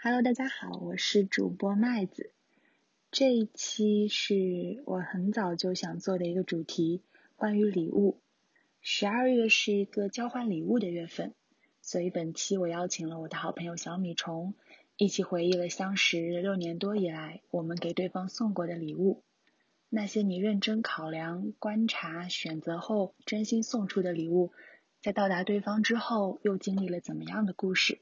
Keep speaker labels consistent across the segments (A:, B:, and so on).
A: Hello，大家好，我是主播麦子。这一期是我很早就想做的一个主题，关于礼物。十二月是一个交换礼物的月份，所以本期我邀请了我的好朋友小米虫，一起回忆了相识六年多以来我们给对方送过的礼物，那些你认真考量、观察、选择后真心送出的礼物，在到达对方之后又经历了怎么样的故事？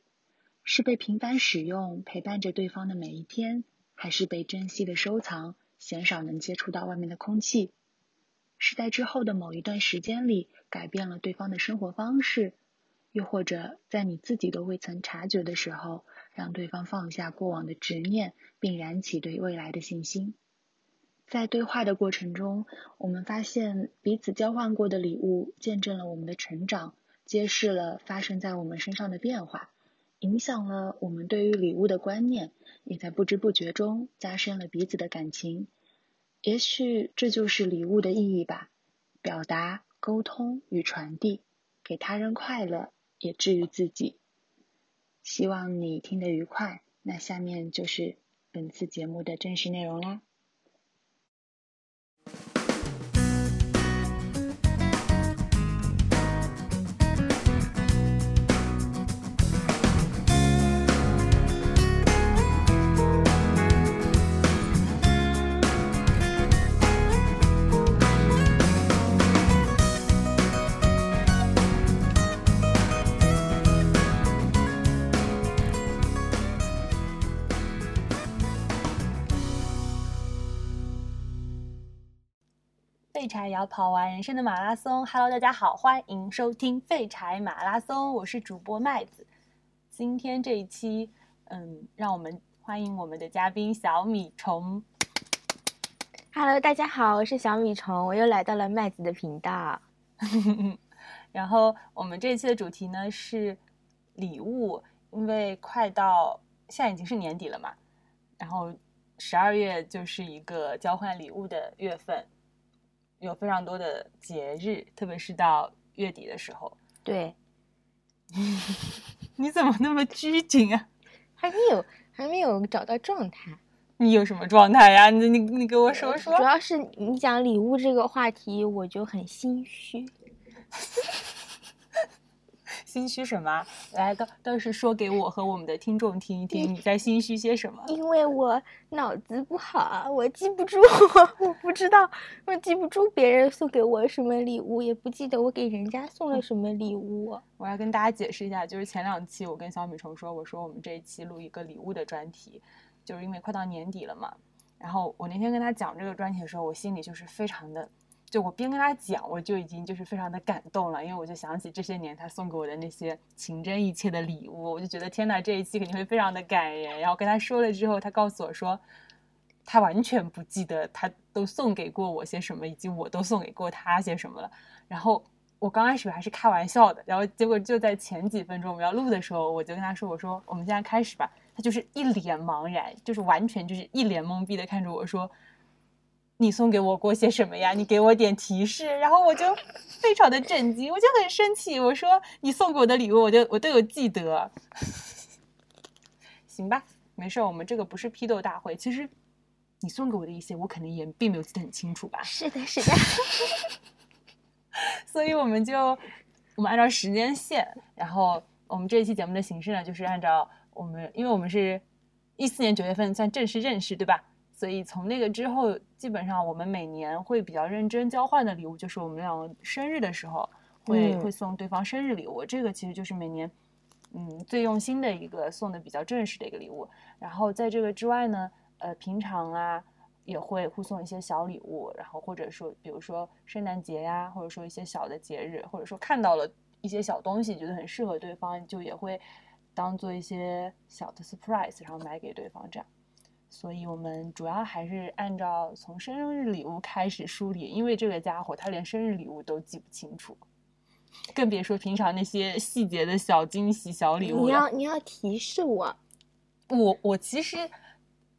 A: 是被频繁使用，陪伴着对方的每一天，还是被珍惜的收藏，鲜少能接触到外面的空气？是在之后的某一段时间里改变了对方的生活方式，又或者在你自己都未曾察觉的时候，让对方放下过往的执念，并燃起对未来的信心。在对话的过程中，我们发现彼此交换过的礼物，见证了我们的成长，揭示了发生在我们身上的变化。影响了我们对于礼物的观念，也在不知不觉中加深了彼此的感情。也许这就是礼物的意义吧：表达、沟通与传递，给他人快乐，也治愈自己。希望你听得愉快。那下面就是本次节目的正式内容啦。
B: 废柴也要跑完人生的马拉松。Hello，大家好，欢迎收听废柴马拉松，我是主播麦子。今天这一期，嗯，让我们欢迎我们的嘉宾小米虫。
C: Hello，大家好，我是小米虫，我又来到了麦子的频道。
B: 然后我们这一期的主题呢是礼物，因为快到现在已经是年底了嘛，然后十二月就是一个交换礼物的月份，有非常多的节日，特别是到月底的时候。
C: 对，
B: 你怎么那么拘谨啊？
C: 还没有，还没有找到状态。
B: 你有什么状态呀、你你你给我说说
C: 主。要是你讲礼物这个话题，我就很心虚。
B: 心虚什么？来，倒倒是说给我和我们的听众听一听，你在心虚些什么？
C: 因为我脑子不好，啊我记不住， 我不知道，我记不住别人送给我什么礼物，也不记得我给人家送了什么礼物。
B: 我要跟大家解释一下，就是前两期我跟小米虫说，我说我们这一期录一个礼物的专题，就是因为快到年底了嘛。然后我那天跟他讲这个专题的时候，我心里就是非常的，就我边跟他讲，我就已经就是非常的感动了，因为我就想起这些年他送给我的那些情真意切的礼物，我就觉得天呐，这一期肯定会非常的感人。然后跟他说了之后，他告诉我说，他完全不记得他都送给过我些什么，以及我都送给过他些什么了。然后我刚开始还是开玩笑的，然后结果就在前几分钟我们要录的时候，我就跟他说：“我说我们现在开始吧。”他就是一脸茫然，就是完全就是一脸懵逼的看着我说：“你送给我过些什么呀？你给我点提示。”然后我就非常的震惊，我就很生气，我说：“你送给我的礼物，我就我都有记得。”行吧，没事儿，我们这个不是批斗大会。其实你送给我的一些，我可能也并没有记得很清楚吧。
C: 是的，是 的，
B: 所以我们就我们按照时间线，然后我们这一期节目的形式呢，就是按照我们，因为我们是一四年九月份算正式认识，对吧？所以从那个之后，基本上我们每年会比较认真交换的礼物，就是我们两个生日的时候会、
C: 嗯
B: 会送对方生日礼物，这个其实就是每年嗯最用心的一个送的比较正式的一个礼物。然后在这个之外呢，呃，平常啊也会互送一些小礼物，然后或者说，比如说圣诞节呀、或者说一些小的节日，或者说看到了一些小东西，觉得很适合对方，就也会当做一些小的 surprise，然后买给对方这样。所以我们主要还是按照从生日礼物开始梳理，因为这个家伙他连生日礼物都记不清楚，更别说平常那些细节的小惊喜、小礼物
C: 你
B: 了。
C: 要你要提示我，
B: 我我其实，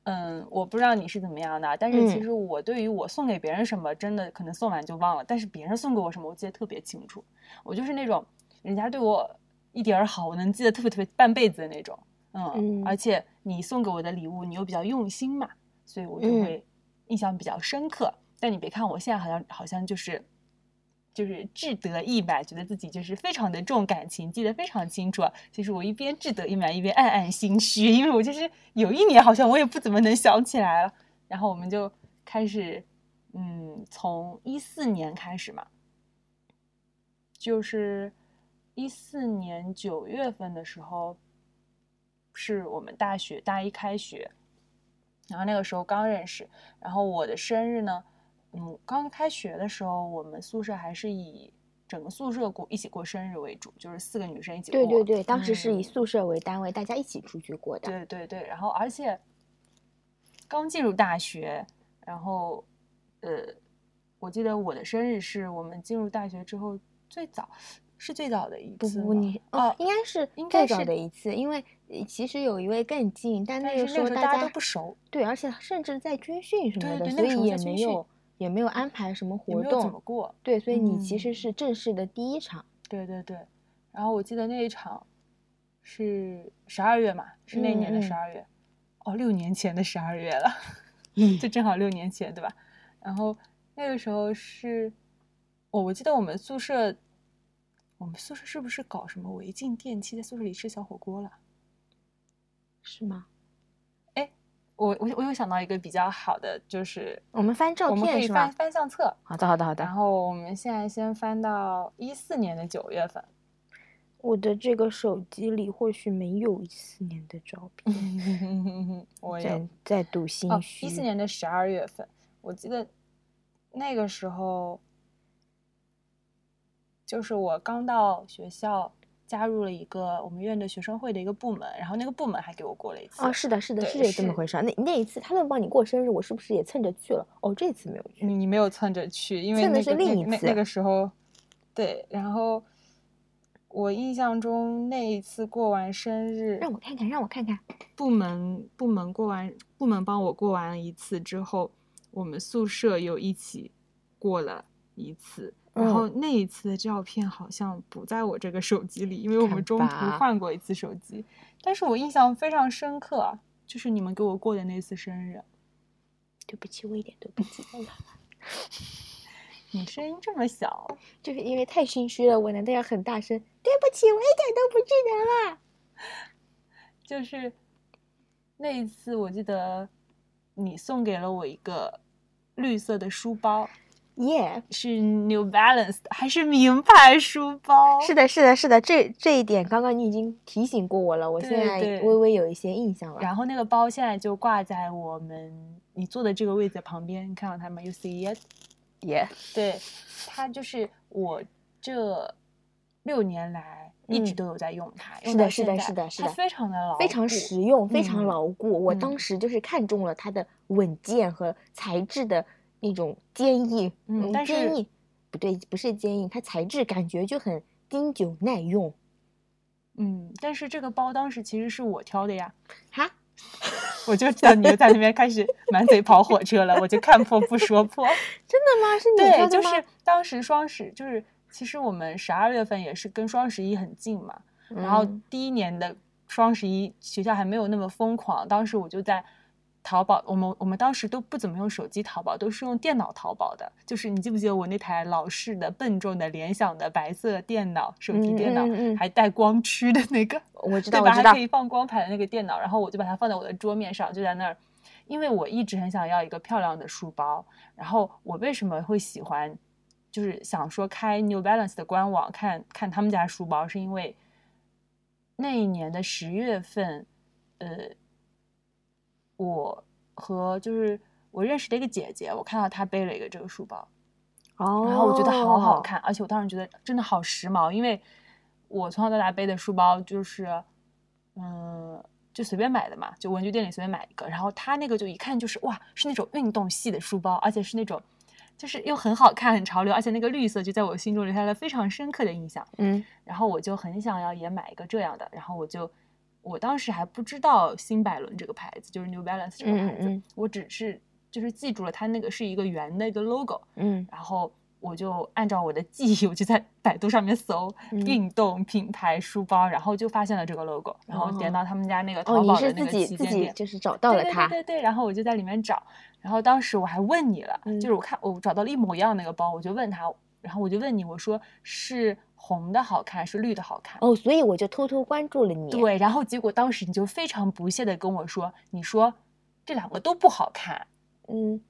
B: 嗯，我不知道你是怎么样的，但是其
C: 嗯
B: 实我对于我送给别人什么，真的可能送完就忘了，但是别人送给我什么，我记得特别清楚。我就是那种人家对我一点儿好，我能记得特别特别半辈子的那种。嗯，
C: 嗯
B: 而且你送给我的礼物，你又比较用心嘛，所以我就
C: 嗯
B: 会印象比较深刻。但你别看我现在好像好像就是就是志得意满，觉得自己就是非常的重感情，记得非常清楚啊。其实我一边志得意满，一边暗暗心虚，因为我就是有一年好像我也不怎么能想起来了。然后我们就开始，嗯，从一四年开始嘛，就是一四年九月份的时候，是我们大学大一开学，然后那个时候刚认识，然后我的生日呢，嗯，刚开学的时候，我们宿舍还是以整个宿舍过一起过生日为主，就是四个女生一起过。
C: 对对对，当时是
B: 嗯
C: 以宿舍为单位，大家一起出去过的。
B: 对对对，然后而且刚进入大学，然后呃，我记得我的生日是我们进入大学之后最早，是最早的一
C: 不
B: 次
C: 不，
B: 吗
C: 你
B: 啊
C: 哦，，应该是
B: 应该
C: 最早
B: 是
C: 的一次，因为呃其实有一位更近，但
B: 但
C: 那
B: 是那个
C: 个时候
B: 时候大
C: 大
B: 家
C: 家
B: 都不熟，
C: 对，而且甚至在军训什
B: 对
C: 么
B: 对
C: 的，
B: 那
C: 所
B: 个时候
C: 以也
B: 在军
C: 没
B: 训
C: 有也没有安排什么
B: 也
C: 活
B: 没有怎么
C: 动，
B: 过。
C: 对，所以你其实
B: 嗯
C: 是正式的第一场，
B: 对对对，然后我记得那一场是十二月嘛，是那年的
C: 嗯
B: 十二月，哦，六年前的十二月了。
C: 嗯
B: 就正好六年前，对吧？然后那个时候是，我、我记得我们宿舍，我们宿舍是不是搞什么违禁电器，在宿舍里吃小火锅了？
C: 是吗？
B: 我我我又想到一个比较好的，就是
C: 我们翻照
B: 我们可
C: 片
B: 以
C: 是
B: 翻
C: 吗？
B: 翻相册。
C: 好的，好的，好
B: 然
C: 的。
B: 后我们现在先翻到一四年的九月 份，
C: 我的这个手机里或许没有一四年的照片，
B: 我嗯有
C: 再再度心
B: 哦，
C: 虚。
B: 一四年的十二月份，我记得那个时候，就是我刚到学校，加入了一个我们院的学生会的一个部门，然后那个部门还给我过了一次。
C: 哦，是的，是的，
B: 对
C: 是这这
B: 是
C: 么回事儿。那那一次他们帮你过生日，我是不是也蹭着去了？哦，这次没有去。
B: 你你没有蹭着去，因为
C: 蹭的
B: 那
C: 是
B: 个
C: 另一
B: 那
C: 次
B: 那那个时候，对，然后我印象中那一次过完生日，
C: 让我看看，让我看看。
B: 部门部门过完，部门帮我过完一次之后，我们宿舍又一起过了一次。然
C: 哦
B: 后那一次的照片好像不在我这个手机里，因为我们
C: 看
B: 中途
C: 吧
B: 换过一次手机。但是我印象非常深刻啊，就是你们给我过的那次生日。
C: 对不起，我一点都不记 得了，
B: 你声音这么小，
C: 就是因为太心虚了，我难道要很大声？对不起，我一点都不记得了。
B: 就是那一次，我记得你送给了我一个绿色的书包，
C: 耶、
B: 是 New Balance 的，还是名牌书包？
C: 是的，是的，是的，这这一点刚刚你已经提醒过我了，我现
B: 对
C: 在
B: 对
C: 微微有一些印象了。
B: 然后那个包现在就挂在我们你坐的这个位置旁边，你看到它吗？You see it？
C: 耶、
B: 对，它就是我这六年来一直
C: 嗯
B: 都有在用它，
C: 是
B: 用
C: 的
B: 到
C: 是
B: 现
C: 的
B: 在
C: 是的是
B: 它
C: 的
B: 非常的牢固，
C: 非常实用，非常
B: 嗯
C: 牢固。我
B: 嗯
C: 当时就是看中了它的稳健和材质的那种坚毅，
B: 嗯但是
C: 坚毅不对，不是坚毅，它材质感觉就很经久耐用。
B: 嗯，但是这个包当时其实是我挑的呀，
C: 哈，
B: 我就知道你又在那边开始满嘴跑火车了，我就看破不说破。
C: 真的吗？ 是你
B: 对，
C: 挑的
B: 就
C: 吗？
B: 是当时双十，就是其实我们十二月份也是跟双十一很近嘛，然后
C: 嗯
B: 第一年的双十一，学校还没有那么疯狂，当时我就在淘宝，我们我们当时都不怎么用手机淘宝，都是用电脑淘宝的。就是你记不记得我那台老式的笨重的联想的白色电脑，手提
C: 嗯
B: 电脑、
C: 嗯嗯
B: 还带光驱的那个，
C: 我知
B: 对
C: 道，
B: 吧？
C: 我
B: 还
C: 知道
B: 可，以放光盘的那个电脑，然后我就把它放在我的桌面上，就在那儿。因为我一直很想要一个漂亮的书包，然后我为什么会喜欢，就是想说开 New Balance 的官网看看他们家书包，是因为那一年的十月份，呃，我和就是我认识的一个姐姐，我看到她背了一个这个书包，
C: 哦，
B: 然后我觉得好好，看，而且我当时觉得真的好时髦，因为我从小到大背的书包就是，嗯，就随便买的嘛，就文具店里随便买一个。然后他那个就一看就是哇，是那种运动系的书包，而且是那种就是又很好看、很潮流，而且那个绿色就在我心中留下了非常深刻的印象。
C: 嗯
B: 然后我就很想要也买一个这样的，然后我就我当时还不知道新百伦这个牌子，就是 New Balance 这个
C: 嗯
B: 牌子，
C: 嗯
B: 我只是就是记住了它那个是一个圆的一个 logo，
C: 嗯
B: 然后我就按照我的记忆，我就在百度上面搜
C: 嗯
B: 运动品牌书包，然后就发现了这个 logo，然后点
C: 哦
B: 到他们家那个
C: 哦，
B: 淘
C: 你
B: 宝
C: 是
B: 的那个
C: 自己
B: 旗
C: 自
B: 舰
C: 己
B: 店。
C: 就是找到了
B: 对
C: 它，
B: 对对对对，然后我就在里面找，然后当时我还问你了，
C: 嗯
B: 就是我看我找到了一模一样那个包，我就问他，然后我就问你，我说是红的好看，是绿的好看？
C: 哦，所以我就偷偷关注了你。，
B: 对，然后结果当时你就非常不屑的跟我说，你说这两个都不好看，
C: 嗯，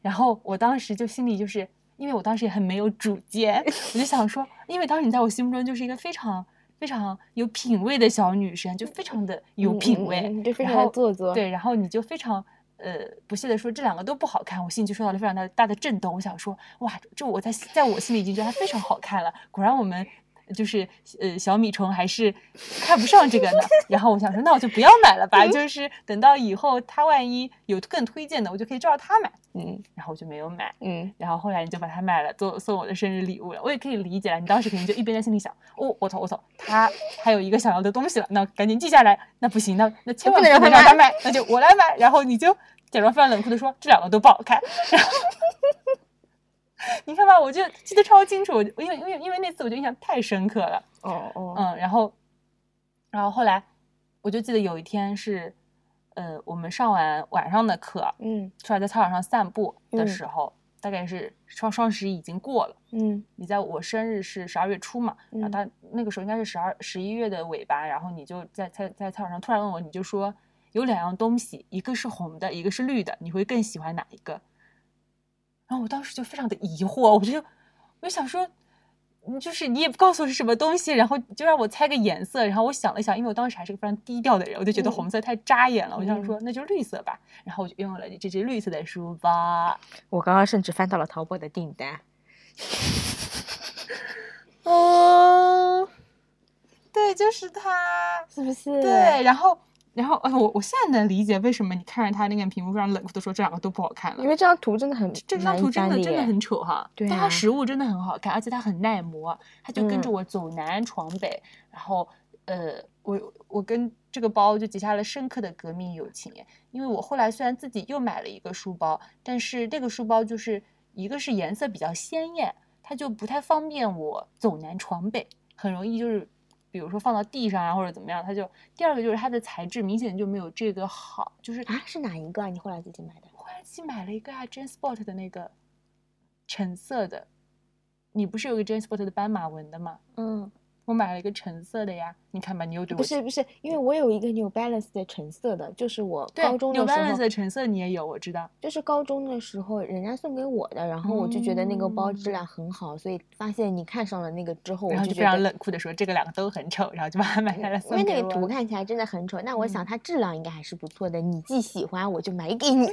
B: 然后我当时就心里就是，因为我当时也很没有主见， 我就想说，因为当时你在我心目中就是一个非常非常有品味的小女生，就非常的有
C: 嗯
B: 品
C: 嗯
B: 味，
C: 嗯就非
B: 然
C: 常的
B: 后
C: 做作。，
B: 对，然后你就非常呃不屑的说这两个都不好看，我心里就受到了非常大大的震动。我想说，哇，这我在在我心里已经觉得它非常好看了，果然我们。就是呃，小米虫还是看不上这个呢。然后我想说，那我就不要买了 吧。就是等到以后他万一有更推荐的，我就可以照着他买。
C: 嗯
B: 然后我就没有买。
C: 嗯，
B: 然后后来你就把它买了，做送我的生日礼物了。我也可以理解了，你当时肯定就一边在心里想，哦，我操我操，他还有一个想要的东西了，那赶紧记下来。那不行，那那千万
C: 不能
B: 能
C: 让
B: 让
C: 他
B: 他买，那就我来买。然后你就假装非常冷酷的说，这两个都不好看。然后 你看吧，我就记得超清楚，我就因为因为因为那次我就印象太深刻了。
C: 哦哦，
B: 嗯，然后，然后后来，我就记得有一天是，呃，我们上完晚上的课，
C: 嗯
B: 出来在操场上散步的
C: 嗯
B: 时候，大概是双双十一已经过了。
C: 嗯
B: 你在我生日是十二月初嘛，然后
C: 嗯
B: 他那个时候应该是十二十一月的尾巴，然后你就在在在操场上突然问我，你就说有两样东西，一个是红的，一个是绿的，你会更喜欢哪一个？然后我当时就非常的疑惑，我就我就想说，你就是你也不告诉我是什么东西，然后就让我猜个颜色，然后我想了想，因为我当时还是个非常低调的人，我就觉得
C: 嗯
B: 红色太扎眼了，我就想
C: 嗯
B: 说那就绿色吧，然后我就拥有了这只绿色的书包。
C: 我刚刚甚至翻到了淘宝的订单。
B: 哦，对，就是它。
C: 是不是？
B: 对，，然后，然后，哎，我我现在能理解为什么你看着它那个屏幕上冷酷的说这两个都不好看
C: 因
B: 了。
C: 为这张图真的很
B: 这张图真的真的
C: 蛮一般耶
B: 很丑哈，
C: 对
B: 但
C: 啊
B: 它实物真的很好看，而且它很耐磨，它就跟着
C: 嗯
B: 我走南闯北，然后呃，我我跟这个包就结下了深刻的革命友情，因为我后来虽然自己又买了一个书包，但是这个书包就是一个是颜色比较鲜艳，它就不太方便我走南闯北，很容易就是，比如说放到地上啊或者怎么样，它就。第二个就是它的材质明显就没有这个好，就是
C: 啊，是哪一个啊？你后来自己买的？
B: 我后来自己买了一个啊 j a n Sport 的那个橙色的，你不是有个 j a n Sport 的斑马纹的吗？
C: 嗯，
B: 我买了一个橙色的呀，你看吧，你又对我
C: 不是不是，因为我有一个 New Balance 的橙色的，就是我
B: 对
C: 高中
B: New
C: 的时
B: Balance
C: 候，
B: 的橙色你也有，我知道。
C: 就是高中的时候人家送给我的，然后我就觉得那个包质量很好，所以发现你看上了那个之后，我
B: 嗯然后
C: 就
B: 就非
C: 觉
B: 常
C: 得。
B: 冷酷的说这个两个都很丑，然后就把它买下来
C: 因
B: 送
C: 为
B: 给我。
C: 那个图看起来真的很丑，那我想
B: 嗯
C: 它质量应该还是不错的。你既喜欢，我就买给你。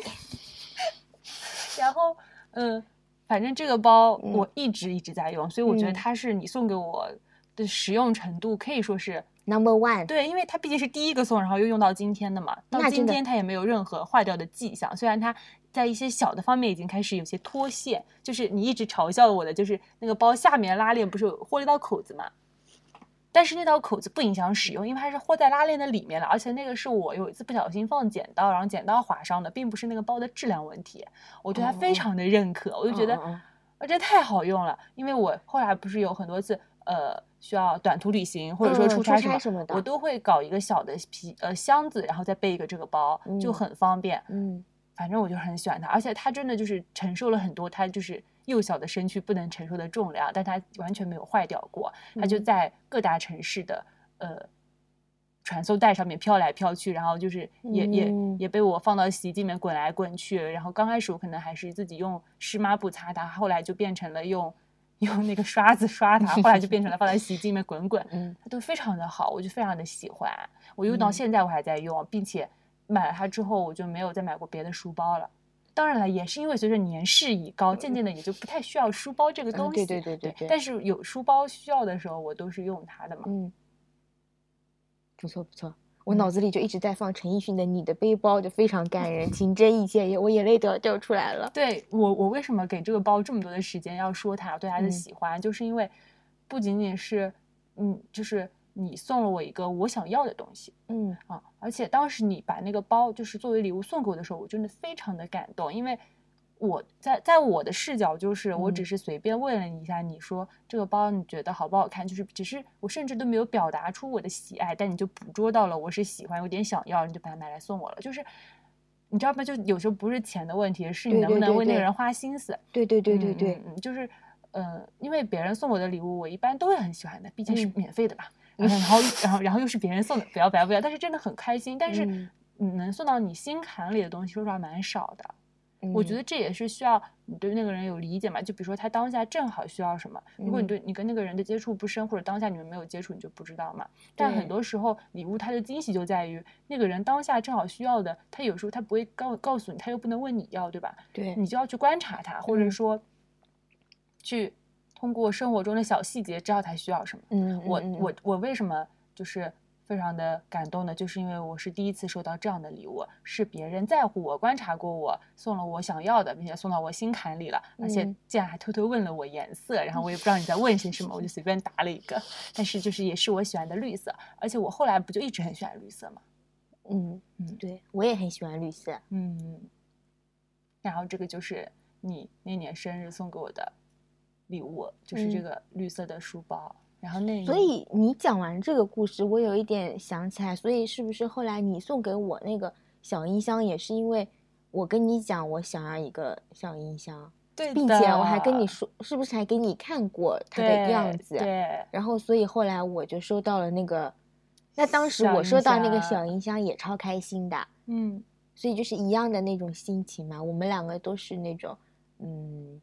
B: 然后，嗯，反正这个包
C: 嗯
B: 我一直一直在用，所以我觉得
C: 嗯
B: 它是你送给我的使用程度可以说是
C: Number one，
B: 对，因为它毕竟是第一个送，然后又用到今天的嘛，到
C: 那
B: 今
C: 真的
B: 天它也没有任何坏掉的迹象。虽然它在一些小的方面已经开始有些脱线，就是你一直嘲笑我的，就是那个包下面拉链不是有豁了一道口子嘛。但是那道口子不影响使用，因为它是豁在拉链的里面了，而且那个是我有一次不小心放剪刀，然后剪刀划伤的，并不是那个包的质量问题。我对它
C: 哦哦
B: 非常的认可，我就觉得
C: 嗯嗯嗯
B: 啊，这太好用了。因为我后来不是有很多次呃需要短途旅行或者说
C: 嗯
B: 出
C: 出
B: 差什
C: 差
B: 么，
C: 什么的
B: 我都会搞一个小的皮呃箱子，然后再备一个这个包，就
C: 嗯
B: 很方便。
C: 嗯，
B: 反正我就很喜欢它，而且它真的就是承受了很多它就是幼小的身躯不能承受的重量，但它完全没有坏掉过。它就
C: 嗯
B: 在各大城市的呃传送带上面飘来飘去，然后就是也、
C: 嗯
B: 也也被我放到洗衣机里面滚来滚去。然后刚开始我可能还是自己用湿抹布擦它，后来就变成了用 用那个刷子刷 它，后来就变成了放在洗衣机里面滚滚。
C: 嗯，
B: 它都非常的好，我就非常的喜欢。我用到
C: 嗯
B: 现在我还在用，并且买了它之后我就没有再买过别的书包了。当然了，也是因为随着年事已高，渐渐的也就不太需要书包这个
C: 嗯
B: 东西。
C: 对对对对对
B: 但是有书包需要的时候，我都是用它的嘛。
C: 嗯，不错不错，我
B: 嗯
C: 脑子里就一直在放陈奕迅的《你的背包》，就非常感人，情真意切，我眼泪都要掉出来了。
B: 对我，我为什么给这个包这么多的时间要说它，我对它的
C: 嗯
B: 喜欢，就是因为不仅仅是，嗯，就是你送了我一个我想要的东西，
C: 嗯
B: 啊，而且当时你把那个包就是作为礼物送给我的时候，我真的非常的感动，因为我在在我的视角就是，我
C: 嗯
B: 只是随便问了你一下，你说这个包你觉得好不好看？就是只是我甚至都没有表达出我的喜爱，但你就捕捉到了我是喜欢，有点想要，你就把它买来送我了。就是你知道吗？就有时候不是钱的问题，是你
C: 对
B: 能不
C: 对
B: 能
C: 对
B: 为那个
C: 对
B: 人花心思。
C: 对对对对
B: 嗯
C: 对，
B: 嗯嗯就是呃，因为别人送我的礼物，我一般都会很喜欢的，毕竟是
C: 嗯
B: 免 费的嘛。然后，然后，然后又是别人送的，不要，不要，不要！但是真的很开心，但是
C: 嗯
B: 你能送到你心坎里的东西，说实话蛮少的。嗯
C: 嗯
B: 我觉得这也是需要你对那个人有理解嘛。就比如说他当下正好需要什么，如果你
C: 嗯
B: 对你跟那个人的接触不深，或者当下你们没有接触，你就不知道嘛。但很
C: 对
B: 多时候礼物它的惊喜就在于那个人当下正好需要的，他有时候他不会告告诉你，他又不能问你要，对吧？
C: 对，
B: 你就要去观察他，或者
C: 嗯
B: 说去通过生活中的小细节知道他需要什么。
C: 嗯，
B: 我
C: 嗯
B: 我我为什么就是非常的感动呢？就是因为我是第一次收到这样的礼物，是别人在乎我、观察过我，送了我想要的，并且送到我心坎里了，而且
C: 嗯
B: 竟然还偷偷问了我颜色，然后我也不知道你在问些什么，我就随便答了一个，但是就是也是我喜欢的绿色，而且我后来不就一直很喜欢绿色嘛，
C: 嗯
B: 嗯
C: 嗯，对我也很喜欢绿色，
B: 嗯，然后这个就是你那年生日送给我的礼物，就是这
C: 嗯
B: 个绿色的书包，然后那
C: 所
B: 一
C: 以你讲完这个故事，我有一点想起来，所以是不是后来你送给我那个小音箱，也是因为我跟你讲我想要一个小音箱，
B: 对
C: 并且我还跟
B: 的
C: 你说，是不是还给你看过它的
B: 对
C: 样子？
B: 对。
C: 然后所以后来我就收到了那个，那当时
B: 小
C: 我
B: 音
C: 收到那个
B: 箱
C: 小音箱也超开心的，
B: 嗯，
C: 所以就是一样的那种心情嘛。我们两个都是那种，嗯，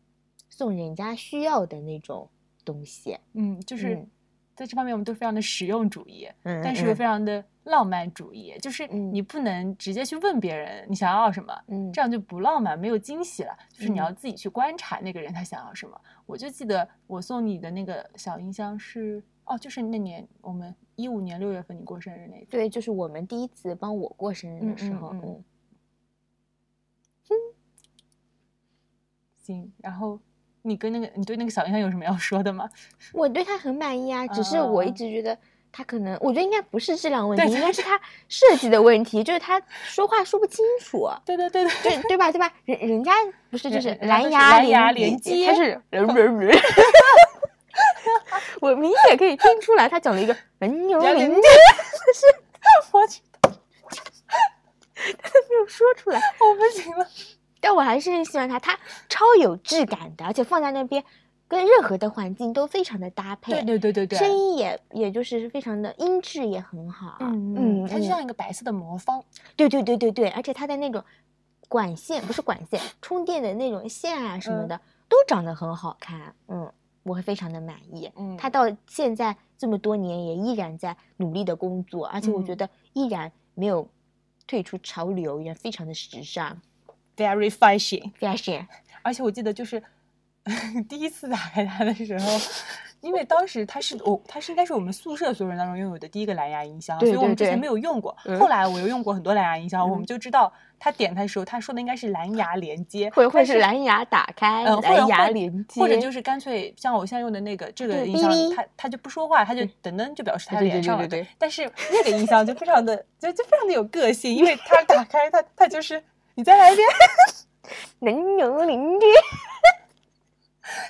C: 送人家需要的那种东西。
B: 嗯，就是
C: 嗯
B: 在这方面我们都非常的实用主义，
C: 嗯，
B: 但是又
C: 嗯
B: 非常的浪漫主义。就是
C: 嗯
B: 你不能直接去问别人你想要什么，
C: 嗯
B: 这样就不浪漫，没有惊喜了。就是你要
C: 嗯
B: 自己去观察那个人他想要什么。我就记得我送你的那个小音箱是哦，就是那年我们一五年六月份你过生日那一次。
C: 对，就是我们第一次帮我过生日
B: 嗯
C: 的时
B: 嗯
C: 候，
B: 嗯
C: 嗯
B: 行，然后你跟那个你对那个小音箱有什么要说的吗？
C: 我对他很满意啊。只是我一
B: 啊
C: 直觉得他可能，我觉得应该不是质量问
B: 对
C: 题，应
B: 对
C: 该是他设计的问题，就是他说话说不清 楚，
B: 对对对对，
C: 对对吧？对吧？人人家不是就
B: 人
C: 是
B: 人家都
C: 蓝
B: 是
C: 牙
B: 蓝牙连接嗯
C: 接，他是 我明显可以听出来，他讲了一个人牛
B: 人家连
C: 零
B: 接
C: 接，
B: 我去，
C: 没有说出来。
B: 我不行了。
C: 但我还是很喜欢它，它超有质感的，而且放在那边跟任何的环境都非常的搭配，
B: 对对对对对，
C: 声音也也就是非常的音质也很好。
B: 嗯嗯，它就
C: 嗯
B: 像一个白色的魔方。
C: 对对对对对，而且它的那种管线不是管线，充电的那种线啊什么
B: 嗯
C: 的、都长得很好看，嗯，我会非常的满意。
B: 嗯
C: 他到现在这么多年也依然在努力的工作，而且我觉
B: 嗯
C: 得依然没有退出潮流，依然非常的时尚
B: very fashion。
C: fashion。
B: 而且我记得就是 第一次打开它的时候，因为当时它是我，它是应该是我们宿舍所有人当中拥有的第一个蓝牙音箱，啊
C: 对
B: 所以我们
C: 对
B: 之前
C: 对
B: 没有用过。
C: 嗯
B: 后来我又用过很多蓝牙音箱，我们
C: 嗯
B: 就知道他点它的时候，他说的应该是蓝牙连接，
C: 会会
B: 但
C: 是蓝牙打开，
B: 呃，或者
C: 蓝牙
B: 或
C: 连接，
B: 或者就是干脆像我现在用的那个这个
C: 对
B: 音箱
C: 哔，哔
B: 它它就不说话，它就噔噔就表示它
C: 对对
B: 连
C: 对
B: 上
C: 对
B: 了。
C: 对
B: 但是那个音箱就非常的就就非常的有个性，因为它打开它它就是你再来一遍，
C: 能能连接。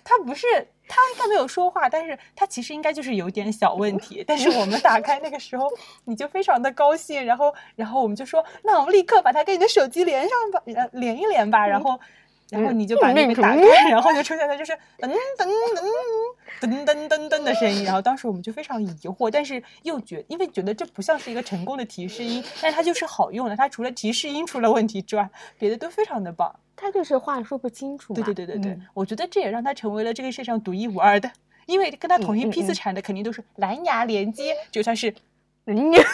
B: 它不是，它应该没有说话，但是它其实应该就是有点小问题。但是我们打开那个时候，你就非常的高兴，然后，然后我们就说，那我们立刻把它跟你的手机连上吧，呃连一连吧，然后。然后你就把那个打开，然后就出现了就是噔噔噔噔噔噔噔的声音，然后当时我们就非常疑惑，但是又觉因为觉得这不像是一个成功的提示音，但是它就是好用的，它除了提示音出了问题之外，别的都非常的棒。
C: 他就是话说不清楚嘛。
B: 对对对对对，
C: 嗯
B: 我觉得这也让他成为了这个世界上独一无二的，因为跟他同一批
C: 嗯嗯
B: 次
C: 嗯
B: 产的肯定都是蓝牙连接，就算是
C: 能量。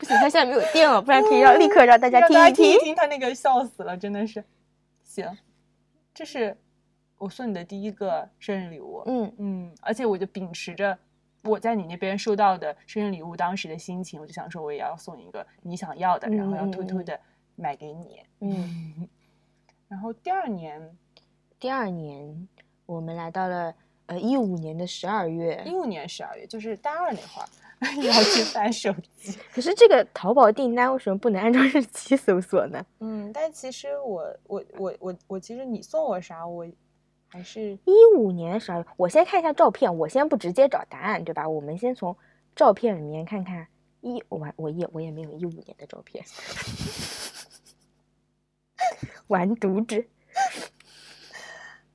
C: 不行，他现在没有电了，不然可以让立刻嗯让大家
B: 让
C: 听
B: 大
C: 一
B: 家听
C: 听
B: 一。听他那个笑死了，真的是。行，这是我送你的第一个生日礼物，
C: 嗯，
B: 嗯，而且我就秉持着我在你那边收到的生日礼物当时的心情，我就想说我也要送一个你想要的，然后要
C: 嗯嗯
B: 偷偷
C: 嗯
B: 的买给你，
C: 嗯。
B: 然后第二年，
C: 第二年我们来到了呃一五年的十二月
B: 一，五年十二月，就是大二那会儿， 要去翻手机。
C: 可是这个淘宝订单为什么不能按照日期搜索呢？
B: 嗯，但其实我我我我我其实你送我啥，我还是
C: 一五年十二月，我先看一下照片，我先不直接找答案，对吧？我们先从照片里面看看一，我我也我也没有一五年的照片， 完犊子！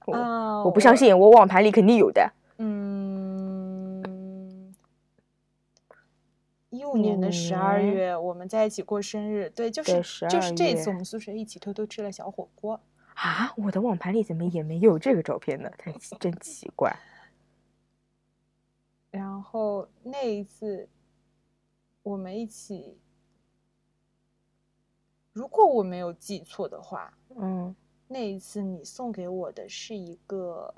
C: 我、
B: 啊，
C: 哦我不相。信，我网盘里肯定有的。
B: 嗯，一五年的十二
C: 年
B: 月，我们在一起过生日，对，就
C: 对
B: 是就是
C: 12
B: 这一次
C: 月
B: 我们宿舍一起偷偷吃了小火锅。
C: 啊，我的网盘里怎么也没有这个照片呢？太奇真奇怪。
B: 然后那一次，我们一起，如果我没有记错的话，
C: 嗯，
B: 那一次你送给我的是一个，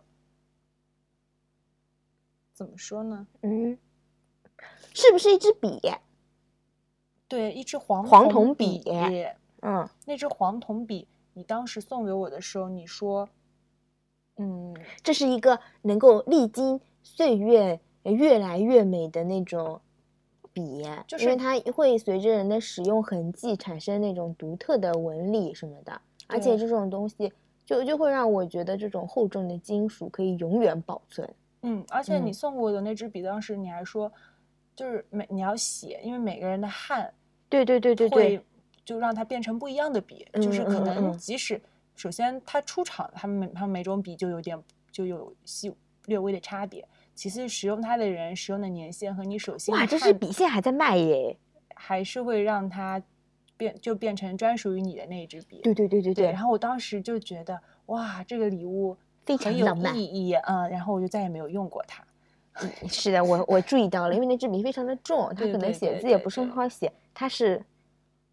B: 怎么说呢？
C: 嗯，是不是一支笔？
B: 对，一支黄
C: 黄
B: 铜
C: 铜笔嗯，
B: 那支黄铜笔，你当时送给我的时候，你说，嗯，
C: 这是一个能够历经岁月呃越来越美的那种笔，
B: 就
C: 因为
B: 是
C: 它会随着人的使用痕迹产生那种独特的纹理什么的，而且
B: 对
C: 这种东西就就会让我觉得这种厚重的金属可以永远保存。
B: 嗯，而且你
C: 嗯
B: 送给我的那支笔，当时你还说，就是每你要写，因为每个人的汗
C: 对对对对对
B: 会就让它变成不一样的笔，就是可
C: 嗯嗯嗯
B: 能
C: 嗯
B: 即使首先它出厂，它每它每种笔就有点就有细略微的差别，其次使用它的人使用的年限和你手心
C: 哇，
B: 的
C: 这支
B: 汗
C: 笔现在还在卖耶！
B: 还是会让它变就变成专属于你的那一支笔，
C: 对对对对
B: 对然后我当时就觉得哇，这个礼物
C: 非
B: 很
C: 常
B: 有
C: 浪漫
B: 意义，嗯，然后我就再也没有用过它。
C: 是的，我我注意到了，因为那支笔非常的重，它
B: 对
C: 可能
B: 对
C: 写
B: 对
C: 字也
B: 对
C: 不是很
B: 对
C: 好写，它是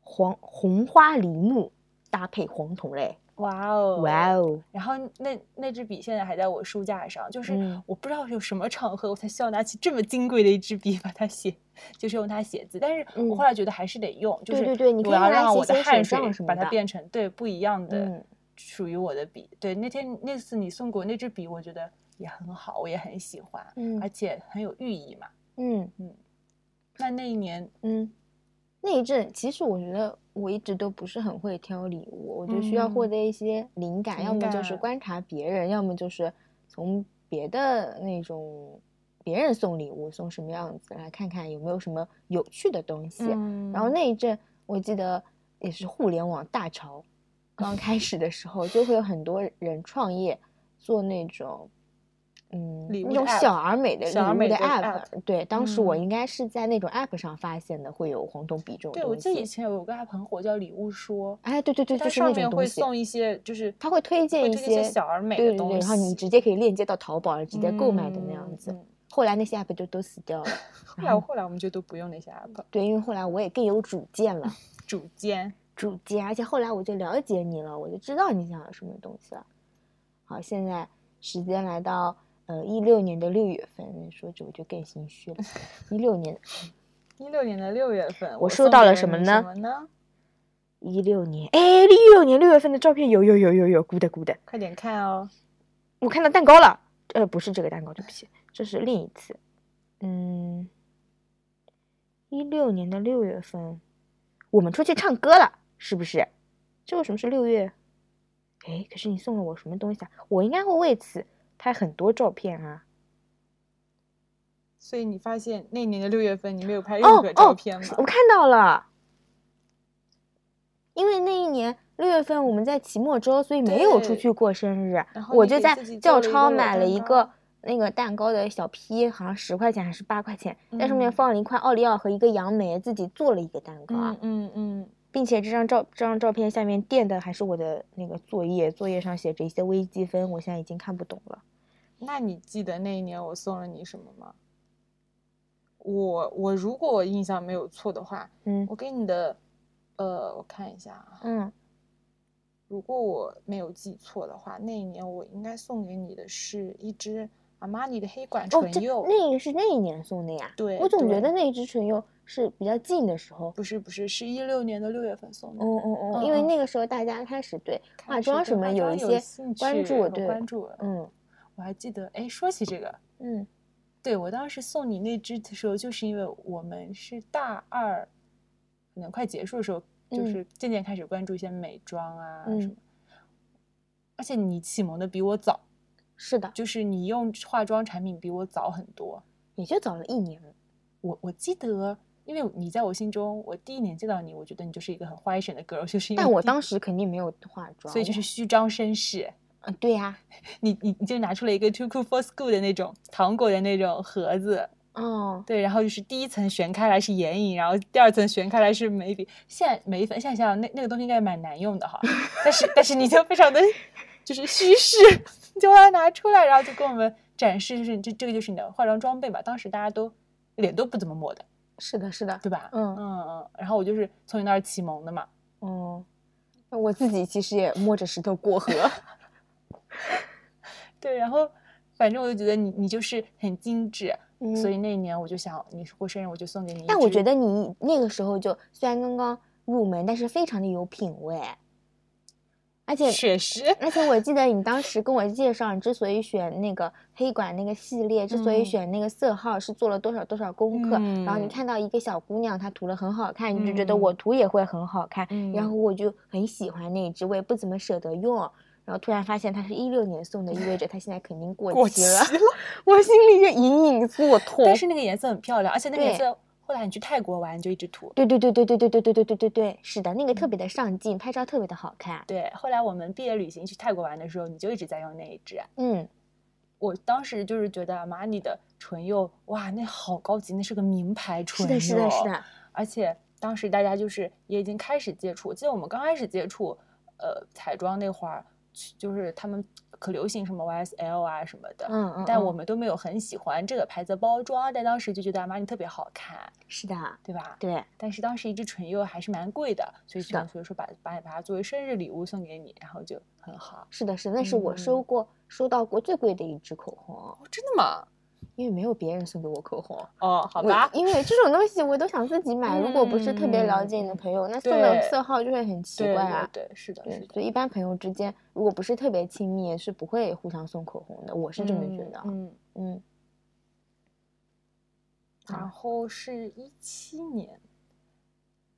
C: 黄红花梨木搭配黄铜嘞，
B: 哇哦，
C: 哇！哦！
B: 然后那那支笔现在还在我书架上，就是
C: 嗯
B: 我不知道有什么场合我才需要拿起这么金贵的一支笔把它写，就是用它写字。但是我
C: 嗯
B: 后来觉得还是得用，就
C: 对
B: 是
C: 对对你可
B: 我
C: 以
B: 要
C: 用来
B: 让
C: 写
B: 我的
C: 写手
B: 汗水
C: 账什么
B: 把它
C: 的
B: 变成对不一样的
C: 嗯
B: 属于我的笔。对，那天那次你送给我那支笔，我觉得也很好，我也很喜欢，
C: 嗯
B: 而且很有寓意嘛。
C: 嗯
B: 那那一年
C: 嗯，那一阵其实我觉得我一直都不是很会挑礼物，我就需要获
B: 嗯
C: 得一些灵感，要
B: 灵
C: 么就是
B: 感
C: 观察别人，要么就是从别的那种别人送礼物送什么样子来看看有没有什么有趣的东西。
B: 嗯
C: 然后那一阵，我记得也是互联网大潮刚开始的时候，就会有很多人创业做那种，嗯，
B: 礼物
C: 那
B: 的
C: 种
B: app
C: 小而美的礼
B: 小而
C: 物
B: 美
C: 的
B: 的
C: app。对，当时我
B: 嗯
C: 应该是在那种 app 上发现的，会有黄铜笔这种
B: 对我
C: 东
B: 记得以
C: 西。
B: 前有个 app 很火叫礼物说，
C: 哎，对对对，
B: 它
C: 就是
B: 上
C: 那种
B: 面
C: 东
B: 会
C: 西。
B: 送一些，就是
C: 它会推荐一
B: 推荐
C: 些
B: 一些小而美
C: 对
B: 的
C: 对
B: 东西，
C: 对，然后你直接可以链接到淘宝，直接购买的那样子。
B: 嗯嗯
C: 后来那些 app 就都死掉了。
B: 后来后来我们就都不用那些 app，
C: 对，因为后来我也更有主见了，
B: 主见
C: 主见，而且后来我就了解你了，我就知道你想要什么东西了。好，现在时间来到呃一六年的六月份，说着我就更心虚了。一六年，
B: 一六年的六月份，
C: 我收
B: 送
C: 到
B: 给
C: 了
B: 了
C: 什么
B: 你
C: 呢
B: 什么呢？
C: 一六年，哎，一六年六月份的照片有有有有有，good good。
B: 快点看哦，
C: 我看到蛋糕了，呃，不是这个蛋糕，对不起，这是另一次。嗯，一六年的六月份，我们出去唱歌了，是不是？这为什么是六月？哎，可是你送了我什么东西啊？我应该会为此拍很多照片啊。
B: 所以你发现那年的六月份你没有拍任
C: 哦
B: 何照
C: 哦
B: 片吗？，嗯
C: 我看到了，因为那一年六月份我们在期末周，所以没有出
B: 对
C: 去过生日
B: 然，后
C: 我
B: 你
C: 就
B: 给
C: 在
B: 自己做
C: 教
B: 了一个
C: 超
B: 裸
C: 买了
B: 蛋
C: 一
B: 糕
C: 个那个蛋糕的小批，好像十块钱还是八块钱，在上面
B: 嗯
C: 放了一块奥利奥和一个杨梅，自己做了一个蛋糕啊，
B: 嗯嗯嗯，
C: 并且这张照这张照片下面垫的还是我的那个作业，作业上写着一些微积分，我现在已经看不懂了。
B: 那你记得那一年我送了你什么吗？我我如果我印象没有错的话，
C: 嗯
B: 我给你的，呃，我看一下啊，
C: 嗯，
B: 如果我没有记错的话，那一年我应该送给你的是一支阿玛尼的黑管
C: 哦，这
B: 唇釉，
C: 那个是那一年送的呀，
B: 对
C: 我总觉
B: 对
C: 得那一支唇釉是比较近的时候。
B: 不是不是，是一六年的六月份送的。
C: 哦哦哦，
B: 嗯
C: 因为
B: 嗯
C: 那个时候大家开始对
B: 开
C: 化
B: 始
C: 妆
B: 对
C: 什么
B: 化
C: 有
B: 妆
C: 一
B: 有
C: 些
B: 兴
C: 关
B: 趣
C: 注，
B: 和
C: 对，
B: 关注，
C: 嗯
B: 我还记得，哎，说起这个，
C: 嗯
B: 对我当时送你那只的时候，就是因为我们是大二，可能快结束的时候，就
C: 嗯
B: 是渐渐开始关注一些美妆啊
C: 嗯
B: 什么。而且你启蒙的比我早，
C: 是的，
B: 就是你用化妆产品比我早很多。
C: 也就早了一年。
B: 嗯我我记得，因为你在我心中，我第一年见到你，我觉得你就是一个很花一神的 girl，就是因为
C: 但我
B: 第
C: 当时肯定没有化妆，
B: 嗯所以就是虚张声势，
C: 嗯，对呀、
B: 你你你就拿出了一个 Too Cool for School 的那种糖果的那种盒子，
C: 哦，
B: 对，然后就是第一层旋开来是眼影，然后第二层旋开来是眉笔。现在眉粉，现在想想那那个东西应该蛮难用的 哈，但是但是你就非常的就是虚饰， 你就把它拿出来，然后就跟我们展示，就是这这个就是你的化妆装备嘛。当时大家都脸都不怎么抹的，
C: 是的，是的，
B: 对吧？
C: 嗯
B: 嗯嗯。然后我就是从你那儿启蒙的嘛，
C: 嗯，那我自己其实也摸着石头过 河。
B: 对，然后反正我就觉得你你就是很精致，
C: 嗯
B: 所以那一年我就想你过生日我就送给你一只。
C: 但 我觉得你那个时候就虽然刚刚入门，但是非常的有品味，而且
B: 确实，
C: 而且我记得你当时跟我介绍，你之所以选那个黑管那个系列，之所以
B: 嗯
C: 选那个色号，是做了多少多少功课。然后你
B: 嗯
C: 看到一个小姑娘她涂的很好看，你就觉得我涂也会很好看，然
B: 嗯
C: 后我就很喜欢那一只，我也不怎么舍得用。然后突然发现它是一六年送的，意味着它现在肯定过
B: 过
C: 期了。 我心里就隐隐作痛。
B: 但是那个颜色很漂亮，而且那个颜
C: 对
B: 色后来你去泰国玩你就一直涂。
C: 对对对对对对对对对对对对，是的，那
B: 嗯
C: 个特别的上镜，拍照特别的好看。
B: 对，后来我们毕业旅行去泰国玩的时候，你就一直在用那一支。
C: 嗯，
B: 我当时就是觉得玛尼的唇釉，哇，那好高级，那是个名牌唇釉。
C: 是的，是的，是。的，
B: 而且当时大家就是也已经开始接触，记得我们刚开始接触，呃，彩妆那会儿，就是他们可流行什么 YSL 啊什么的，
C: 嗯嗯。
B: 但
C: 嗯
B: 我们都没有很喜欢这个牌子的包装，但当时就觉得哎玛尼特别好看，
C: 是的，
B: 对吧？
C: 对，
B: 但是当时一支唇釉还是蛮贵的，所以
C: 是的
B: 想所以说把把把它作为生日礼物送给你，然后就很好。
C: 是的，是的，那是我
B: 嗯
C: 收过、收到过最贵的一支口红，啊
B: 哦，真的吗？
C: 因为没有别人送给我口红。
B: 哦，好
C: 我
B: 吧，
C: 因为这种东西我都想自 己买，如果不是特别了解你的朋友，那送的
B: 嗯对
C: 色号就会很奇
B: 对
C: 怪啊。
B: 对对，是的，
C: 对
B: 是，的，
C: 所以一般朋友之间，如果不是特别亲密，是不会互相送口红的。我是这么觉得。
B: 嗯，嗯
C: 嗯，好
B: 然后是一七年，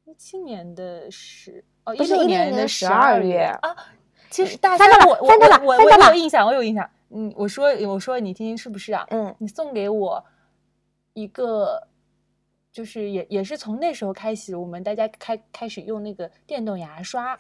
B: 一七年的十哦，
C: 不是
B: 16
C: 16
B: 年
C: 年
B: 的
C: 的
B: 12
C: 12月嗯
B: 啊。其实大
C: 翻
B: 家
C: 到
B: 我
C: 了
B: 我
C: 翻到了
B: 我我
C: 翻到
B: 我有
C: 了
B: 印象，我有印象。嗯，我说我说你听听是不是啊？
C: 嗯，
B: 你送给我一个，就是也也是从那时候开始，我们大家开开始用那个电动牙刷，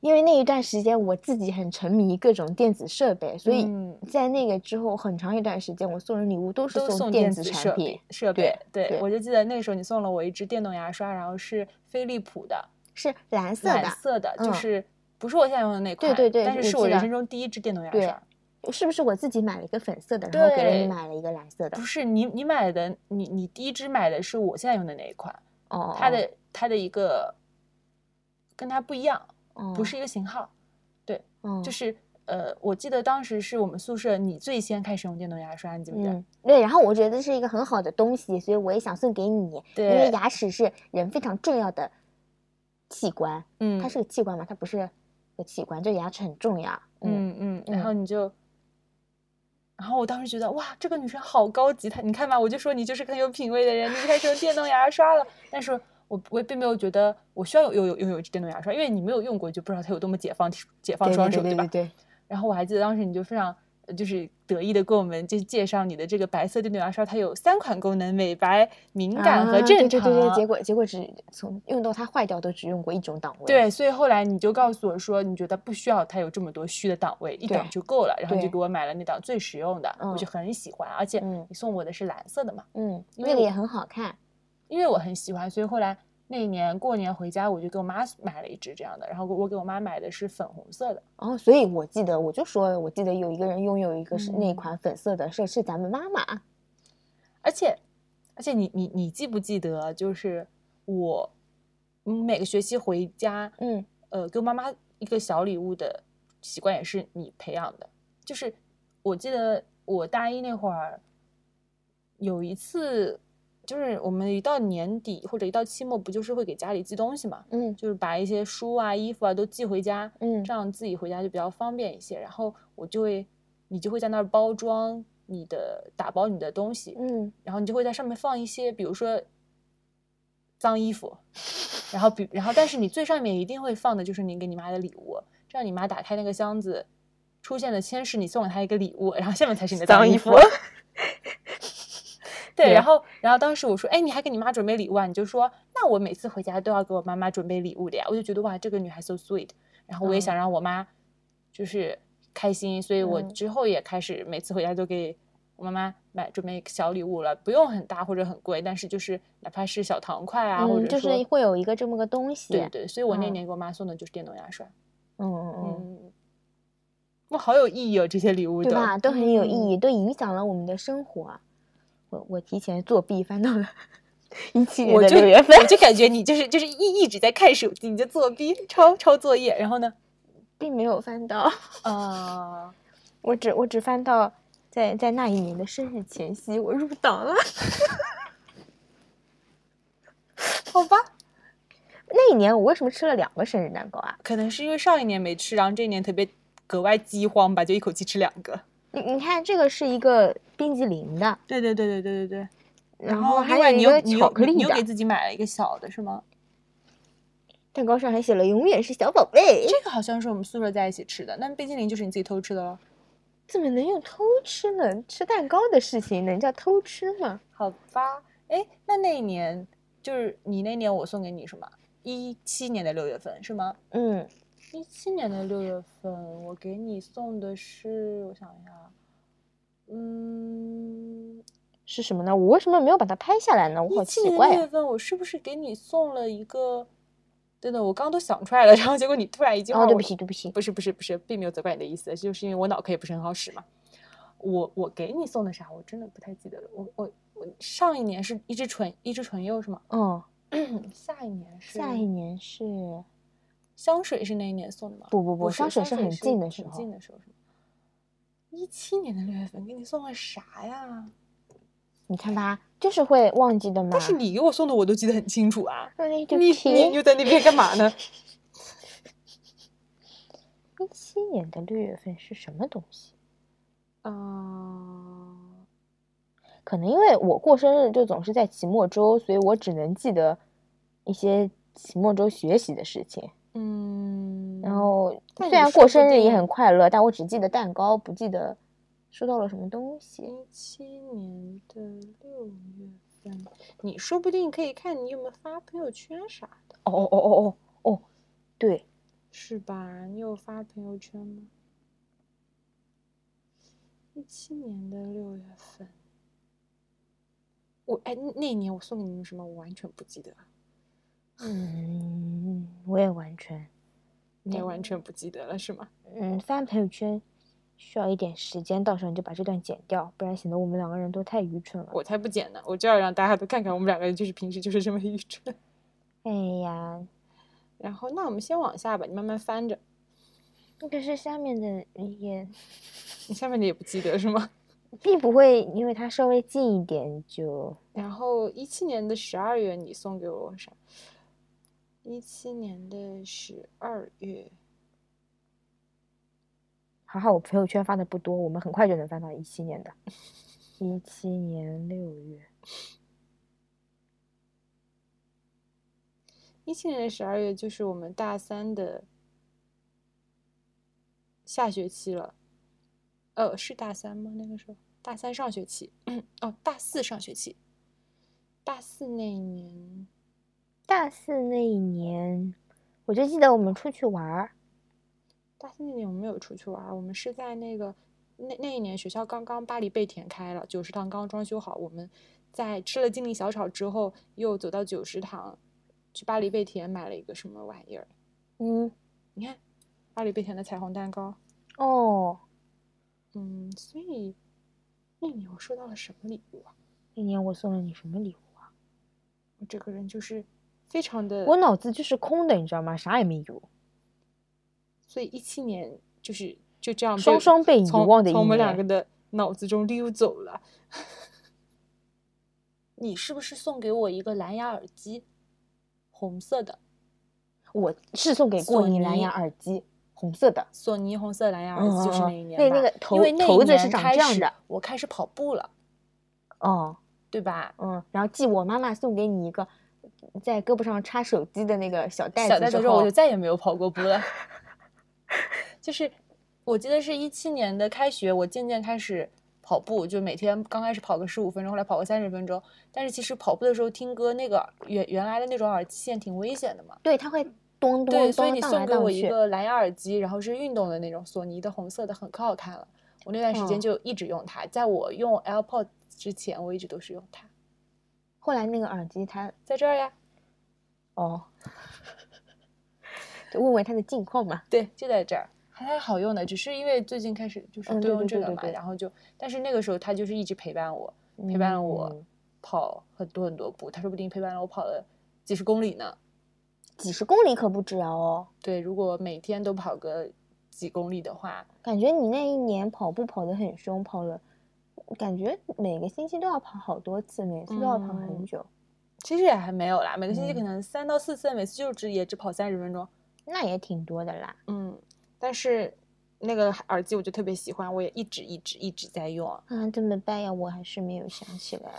C: 因为那一段时间我自己很沉迷各种电子设备，所以
B: 嗯
C: 在那个之后很长一段时间，我送人礼物都是
B: 都送
C: 电
B: 子
C: 产
B: 设
C: 品
B: 备。设备。对
C: 对
B: 我就记得那个时候你送了我一支电动牙刷，然后是飞利浦的
C: 是蓝色
B: 蓝
C: 的，
B: 色的，就
C: 嗯
B: 是不是我现在用的那款，
C: 对对
B: 但是
C: 我
B: 是我
C: 记
B: 人
C: 得
B: 生中第一支电动牙
C: 对
B: 刷。
C: 是不是我自己买了一个粉色的，然后给了
B: 对
C: 你买了一个蓝色的
B: 不？是你，你买的你你第一支买的是我现在用的那一款，
C: 哦，
B: 它的它的一个跟它不一样，
C: 哦
B: 不是，一个型号，
C: 哦
B: 就是呃，我记得当时是我们宿舍你最先开始用电动牙刷，你记不记得？
C: 嗯，对。然后我觉得是一个很好的东西，所以我也想送给你，因为
B: 对
C: 牙齿是人非常重要的器官，
B: 嗯
C: 它是个器官嘛，它不是个器官，就牙齿很重要。嗯，
B: 嗯嗯，然后你就，然后我当时觉得哇，这个女生好高级，她你看吧，我就说你就是个很有品味的人，你就开始用电动牙刷了。但是我我也并没有觉得我需要有有有有一支电动牙刷，因为你没有用过，就不知道它有多么解放解放
C: 对
B: 双
C: 对
B: 手，
C: 对
B: 吧
C: 对？对，
B: 然后我还记得当时你就非常呃就是得意的跟我们就介绍你的这个白色电动牙刷，它有三款功能：美白、敏感和
C: 啊
B: 正常。
C: 对对对对，结果结果只从用到它坏掉都只用过一种档位。
B: 对，所以后来你就告诉我说，你觉得不需要它有这么多虚的档位，一档
C: 对
B: 就够了，然后你就
C: 对
B: 给我买了那档最实用的，我就
C: 嗯
B: 很喜欢，而且
C: 嗯
B: 你送我的是蓝色的嘛，
C: 嗯，
B: 因为
C: 那个
B: 我
C: 也很好看。
B: 因为我很喜欢，所以后来那一年过年回家，我就给我妈买了一支这样的，然后我给我妈买的是粉红色的，
C: 哦，所以我记得，我就说，我记得有一个人拥有一个是那
B: 嗯
C: 款粉色的，是是咱们妈妈。
B: 而且而且你你你记不记得，就是我嗯每个学期回家，
C: 嗯，
B: 呃，给我妈妈一个小礼物的习惯也是你培养的，就是我记得我大一那会儿有一次，就是我们一到年底或者一到期末，不就是会给家里寄东西嘛，
C: 嗯
B: 就是把一些书啊、衣服啊都寄回家，
C: 嗯
B: 这样自己回家就比较方便一些。然后我就会，你就会在那儿包装。你的打包你的东西，
C: 嗯
B: 然后你就会在上面放一些，比如说脏衣服，然后比然后但是你最上面一定会放的就是你给你妈的礼物，这样你妈打开那个箱子，出现的先是你送给她一个礼物，然后下面才是你的
C: 脏
B: 衣
C: 衣 服
B: 对，
C: 对
B: 然后然后当时我说，哎，你还给你妈准备礼物啊？你就说，那我每次回家都要给我妈妈准备礼物的呀。我就觉得哇，这个女孩 so sweet。然
C: 嗯
B: 后我也想让我妈就是开心，所以我
C: 嗯
B: 之后也开始每次回家都给我妈妈买准备小礼物了，不用很大或者很贵，但是就是哪怕是小糖块啊，或
C: 嗯，
B: 者
C: 就是
B: 说
C: 会有一个这么个东西，
B: 对对，所以我那
C: 嗯
B: 年给我妈送的就是电动牙刷。
C: 嗯嗯
B: 嗯，哇，好有意义哦，这些礼物
C: 嗯，
B: 都
C: 对吧？都很有意义，都影响了我们的生活。啊我我提前作弊翻到了 一七年
B: 我
C: 的
B: 就
C: 六月份，
B: 我就感觉你就是就是一一直在看手机，你就作弊抄抄作业，然后 呢，
C: 并没有翻到，
B: 啊、
C: 我只我只翻到在在那一年的生日前夕，我入党了。
B: 好吧，
C: 那一年我为什么吃了两个生日蛋糕啊？
B: 可能是因为上一年没吃，然后这一年特别格外饥荒吧，就一口气吃两个。
C: 你你看，这个是一个冰激凌的，
B: 对对对对对对对。
C: 然
B: 后
C: 后
B: 另
C: 还
B: 外
C: 有
B: 你
C: 一
B: 又
C: 个
B: 你又
C: 巧克
B: 你
C: 力
B: 又给
C: 的，
B: 自己买了一个小的是吗？
C: 蛋糕上还写了“永远是小宝贝
B: 这个好像是我们宿舍在一起吃的，那冰激凌就是你自己偷吃的了。”，
C: 怎么能用偷吃呢？吃蛋糕的事情能叫偷吃吗？
B: 好吧，哎，那那一年就是你那年我送给你什么？一七年的六月份是吗？
C: 嗯，
B: 一七年的六月份，我给你送的是，我想一下，啊嗯，
C: 是什么呢？我为什么没有把它拍下来呢？我好
B: 一七
C: 奇
B: 年的
C: 怪
B: 六
C: 啊、
B: 月份，我是不是给你送了一个？真的，我刚都想出来了，然后结果你突然一句话，
C: 哦，对
B: 我
C: 不起，对不起，
B: 不是不是不是，并没有责怪你的意思，就是因为我脑壳也不是很好使嘛。我我给你送的啥，我真的不太记得了。我我我上一年是一支唇一支唇釉是吗？嗯
C: 哦，
B: 下一年是
C: 下一年是
B: 香水是那一年送的吗？
C: 不不不
B: 是
C: 香水是很近的
B: 挺
C: 时候
B: 近的时候是吗？一七年的六月份给你送了啥呀？
C: 你看吧，就是会忘记的嘛。
B: 但是你给我送的我都记得很清楚啊。
C: 哎对
B: 你
C: 不
B: 你
C: 起，
B: 又在那边干嘛呢？
C: 一七年的六月份是什么东西？
B: 啊嗯，
C: 可能因为我过生日就总是在期末周，所以我只能记得一些期末周学习的事情。
B: 嗯，
C: 然后
B: 那
C: 虽
B: 你
C: 然
B: 说
C: 过
B: 不
C: 生日也
B: 定
C: 很快乐，但我只记得蛋糕，不记得收到了什么东西。
B: 一七年的六月份，你说不定可以看你有没有发朋友圈啥的，
C: 哦哦哦哦哦哦，对，
B: 是吧？你有发朋友圈吗？一七年的六月份，我哎，那一年我送给你们什么，我完全不记得了，
C: 嗯，我也完全，
B: 你也
C: 嗯
B: 完全不记得了是吗？
C: 嗯，翻朋友圈需要一点时间，到时候你就把这段剪掉，不然显得我们两个人都太愚蠢了。
B: 我才不剪呢，我就要让大家都看看我们两个人就是平时就是这么愚蠢。
C: 哎呀，
B: 然后，那我们先往下吧，你慢慢翻着，
C: 可是下面的也
B: 你下面的也不记得是吗？
C: 并不会，因为它稍微近一点就
B: 然后一七年的十二月，你送给我啥？一七年的十二月，
C: 还好，我朋友圈发的不多，我们很快就能翻到一七年的， 一七年六月。
B: 一七年的十二月就是我们大三的下学期了。呃，是大三吗？那个时候大三上学期，哦，大四上学期，大四那一年，
C: 大四那一年，我就记得我们出去玩儿，
B: 大四那年我们没有出去玩儿，我们是在那个那那一年学校刚刚巴黎贝甜开了，九食堂刚装修好，我们在吃了金陵小炒之后，又走到九食堂去巴黎贝甜买了一个什么玩意儿？
C: 嗯，
B: 你看，巴黎贝甜的彩虹蛋糕。
C: 哦，
B: 嗯，所以那年我收到了什么礼物啊？
C: 那年我送了你什么礼物啊？
B: 我这个人就是非常的，
C: 我脑子就是空的，你知道吗？啥也没有。
B: 所以一七年就是就这样被
C: 双双被遗
B: 从
C: 忘的一
B: 从我们两
C: 年
B: 个的脑子中溜走了。 你是不是送给我一个蓝牙耳机，红色的？
C: 我是送给过
B: 索
C: 你蓝
B: 尼
C: 牙耳机，红色的，
B: 索尼红色蓝牙耳
C: 嗯
B: 机就是
C: 嗯
B: 那
C: 嗯
B: 一年吧，
C: 那那个头
B: 因为那一
C: 头子是
B: 年
C: 长
B: 开
C: 这样
B: 始
C: 的，
B: 我开始跑步了，
C: 哦，
B: 对吧？
C: 嗯，然后继我妈妈送给你一个在胳膊上插手机的那个小袋
B: 小
C: 子
B: 袋
C: 之
B: 子之后，我就再也没有跑过步了。 就是我记得是一七年的开学，我渐渐开始跑步，就每天刚开始跑个十五分钟，后来跑个三十分钟。但是其实跑步的时候听歌，那个原原来的那种耳机线挺危险的嘛。
C: 对，它会咚咚
B: 对，所以
C: 咚
B: 你
C: 荡
B: 送
C: 来
B: 给我
C: 荡
B: 一
C: 去。
B: 个蓝牙耳机，然后是运动的那种，索尼的红色的，很可好看了。我那段时间
C: 嗯
B: 就一直用它，在我用 AirPod 之前，我一直都是用它。
C: 后来那个耳机它
B: 在这儿呀，
C: 哦， 就问问它的近况嘛。
B: 对，就在这儿，还还好用的，只是因为最近开始就是
C: 嗯
B: 对
C: 对
B: 用
C: 对
B: 这
C: 对
B: 个
C: 对
B: 嘛，
C: 对
B: 然后就，但是那个时候它就是一直陪伴我，陪伴了我
C: 嗯
B: 跑很多很多步，它说不定陪伴了我跑了几十公里呢。
C: 几十公里可不止哦。
B: 对，如果每天都跑个几公里的话，
C: 感觉你那一年跑步跑得很凶，跑了，感觉每个星期都要跑好多次，每次都要跑很
B: 嗯
C: 久，
B: 其实也还没有啦，每个星期可
C: 嗯
B: 能三到四次，每次就只也只跑三十分钟。
C: 那也挺多的啦。
B: 嗯，但是那个耳机我就特别喜欢，我也一直一直一直在用。
C: 啊，怎么办呀？我还是没有想起来，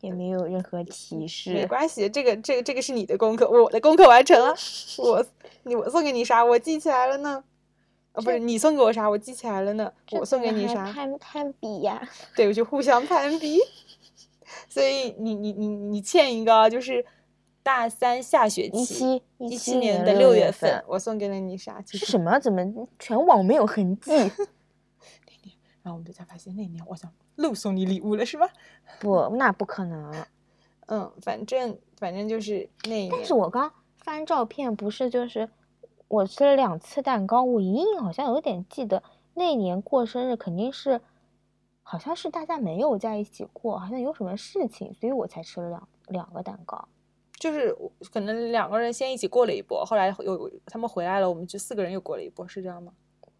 C: 也没有任何提
B: 没
C: 示。
B: 关系，这个这个这个是你的功课，我的功课完 成了。我你我送给你啥？我记起来了呢。啊，不
C: 这
B: 是你送给我啥？我记起来了呢。
C: 这
B: 我送给
C: 怎么
B: 你
C: 还
B: 啥？
C: 攀攀比呀、
B: 对，我就互相攀比。所以你你你你欠一个啊，就是大三下学
C: 一
B: 期
C: 七
B: 一
C: 七
B: 七年的
C: 六
B: 六月份
C: 份，
B: 我送给了你啥？其
C: 是
B: 实
C: 什么？怎么全网没有痕迹？
B: 然后我们就才发现那年我想漏送你礼物了，是吧？
C: 不，那不可能。
B: 嗯，反正反正就是那一年。
C: 但是我刚翻照片，不是就是我吃了两次蛋糕，我隐隐好像有点记得那年过生日肯定是，好像是大家没有在一起过，好像有什么事情，所以我才吃了两两个蛋糕。
B: 就是我可能两个人先一起过了一波，后来有他们回来了，我们就四个人又过了一波，是这样吗？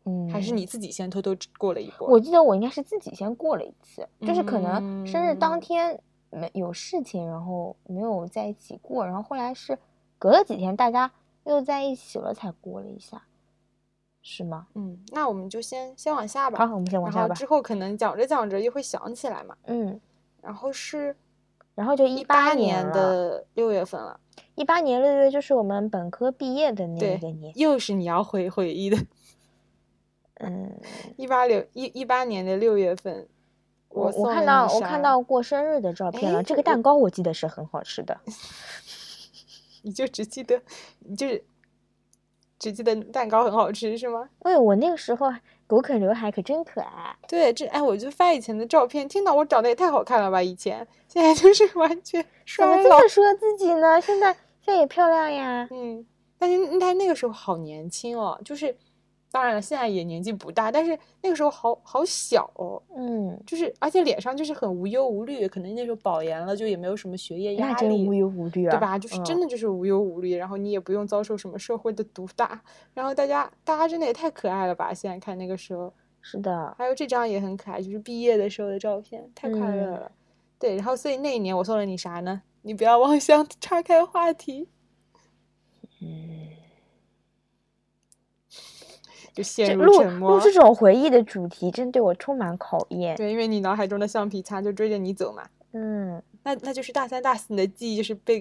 C: 嗯，
B: 还是你自己先偷偷过了一波？
C: 我记得我应该是自己先过了一次，就是可能生日当
B: 嗯
C: 天没有事情，然后没有在一起过，然后后来是隔了几天大家又在一起了才过了一下，是吗？
B: 嗯，那我们就先先往下吧，
C: 好，我们先往
B: 然
C: 下
B: 后
C: 吧。
B: 之后可能讲着讲着又会想起来嘛。
C: 嗯，
B: 然后是
C: 然后就
B: 一
C: 八
B: 年
C: 了，
B: 的六月份了，
C: 一八年六月就是我们本科毕业的那
B: 对
C: 一个年。
B: 又是你要回回忆的。
C: 嗯，
B: 一八六一一八年的六月份，
C: 我
B: 送
C: 我
B: 了
C: 看到
B: 你
C: 我
B: 啥
C: 看到，过生日的照片了，
B: 哎
C: 这
B: 我
C: 个蛋糕我记得是很好吃的。
B: 你就只记得，你就是只记得蛋糕很好吃是吗？
C: 哎呦，我那个时候狗啃刘海可真可爱。
B: 对，这哎，我就翻以前的照片，天呐，我长得也太好看了吧！以前，现在就是 完全
C: 怎么
B: 衰
C: 这
B: 老。
C: 么说自己呢？现在现在也漂亮呀。
B: 嗯，但是但那个时候好年轻哦，就是，当然了，现在也年纪不大，但是那个时候好好小哦，
C: 嗯，
B: 就是而且脸上就是很无忧无虑，可能那时候保研了，就也没有什么学业
C: 那
B: 压
C: 真
B: 力，
C: 无忧无虑啊，
B: 对吧？就是真
C: 嗯
B: 的就是无忧无虑，然后你也不用遭受什么社会的毒打，然后大家大家真的也太可爱了吧！现在看那个时候。
C: 是的。
B: 还有这张也很可爱，就是毕业的时候的照片，太快乐
C: 嗯
B: 了。对，然后所以那一年我送了你啥呢？你不要妄想岔开话题，
C: 嗯，
B: 就
C: 这
B: 陷入
C: 录
B: 沉
C: 录
B: 默
C: 这。种回忆的主题，真对我充满考验。
B: 对，因为你脑海中的橡皮擦就追着你走嘛。
C: 嗯，
B: 那那就是大三、大四你的记忆就是被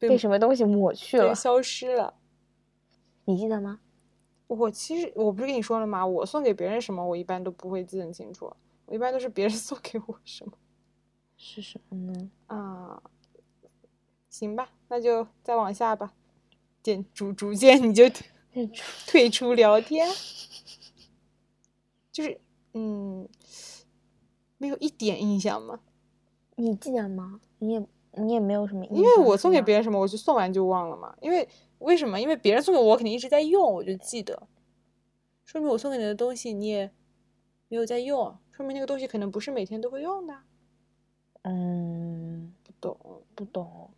B: 被
C: 被什么东西抹去
B: 被
C: 了？
B: 消失了。
C: 你记得吗？
B: 我其实我不是跟你说了吗？我送给别人什么，我一般都不会记得很清楚，我一般都是别人 送给我什么
C: 是什么呢？
B: 啊。行吧，那就再往下吧。点逐逐渐你就。
C: 这
B: 退出聊天，就是嗯，没有一点印象吗？
C: 你记得吗？你也你也没有什么印象，
B: 因为我送给别
C: 人，
B: 人什么，我就送完就忘了嘛。因为为什么？因为别人送给我，我肯定一直在用，我就记得，说明我送给你的东西你也没有在用，说明那个东西可能不是每天都会用的。
C: 嗯，
B: 不懂，
C: 不懂。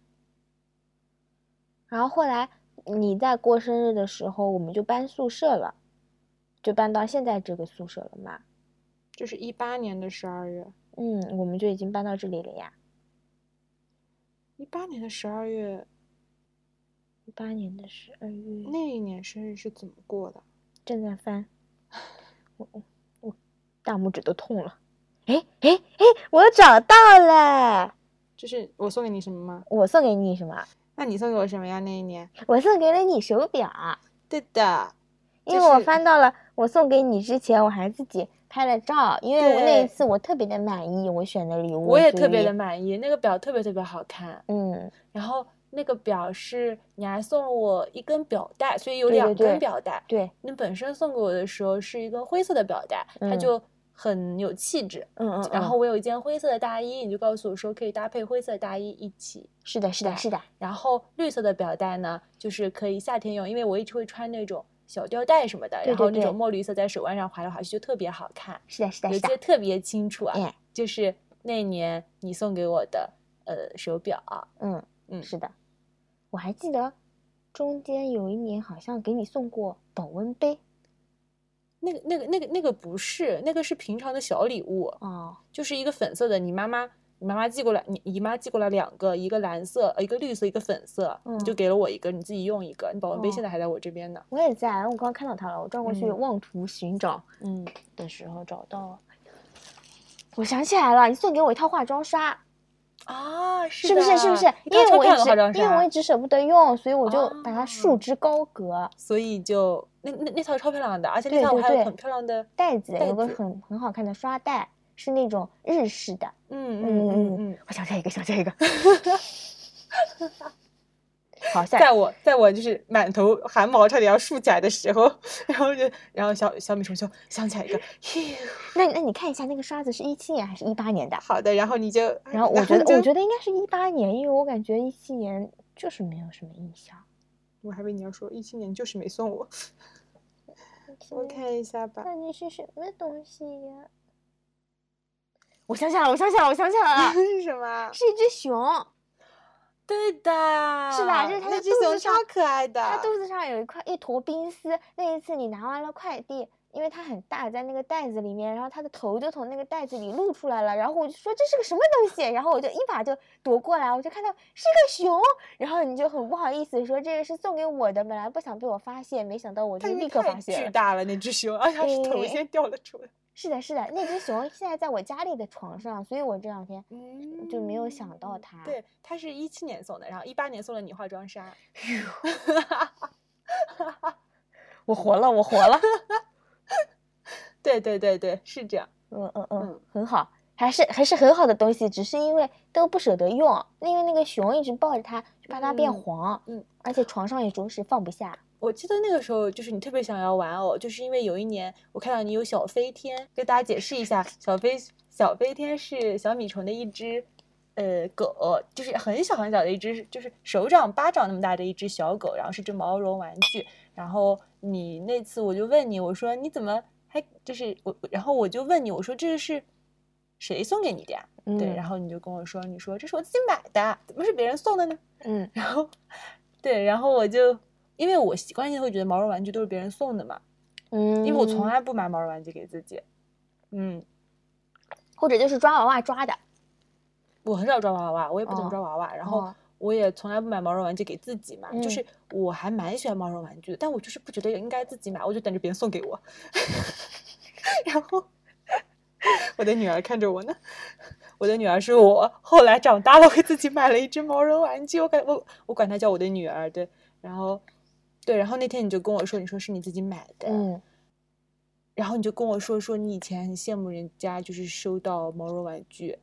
C: 然后后来你在过生日的时候，我们就搬宿舍了，就搬到现在这个宿舍了嘛。
B: 这是一八年的十二月，
C: 嗯，我们就已经搬到这里了呀。
B: 一八年的十二月，
C: 一八年的十二月，
B: 那一年生日是怎么过的？
C: 正在翻，我我我大拇指都痛了。哎哎哎，我找到了！
B: 就是我送给你什么吗？
C: 我送给你什么？
B: 那你送给我什么呀？那一年？
C: 我送给了你手表，
B: 对的，
C: 因为我
B: 就是
C: 翻到了我送给你之前，我还自己拍了照，因为我那
B: 对
C: 一次我特别的满意我选的礼物，
B: 我也特别
C: 所以
B: 的满意，那个表特别特别好看。
C: 嗯，
B: 然后那个表是你还送了我一根表带，所以有
C: 对对
B: 两
C: 对
B: 根表带。
C: 对，
B: 那本身送给我的时候是一根灰色的表带，它
C: 嗯
B: 就很有气质。
C: 嗯嗯
B: 然
C: 嗯
B: 后我有一件灰色的大衣，你就告诉我说可以搭配灰色的大衣一起。
C: 是的，是的，
B: 对
C: 是的，
B: 然后绿色的表带呢，就是可以夏天用，因为我一直会穿那种小吊带什么的，
C: 对
B: 然
C: 对
B: 后那
C: 对
B: 种墨绿色在手腕上划来划去就特别好看。
C: 是的，是的，
B: 我
C: 是
B: 记得
C: 的，
B: 特别清楚啊，
C: 哎
B: 就是那年你送给我的呃手表啊，
C: 嗯
B: 嗯
C: 是的，我还记得中间有一年好像给你送过保温杯
B: 那个那个那个那个不是，那个是平常的小礼物，
C: 哦，
B: 就是一个粉色的，你妈妈。你妈妈寄过来，你姨妈寄过来两个，一个蓝色，呃，一个绿色，一个粉色，
C: 嗯
B: 你就给了我一个，你自己用一个。你保温杯
C: 哦
B: 现在还在我这边呢。
C: 我也在，我刚刚看到它了，我转过去
B: 嗯
C: 妄图寻找
B: 嗯，
C: 的时候找到了。我想起来了，你送给我一套化妆纱，
B: 啊，是
C: 是不是？
B: 的
C: 是不是？
B: 一
C: 因
B: 套
C: 为
B: 超
C: 我
B: 漂亮的化妆
C: 一直因为我
B: 纱
C: 一直舍不得用，所以我就把
B: 哦
C: 它束之高阁，
B: 所以就那那那套超漂亮的，而且那
C: 对
B: 套
C: 对
B: 还有
C: 对
B: 很漂亮的，
C: 袋子
B: 袋
C: 有个
B: 子
C: 很很好看的刷带，是那种日式的。
B: 嗯嗯
C: 嗯嗯
B: 嗯嗯，
C: 我想起来一个，想起来一个。 好，下一
B: 在我在我就是满头汗毛差点要竖起来的时候，然后就然后小小米虫就想起来一个，嘿
C: 那那你看一下那个刷子是一七年还是一八年的？
B: 好的，然后你就
C: 然后我觉得
B: 就
C: 我觉得应该是一八年，因为我感觉一七年就是没有什么印象。
B: 我还以为你要说一七年就是没送我，我
C: 17年
B: 看一下吧，
C: 那你是什么东西呀？我想起来了，我想起来了，我想起来了，
B: 是什么？
C: 嗯 是一只熊，
B: 对的，
C: 是吧就是它的
B: 那只
C: 肚子
B: 熊超
C: 上
B: 可爱的，
C: 它肚子上有一块一坨冰丝。那一次你拿完了快递，因为它很大，在那个袋子里面，然后它的头就从那个袋子里露出来了。然后我就说这是个什么东西，然后我就一把就夺过来，我就看到是个熊，然后你就很不好意思说这个是送给我的，本来不想被我发现，没想到我就
B: 但是
C: 立刻
B: 太
C: 发现
B: 巨
C: 了。
B: 大了那只熊，而且它是头
C: 哎
B: 先掉了出来，
C: 是的，是的，那只熊现在在我家里的床上，所以我这两天
B: 嗯
C: 就没有想到它。
B: 对，他是一七年送的，然后一八年送了你化妆纱。
C: 哎 我活了，我活了。
B: 对对对对，是这样。
C: 嗯嗯嗯
B: 嗯，
C: 很好，还是还是很好的东西，只是因为都不舍得用，因为那个熊一直抱着它，就怕它变
B: 嗯
C: 黄，
B: 嗯，
C: 而且床上也着实放不下。
B: 我记得那个时候，就是你特别想要玩偶，就是因为有一年我看到你有小飞天，跟大家解释一下，小飞小飞天是小米虫的一只，呃，狗，就是很小很小的一只，就是手掌巴掌那么大的一只小狗，然后是只毛绒玩具。然后你那次我就问你，我说你怎么还就是我，然后我就问你，我说这是谁送给你的呀？对，
C: 嗯
B: 然后你就跟我说，你说这是我自己买的，怎么是别人送的呢？
C: 嗯
B: 然后，对，然后我就因为我习惯性会觉得毛绒玩具都是别人送的嘛，
C: 嗯，
B: 因为我从来不买毛绒玩具给自己。嗯，
C: 或者就是抓娃娃抓的，
B: 我很少抓娃娃，我也不怎么
C: 哦
B: 抓娃娃，然后
C: 哦
B: 我也从来不买毛绒玩具给自己嘛，就
C: 嗯
B: 是我还蛮喜欢毛绒玩具的，但我就是不觉得应该自己买，我就等着别人送给我。 然后我的女儿看着我呢， 我的女儿是我后来长大了，我给自己买了一只毛绒玩具，我感我我管她叫我的女儿，对，然后对，然后那天你就跟我说，你说是你自己买的，
C: 嗯
B: 然后你就跟我说说你以前很羡慕人家就是收到毛绒玩具，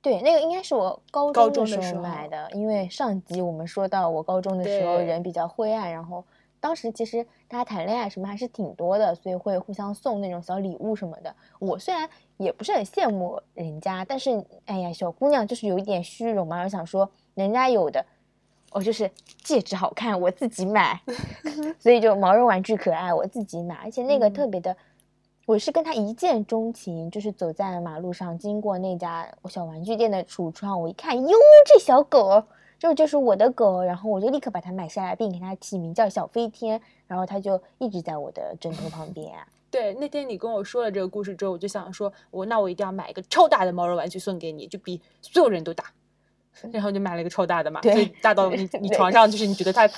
C: 对，那个应该是我高
B: 高
C: 中
B: 中的
C: 时
B: 时
C: 候买
B: 候
C: 的，因为上集我们说到我高中的时候
B: 对
C: 人比较灰暗，然后当时其实大家谈恋爱什么还是挺多的，所以会互相送那种小礼物什么的。我虽然也不是很羡慕人家，但是哎呀，小姑娘就是有一点虚荣嘛，我想说人家有的，我、就是戒指好看，我自己买， 所以就毛绒玩具可爱，我自己买，而且那个
B: 嗯
C: 特别的。我是跟他一见钟情，就是走在马路上，经过那家小玩具店的橱窗，我一看，哟，这小狗，这就是我的狗，然后我就立刻把它买下来，并给它起名叫小飞天，然后它就一直在我的枕头旁边。啊
B: 对，那天你跟我说了这个故事之后，我就想说，我那我一定要买一个超大的毛绒玩具送给你，就比所有人都大。 然后就买了一个超大的嘛，
C: 对
B: 所以大到 你你
C: 对
B: 床上就是你觉得它，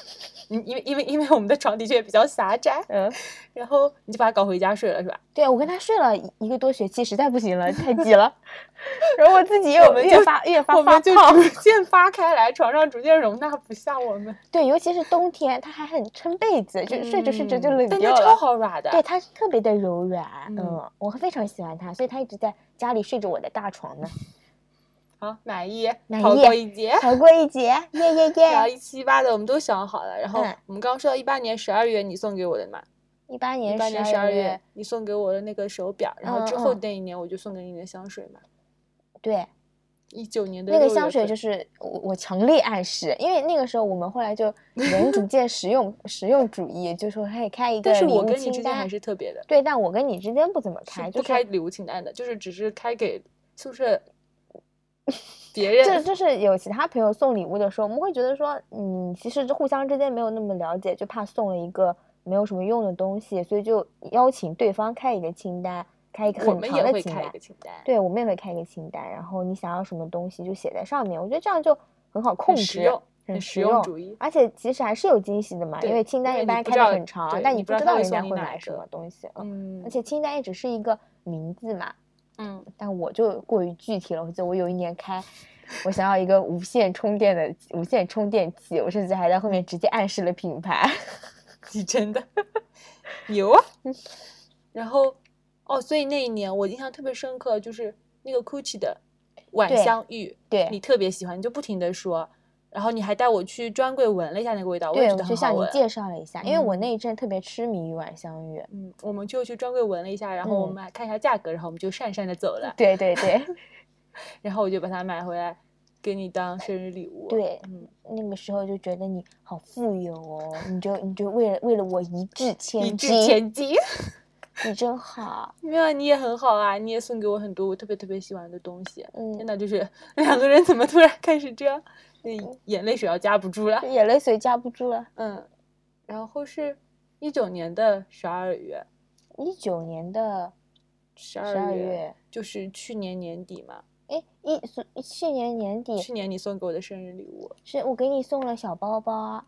B: 你因为因为因为我们的床的确也比较狭窄，
C: 嗯，
B: 然后你就把它搞回家睡了是吧？
C: 对我跟他睡了一一个多学期，实在不行了，太挤了， 然后我自己又
B: 我们
C: 越
B: 就
C: 发越发
B: 我
C: 发
B: 们就
C: 胖，
B: 逐渐发开来，床上逐渐容纳不下我 们，
C: 对，尤其是冬天，它还很撑被子，就睡着睡着就冷
B: 嗯但
C: 掉
B: 它
C: 了。
B: 超好软的，
C: 对，它特别的柔软，嗯
B: 嗯
C: 我非常喜欢它，所以它一直在家里睡着我的大 床呢。
B: 好满意，
C: 满
B: 逃
C: 意
B: 过一劫。
C: 逃过一劫，耶耶
B: 然后
C: 耶！
B: 一七一八的我们都想好了，然后
C: 嗯
B: 我们刚刚说到一八年十二月你送给我的嘛，
C: 一八
B: 一
C: 年
B: 八年
C: 十
B: 十二
C: 月
B: 月，你送给我的那个手表，然后之
C: 嗯
B: 后
C: 嗯
B: 那一年我就送给你的香水嘛，
C: 对，
B: 一九年的
C: 那个
B: 6月
C: 香水
B: 份
C: 就是我我强烈暗示，因为那个时候我们后来 就人逐渐实用实用主义，就说可以开一个
B: 但是
C: 礼
B: 我
C: 物
B: 跟你
C: 清
B: 之间还
C: 单。
B: 是特别的，
C: 对，但我跟你之间不怎么开，
B: 是
C: 就
B: 不
C: 是
B: 开礼物清单的，就是只是开给宿 舍别
C: 这
B: 人。
C: 就是有其他朋友送礼物的时候，我们会觉得说，嗯，其实互相之间没有那么了解，就怕送了一个没有什么用的东西，所以就邀请对方开一个清单，开一个
B: 我
C: 很
B: 们
C: 长
B: 也
C: 的
B: 会
C: 清
B: 开一
C: 单
B: 个。清单，
C: 对，我们也会开一个清单，然后你想要什么东西就写在上面，我觉得这样就很好控
B: 很实
C: 制
B: 用，，
C: 很
B: 很
C: 实
B: 实
C: 用
B: 用主义。
C: 而且其实还是有惊喜的嘛，因
B: 对
C: 为清单
B: 因
C: 一
B: 为
C: 般
B: 你不
C: 开
B: 知
C: 的
B: 道
C: 很长，
B: 对
C: 但
B: 你
C: 你
B: 不
C: 不
B: 知道
C: 知
B: 他会
C: 道人家
B: 送你
C: 会
B: 哪
C: 买
B: 一
C: 什
B: 个
C: 么东西，嗯，
B: 嗯，
C: 而且清单也只是一个名字嘛，
B: 嗯，
C: 但我就过于具体了。我记得我有一年开，我想要一个无线充电的无线充电器，我甚至还在后面直接暗示了品牌。
B: 你真的牛啊！
C: 嗯
B: 然后哦，所以那一年我印象特别深刻，就是那个 Gucci 的晚
C: 对
B: 香玉，
C: 对
B: 你特别喜欢，你就不停的说，然后你还带我去专柜闻了一下那个味道，我也
C: 对，
B: 觉
C: 我
B: 得
C: 就
B: 很好
C: 向你
B: 闻。
C: 介绍了一下，因为我
B: 嗯
C: 那一阵特别痴迷于晚香玉。
B: 嗯，我们就去专柜闻了一下，然后我
C: 嗯
B: 们还看一下价格，然后我们就讪讪的走了，
C: 对对 对
B: 然后我就把它买回来给你当生日礼物。
C: 对，
B: 嗯，
C: 那个时候就觉得你好富有哦，你就你就为了为了我一 掷
B: 一
C: 千
B: 掷
C: 金，
B: 千金。
C: 你真好，
B: 没有，你也很好啊，你也送给我很多我特别特别喜欢的东西。天
C: 嗯，
B: 呐，就是两个人怎么突然开始这样？那
C: 嗯
B: 眼泪水要夹不住了。
C: 眼泪水架不住了。
B: 嗯，然后是一九年的十二月，
C: 一九年的
B: 十
C: 十
B: 二
C: 二月，
B: 就是去年年底嘛，
C: 哎，一所以去年年底
B: 去年你送给我的生日礼物。
C: 是我给你送了小包包啊，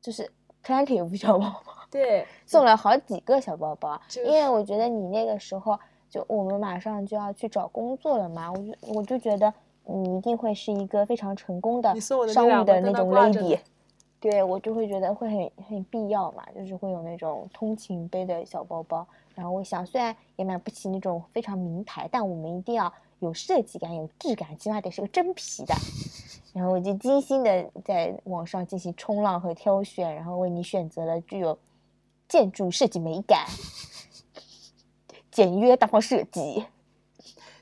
C: 就是 Plenty 小包包，
B: 对，
C: 送了好几个小包包啊，
B: 就
C: 因为我觉得你那个时候就我们马上就要去找工作了嘛，我就我就觉得你一定会是一个非常成功的
B: 你送我的那
C: 商务
B: 两
C: 的
B: 个在
C: 那
B: 那
C: 种
B: 挂着呢
C: lady。对我就会觉得会很很必要嘛，就是会有那种通勤背的小包包。然后我想，虽然也买不起那种非常名牌，但我们一定要有设计感、有质感，起码得是个真皮的。然后我就精心的在网上进行冲浪和挑选，然后为你选择了具有建筑设计美感、简约大方设计、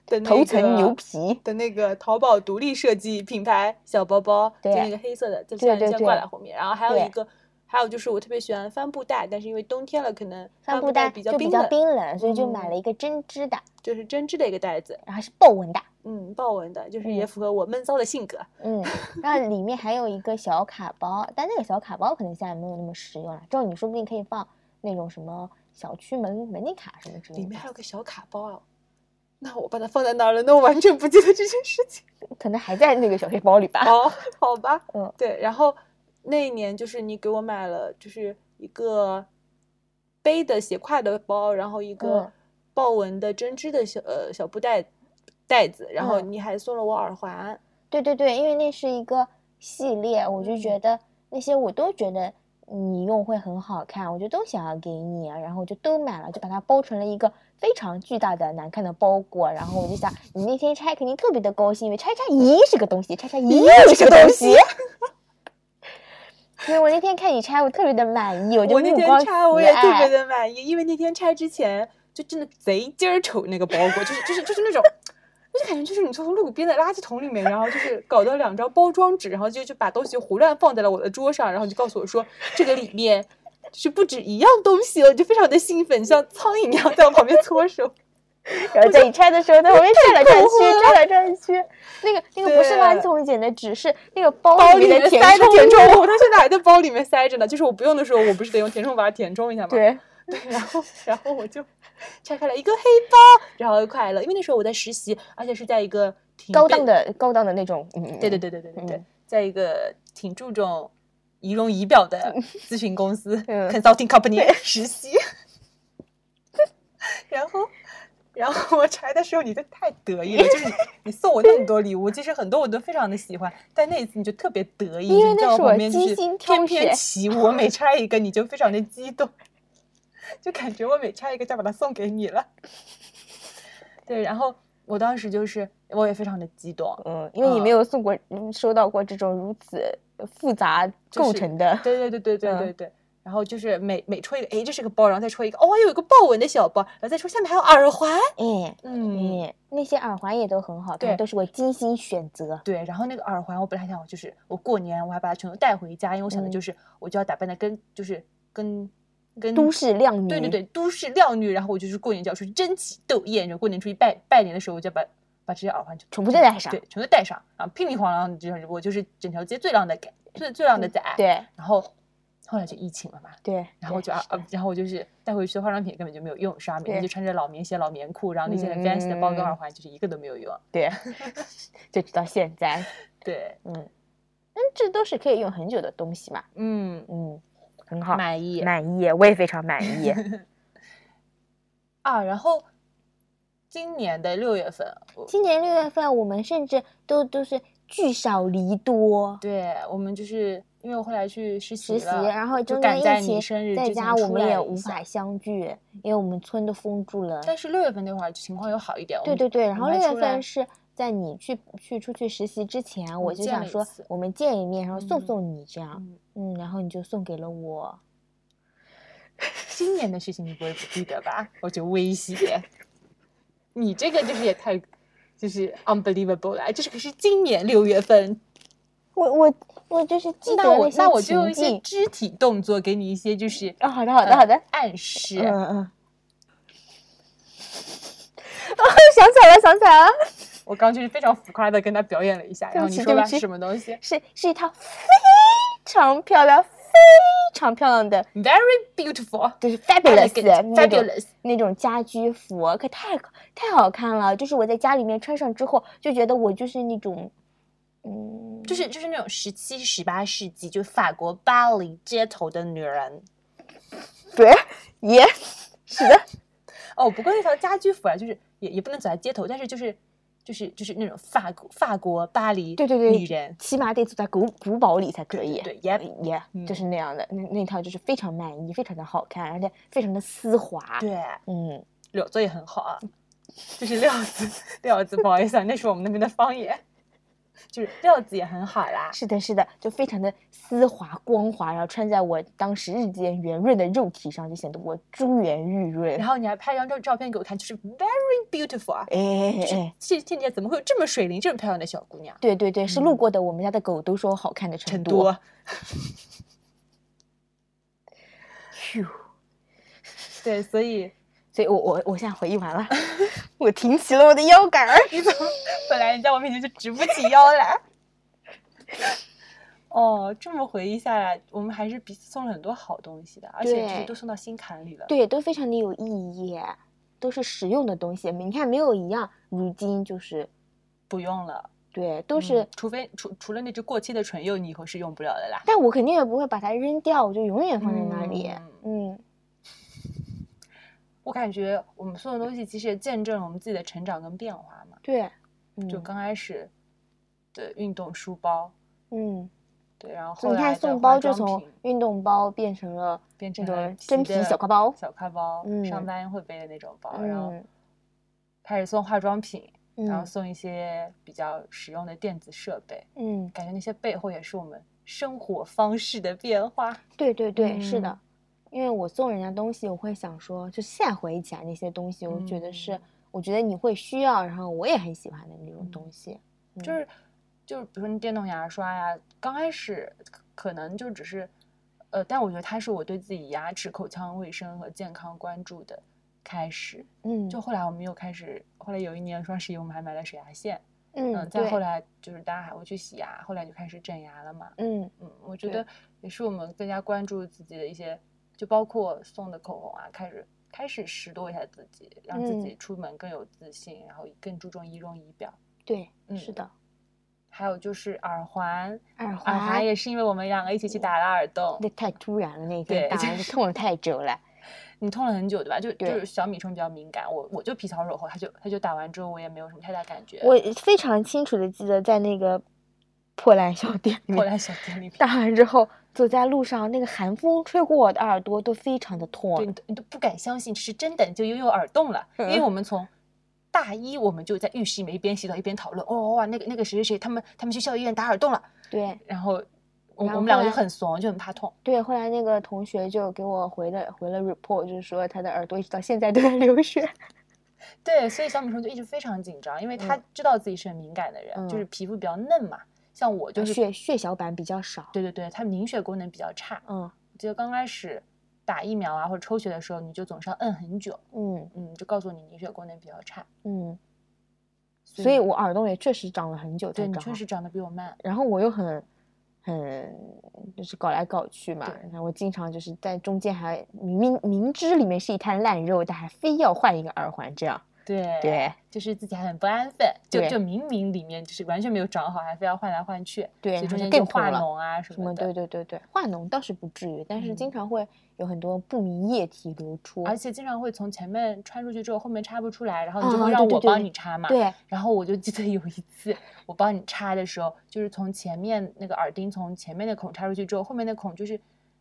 B: 的那
C: 头层
B: 个
C: 牛皮。
B: 的那个淘宝独立设计品牌小包包，就
C: 对
B: 那个黑色的，就
C: 对
B: 像
C: 对
B: 像
C: 对
B: 挂在后面。然后还有
C: 对
B: 一个，还有就是我特别喜欢帆布袋，但是因为冬天了，可能
C: 帆
B: 布
C: 布袋
B: 比较
C: 就比
B: 冰
C: 较
B: 冷，
C: 冰冷，所以就买
B: 嗯
C: 了一个针织的，
B: 就是针织的一个袋子，
C: 然后是豹纹的。
B: 嗯，豹纹的，就是也
C: 嗯
B: 符合我闷骚的性格。
C: 嗯，然后里面还有一个小卡包，但那个小卡包可能现在没有那么实用了。之后你说不定可以放那种什么小区门门禁卡什么之类
B: 里面
C: 的，
B: 还有个小卡包啊，那我把它放在哪儿了？那我完全不记得这件事情。
C: 可能还在那个小黑包里吧。
B: 哦，好吧，
C: 啊嗯，
B: 对。然后那一年就是你给我买了，就是一个背的斜挎的包，然后一
C: 嗯
B: 个豹纹的针织的小呃小布袋袋子，然后
C: 嗯
B: 你还送了我耳环。
C: 对对对，因为那是一个系列，我就觉得那些我都觉得你用会很好看，我就都想要给你，啊然后我就都买了，就把它包成了一个非常巨大的难看的包裹。然后我就想，你那天拆肯定特别的高兴，因为拆拆咦是个东西，拆拆咦又是个东西。所以我那天看你拆，我特别的满意，我就
B: 我那
C: 目光
B: 天
C: 慈
B: 拆我也特别
C: 爱。
B: 的满意，因为那天拆之前就真的贼劲儿丑那个包裹，就是就是就是那种，我就感觉就是你从路边的垃圾桶里面，然后就是搞到两张包装纸，然后就就把东西胡乱放在了我的桌上，然后就告诉我说这个里面就是不止一样东西哦，我就非常的兴奋，像苍蝇一样在我旁边搓手。
C: 哎然后在你拆的时候，在旁边 转来转
B: 困惑
C: 去，
B: 了
C: 转来转去。那个那个不是
B: 对
C: 垃圾桶里捡的纸，是那个包
B: 包
C: 里
B: 里
C: 面
B: 面
C: 的填
B: 塞的填
C: 充
B: 充
C: 物。
B: 物，它现在还在包里面塞着呢。就是我不用的时候，我不是得用填充把它填充一下吗？
C: 对，
B: 对，然后然后我就拆开了一个黑包，然后快乐，因为那时候我在实习，而且是在一个挺
C: 高
B: 被
C: 档的高档的那种，嗯，
B: 对对
C: 对，
B: 对对对对对，
C: 嗯
B: 在一个挺注重仪容仪表的 咨询公司、
C: 嗯
B: consulting company 实习， 然后。然后我拆的时候，你就太得意了，就是你你送我那么多礼物，其实很多我都非常的喜欢，但那一次你就特别得意，
C: 因为
B: 你在
C: 那
B: 我
C: 是我
B: 旁边就
C: 精
B: 是
C: 心挑
B: 翩翩
C: 选
B: 起舞，我每拆一个你就非常的激动，就感觉我每拆一个就要把它送给你了。 对，然后我当时就是我也非常的激动，
C: 嗯，因为你没有送过，嗯，收到过这种如此复杂
B: 就是
C: 构成的，
B: 对对对对对
C: 嗯
B: 对对。然后就是每每戳一个，哎，这是个包，然后再戳一个，哦，有一个豹纹的小包，然后再戳下面还有耳环，
C: 哎，
B: 嗯，
C: 嗯，那些耳环也都很好
B: 对
C: 看，都是我精心选择，
B: 对。然后那个耳环，我本来还想就是我过年我还把它全都带回家，因为我想的
C: 嗯
B: 就是我就要打扮的跟就是跟跟
C: 都市靓女，
B: 嗯对对对，都市靓女。然后我就是过年就要出去争奇斗艳，然后过年出去拜拜年的时候，我就把把这些耳环就
C: 全部都戴上
B: 对，全都戴上，然后乒里哐啷，就是我就是整条街最靓的最最靓的仔。
C: 嗯对
B: 然后后来就疫情了嘛，
C: 对，
B: 然后
C: 对
B: 就啊
C: 是，的
B: 呃然后我就是带回去的化妆品根本就没有用，是吧？每天
C: 对嗯
B: 就穿着老棉鞋、老棉裤，然后那些很 fancy 的包跟耳环，就是一个都没有用。
C: 对，就直到现在，
B: 对，
C: 嗯，嗯，这都是可以用很久的东西嘛，
B: 嗯，
C: 嗯，很好，
B: 满意
C: 满意，我也非常满意，
B: 啊。然后今年的六月份，我
C: 今年六月份，我们甚至都都是聚少离多
B: 对我们就是因为我后来去实习
C: 实
B: 了，
C: 习，然后
B: 就
C: 中
B: 赶
C: 间
B: 在
C: 疫
B: 你
C: 情
B: 生日
C: 在
B: 之前
C: 家我
B: 出
C: 们
B: 来
C: 也
B: 一
C: 无
B: 下嗯
C: 法相聚，因为我们村都封住了。
B: 但是六月份那会儿情况又好一点。我
C: 对
B: 们
C: 对对，然
B: 我
C: 后
B: 们
C: 六
B: 还
C: 月
B: 出来
C: 份是在你去去出去实习之前，
B: 我
C: 我
B: 们
C: 就
B: 见
C: 想
B: 了一
C: 说
B: 次
C: 我们见一面，然后送
B: 嗯
C: 送你这样，
B: 嗯
C: 嗯，然后你就送给了我，
B: 今年的事情你不会不记得吧？我就威胁，你这个就是也太，就是 unbelievable 了，这是可是今年六月份，
C: 我我我就是记得
B: 那我
C: 些
B: 那我就用一
C: 情
B: 些
C: 境。
B: 肢体动作给你一些就是
C: 哦，好的好的
B: 呃
C: 好的，
B: 暗示，
C: 嗯嗯。 哦，想起来了，想起来了，
B: 我刚就是非常浮夸的跟他表演了一下，
C: 对
B: 然后
C: 不
B: 你
C: 起
B: 说
C: 对不
B: 吧
C: 起
B: 是什么东西
C: 是是一套非常漂亮、非常漂亮的，
B: ？Very beautiful,
C: 就是 fabulous
B: elegant,
C: 嗯的那种
B: fabulous。
C: 那种家居服，可太太好看了。就是我在家里面穿上之后，就觉得我就是那种，嗯，
B: 就是就是那种十七、十八世纪，就法国巴黎街头的女人
C: 对，也是的，
B: 哦。不过那条家居服啊，就是也也不能走在街头，但是就是就是就是那种法国法国巴黎
C: 对对对，
B: 女人
C: 起码得走在古古堡里才可
B: 对
C: 以。
B: 对也
C: 也
B: 嗯
C: 就是那样的，那那套就是非常满意，非常的好看，而且非常的丝滑。
B: 对
C: 嗯，
B: 柳子也很好啊，就是料子料子，不好意思啊，那是我们那边的方言，就是料子也很好啦。
C: 是的，是的，就非常的丝滑光滑，然后穿在我当时日渐圆润的肉体上，就显得我珠圆玉润。
B: 然后你还拍张照照片给我看，就是 very beautiful 啊，
C: 哎哎哎，
B: 这天啊底下怎么会有这么水灵、这么漂亮的小姑娘？
C: 对对对，是路
B: 嗯
C: 过的我们家的狗都说好看的
B: 成
C: 程
B: 都
C: 度。，成
B: 对，所以
C: 所以我我我现在回忆 完了，我挺起了我的腰杆儿。
B: 你怎么本来你在我面前就直不起腰来？哦，这么回忆下来，我们还是彼此送了很多好东西的，而且就是
C: 对
B: 都送到心坎里了。
C: 对，都非常的有意义，都是实用的东西。你看，没有一样如今就是
B: 不用了，
C: 对，都是。
B: 嗯除非除除了那只过期的唇釉，你以后是用不了的啦。
C: 但我肯定也不会把它扔掉，我就永远放在那里。嗯
B: 我感觉我们所有东西其实也见证了我们自己的成长跟变化嘛。
C: 对，嗯
B: 就刚开始的运动书包，
C: 嗯。
B: 对，然后
C: 所
B: 后
C: 以你
B: 来
C: 看，
B: 的
C: 送
B: 化
C: 包就
B: 妆
C: 从
B: 品
C: 运动包变成了
B: 变
C: 那
B: 成了
C: 种真皮
B: 的
C: 小挎包。
B: 小挎包，
C: 嗯
B: 上班会背的那种包，然后
C: 嗯
B: 开始送化妆品，然后
C: 嗯
B: 送一些比较实用的电子设备，
C: 嗯，
B: 感觉那些背后也是我们生活方式的变化。
C: 对对对，是
B: 嗯
C: 的。因为我送人家东西，我会想说，就现在回忆起来那些东西，我觉得是
B: 嗯，
C: 我觉得你会需要，然后我也很喜欢的那种
B: 嗯
C: 东西。
B: 就
C: 嗯
B: 是就是，比如说你电动牙刷呀，刚开始可可能就只是，呃，但我觉得它是我对自己牙齿、口腔卫生和健康关注的开始。
C: 嗯，
B: 就后来我们又开始，后来有一年双十一我们还买了水牙线，
C: 嗯，
B: 再
C: 对
B: 后来就是大家还会去洗牙，后来就开始整牙了嘛。
C: 嗯
B: 嗯，我觉
C: 对
B: 得也是我们更加关注自己的一些，就包括送的口红啊，开始开始拾掇一下自己，让自
C: 嗯
B: 己出门更有自信，然后更注重仪容仪表。
C: 对，
B: 嗯
C: 是的，
B: 还有就是耳环，
C: 耳
B: 耳
C: 环
B: 啊环也是因为我们两个一起去打了耳洞，
C: 那哦太突然了，那一
B: 对
C: 天打
B: 就
C: 完就是痛了太久了。
B: 你痛了很久对吧？就就
C: 对
B: 是小米虫比较敏感，我我就皮糙肉厚，他就他就打完之后我也没有什么太大感觉。
C: 我非常清楚的记得，在那个破烂小店里
B: 后
C: 面
B: 来小店里面，
C: 打完之后，走在路上，那个寒风吹过我的耳朵，都非常的
B: 对你
C: 痛。啊
B: 都你都不敢相信是真的，你就拥有耳洞了，
C: 嗯
B: 因为我们从。大一我们就在浴室里面一边洗澡一边讨论，哦哇，那个那个谁谁谁，他们他们去校医院打耳洞了，
C: 对
B: 然后我
C: 然后
B: 我们两个
C: 后
B: 就
C: 来
B: 很怂，就很怕痛。
C: 对，后来那个同学就给我回了回了 report，就是说他的耳朵一直到现在 都在流血。
B: 对，所以小米虫就一直非常紧张，因为他
C: 嗯
B: 知道自己是很敏感的人，就是皮肤比较嫩嘛。像我就是，
C: 啊血血小板比较少。
B: 对对对，他凝血功能比较差。
C: 嗯
B: 我记得刚开始打疫苗啊或者抽血的时候，你就总是要摁很久，
C: 嗯
B: 嗯，就告诉你凝血功能比较差。
C: 嗯，
B: 所
C: 所以我耳洞也确实长了很久才
B: 对你
C: 长
B: 确
C: 好。
B: 实长得比我慢，
C: 然后我又很很就是搞来搞去嘛
B: 对，
C: 然后我经常就是在中间还明明明知里面是一滩烂肉，但还非要换一个耳环，这样
B: 对
C: 对
B: 就是自己还很不安分，就
C: 对
B: 就明明里面就是完全没有长好，还非要换来换去，
C: 对，
B: 所以
C: 然后
B: 中
C: 就
B: 间就
C: 更痛
B: 化
C: 了。
B: 脓啊什
C: 什么
B: 的
C: 对。对对对，化脓倒是不至于，但是
B: 嗯
C: 经常会有很多不明液体流出。
B: 而且经常会从前面穿出去之后，后面插不出来，然后你就
C: 啊
B: 会
C: 对
B: 让
C: 对
B: 我
C: 对
B: 帮
C: 对
B: 你插嘛。
C: 对，
B: 然后我就记得有一次，我帮你插的时候，就是从前面那个耳钉从前面的孔插出去之后，后面的孔就是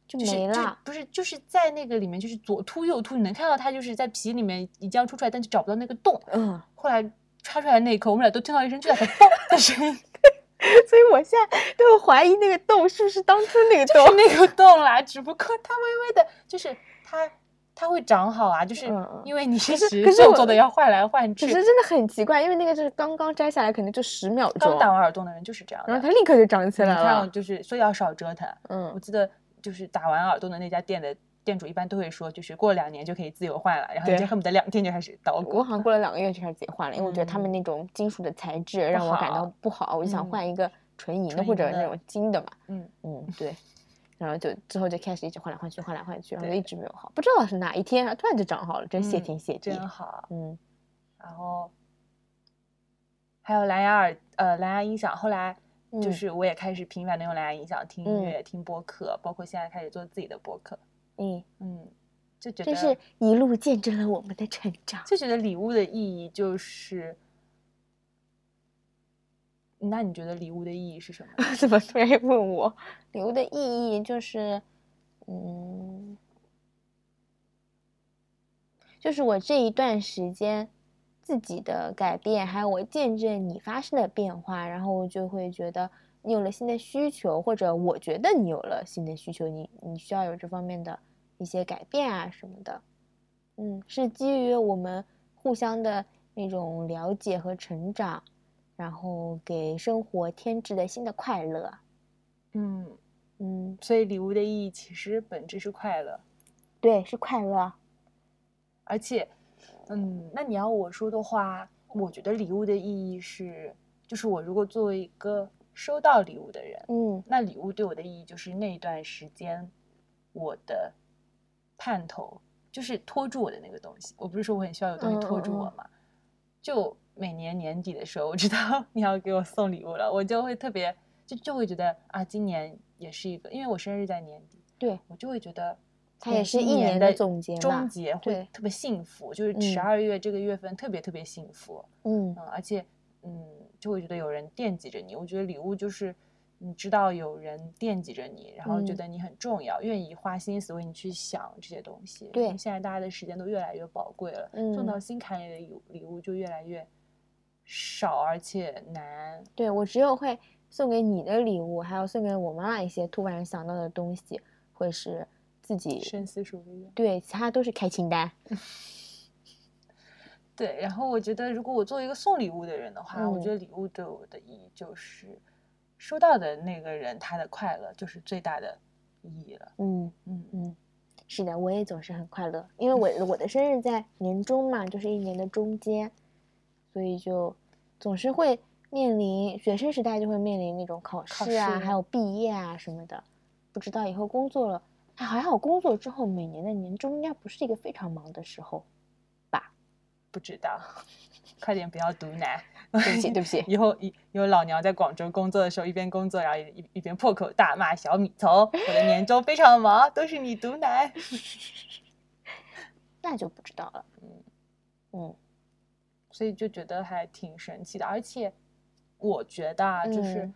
C: 就是没
B: 就是
C: 了
B: 不是就是在那个里面就是左凸右凸，你能看到它就是在皮里面已经要出出来，但是找不到那个洞。
C: 嗯，
B: 后来插出来那一刻，我们俩都听到一声巨大的嘣的声音，
C: 所以我现在都怀疑那个洞是不是当初那个
B: 就
C: 洞。
B: 是那个洞啦，只不过它微微的，就是它。它会长好啊，就是
C: 嗯嗯
B: 因为你是
C: 可是
B: 实
C: 可是
B: 做
C: 我
B: 做的要换来换去
C: 只，是真的很奇怪，因为那个就是刚刚摘下来，可能就十秒
B: 刚
C: 钟，
B: 打完耳洞的人就是这样的。
C: 然后它立刻就长起
B: 你
C: 来
B: 看，
C: 了。
B: 就是所以要少折腾。我
C: 嗯，
B: 记得就是打完耳洞的那家店的店主一般都会说，就是过两年就可以自由换了，然后你
C: 对
B: 就恨不得两天就开始捣鼓。
C: 我好像过了两个月就开始自己换了，因为我觉得他们那种金属的材质让我感到不好，我就想
B: 嗯
C: 换一个纯银的
B: 纯
C: 或者
B: 银的
C: 那种金的嘛。
B: 嗯，
C: 嗯，对。然后就之后就开始一直换来换去，换来换去，然后就
B: 对
C: 一直没有好，不知道是哪一天啊突然就长好了，真谢
B: 嗯
C: 天谢地。
B: 真好。
C: 嗯，
B: 然后还有蓝牙耳呃蓝牙音响，后来就
C: 嗯
B: 是我也开始频繁的用蓝牙音响听音
C: 嗯
B: 乐、听播客，包括现在开始做自己的播客。
C: 嗯，
B: 嗯，就觉
C: 真
B: 得
C: 是一路见证了我们的成长。
B: 就觉得礼物的意义就是。那你觉得礼物的意义是什么呢？
C: 怎么突然问我礼物的意义？就是，嗯，就是我这一段时间自己的改变，还有我见证你发生的变化，然后我就会觉得你有了新的需求，或者我觉得你有了新的需求，你你需要有这方面的一些改变啊什么的。嗯，是基于我们互相的那种了解和成长。然后给生活添置了新的快乐。
B: 嗯，
C: 嗯，
B: 所以礼物的意义其实本质是快乐，
C: 对，是快乐。
B: 而且，嗯，那你要我说的话，我觉得礼物的意义是，就是我如果作为一个收到礼物的人，
C: 嗯
B: 那礼物对我的意义就是那一段时间我的盼头，就是拖住我的那个东西。我不是说我很需要有东
C: 嗯
B: 西拖住我嘛，就每年年底的时候，我知道 你要给我送礼物了，我就会特别就就会觉得啊，今年也是一个，因为我生日在年底，
C: 对
B: 我就会觉得
C: 它
B: 嗯
C: 也是
B: 今
C: 一
B: 年
C: 年的总结嘛
B: 终结会
C: 对
B: 特别幸福，就是
C: 嗯
B: 十二月这个月份特别特别幸福，
C: 嗯
B: 嗯，而且嗯，就会觉得有人惦记着你。我觉得礼物就是你知道有人惦记着你，然后觉
C: 嗯
B: 得你很重要，愿意花心思为你去想这些东西。
C: 对
B: 因为现在大家的时间都越来越宝贵了，送
C: 嗯
B: 到心坎里的礼物礼物就越来越少，而且难。
C: 对我只有会送给你的礼物，还有送给我妈妈一些突然想到的东西，会是自己
B: 深思熟虑。
C: 对，其他都是开清单。
B: 对，然后我觉得，如果我作为一个送礼物的人的话，我
C: 嗯
B: 觉得礼物对我的意义就是，收到的那个人他的快乐就是最大的意义了。
C: 嗯
B: 嗯
C: 嗯，是的，我也总是很快乐，因为我我的生日在年中嘛，就是一年的中间，所以就总是会面临学生时代就会面临那种考
B: 考
C: 试啊，
B: 试
C: 还有毕业啊什么的。不知道以后工作了，哎还好工作之后每年的年终应该不是一个非常忙的时候。
B: 不知道，快点不要毒奶。
C: 对不起，对不起，
B: 以后以有老娘在广州工作的时候，一边工作，然后一一一边破口大骂小米虫，我的年终非常忙，都是你毒奶。
C: 那就不知道了。嗯
B: 所以就觉得还挺神奇的。而且我觉得啊，就是
C: 嗯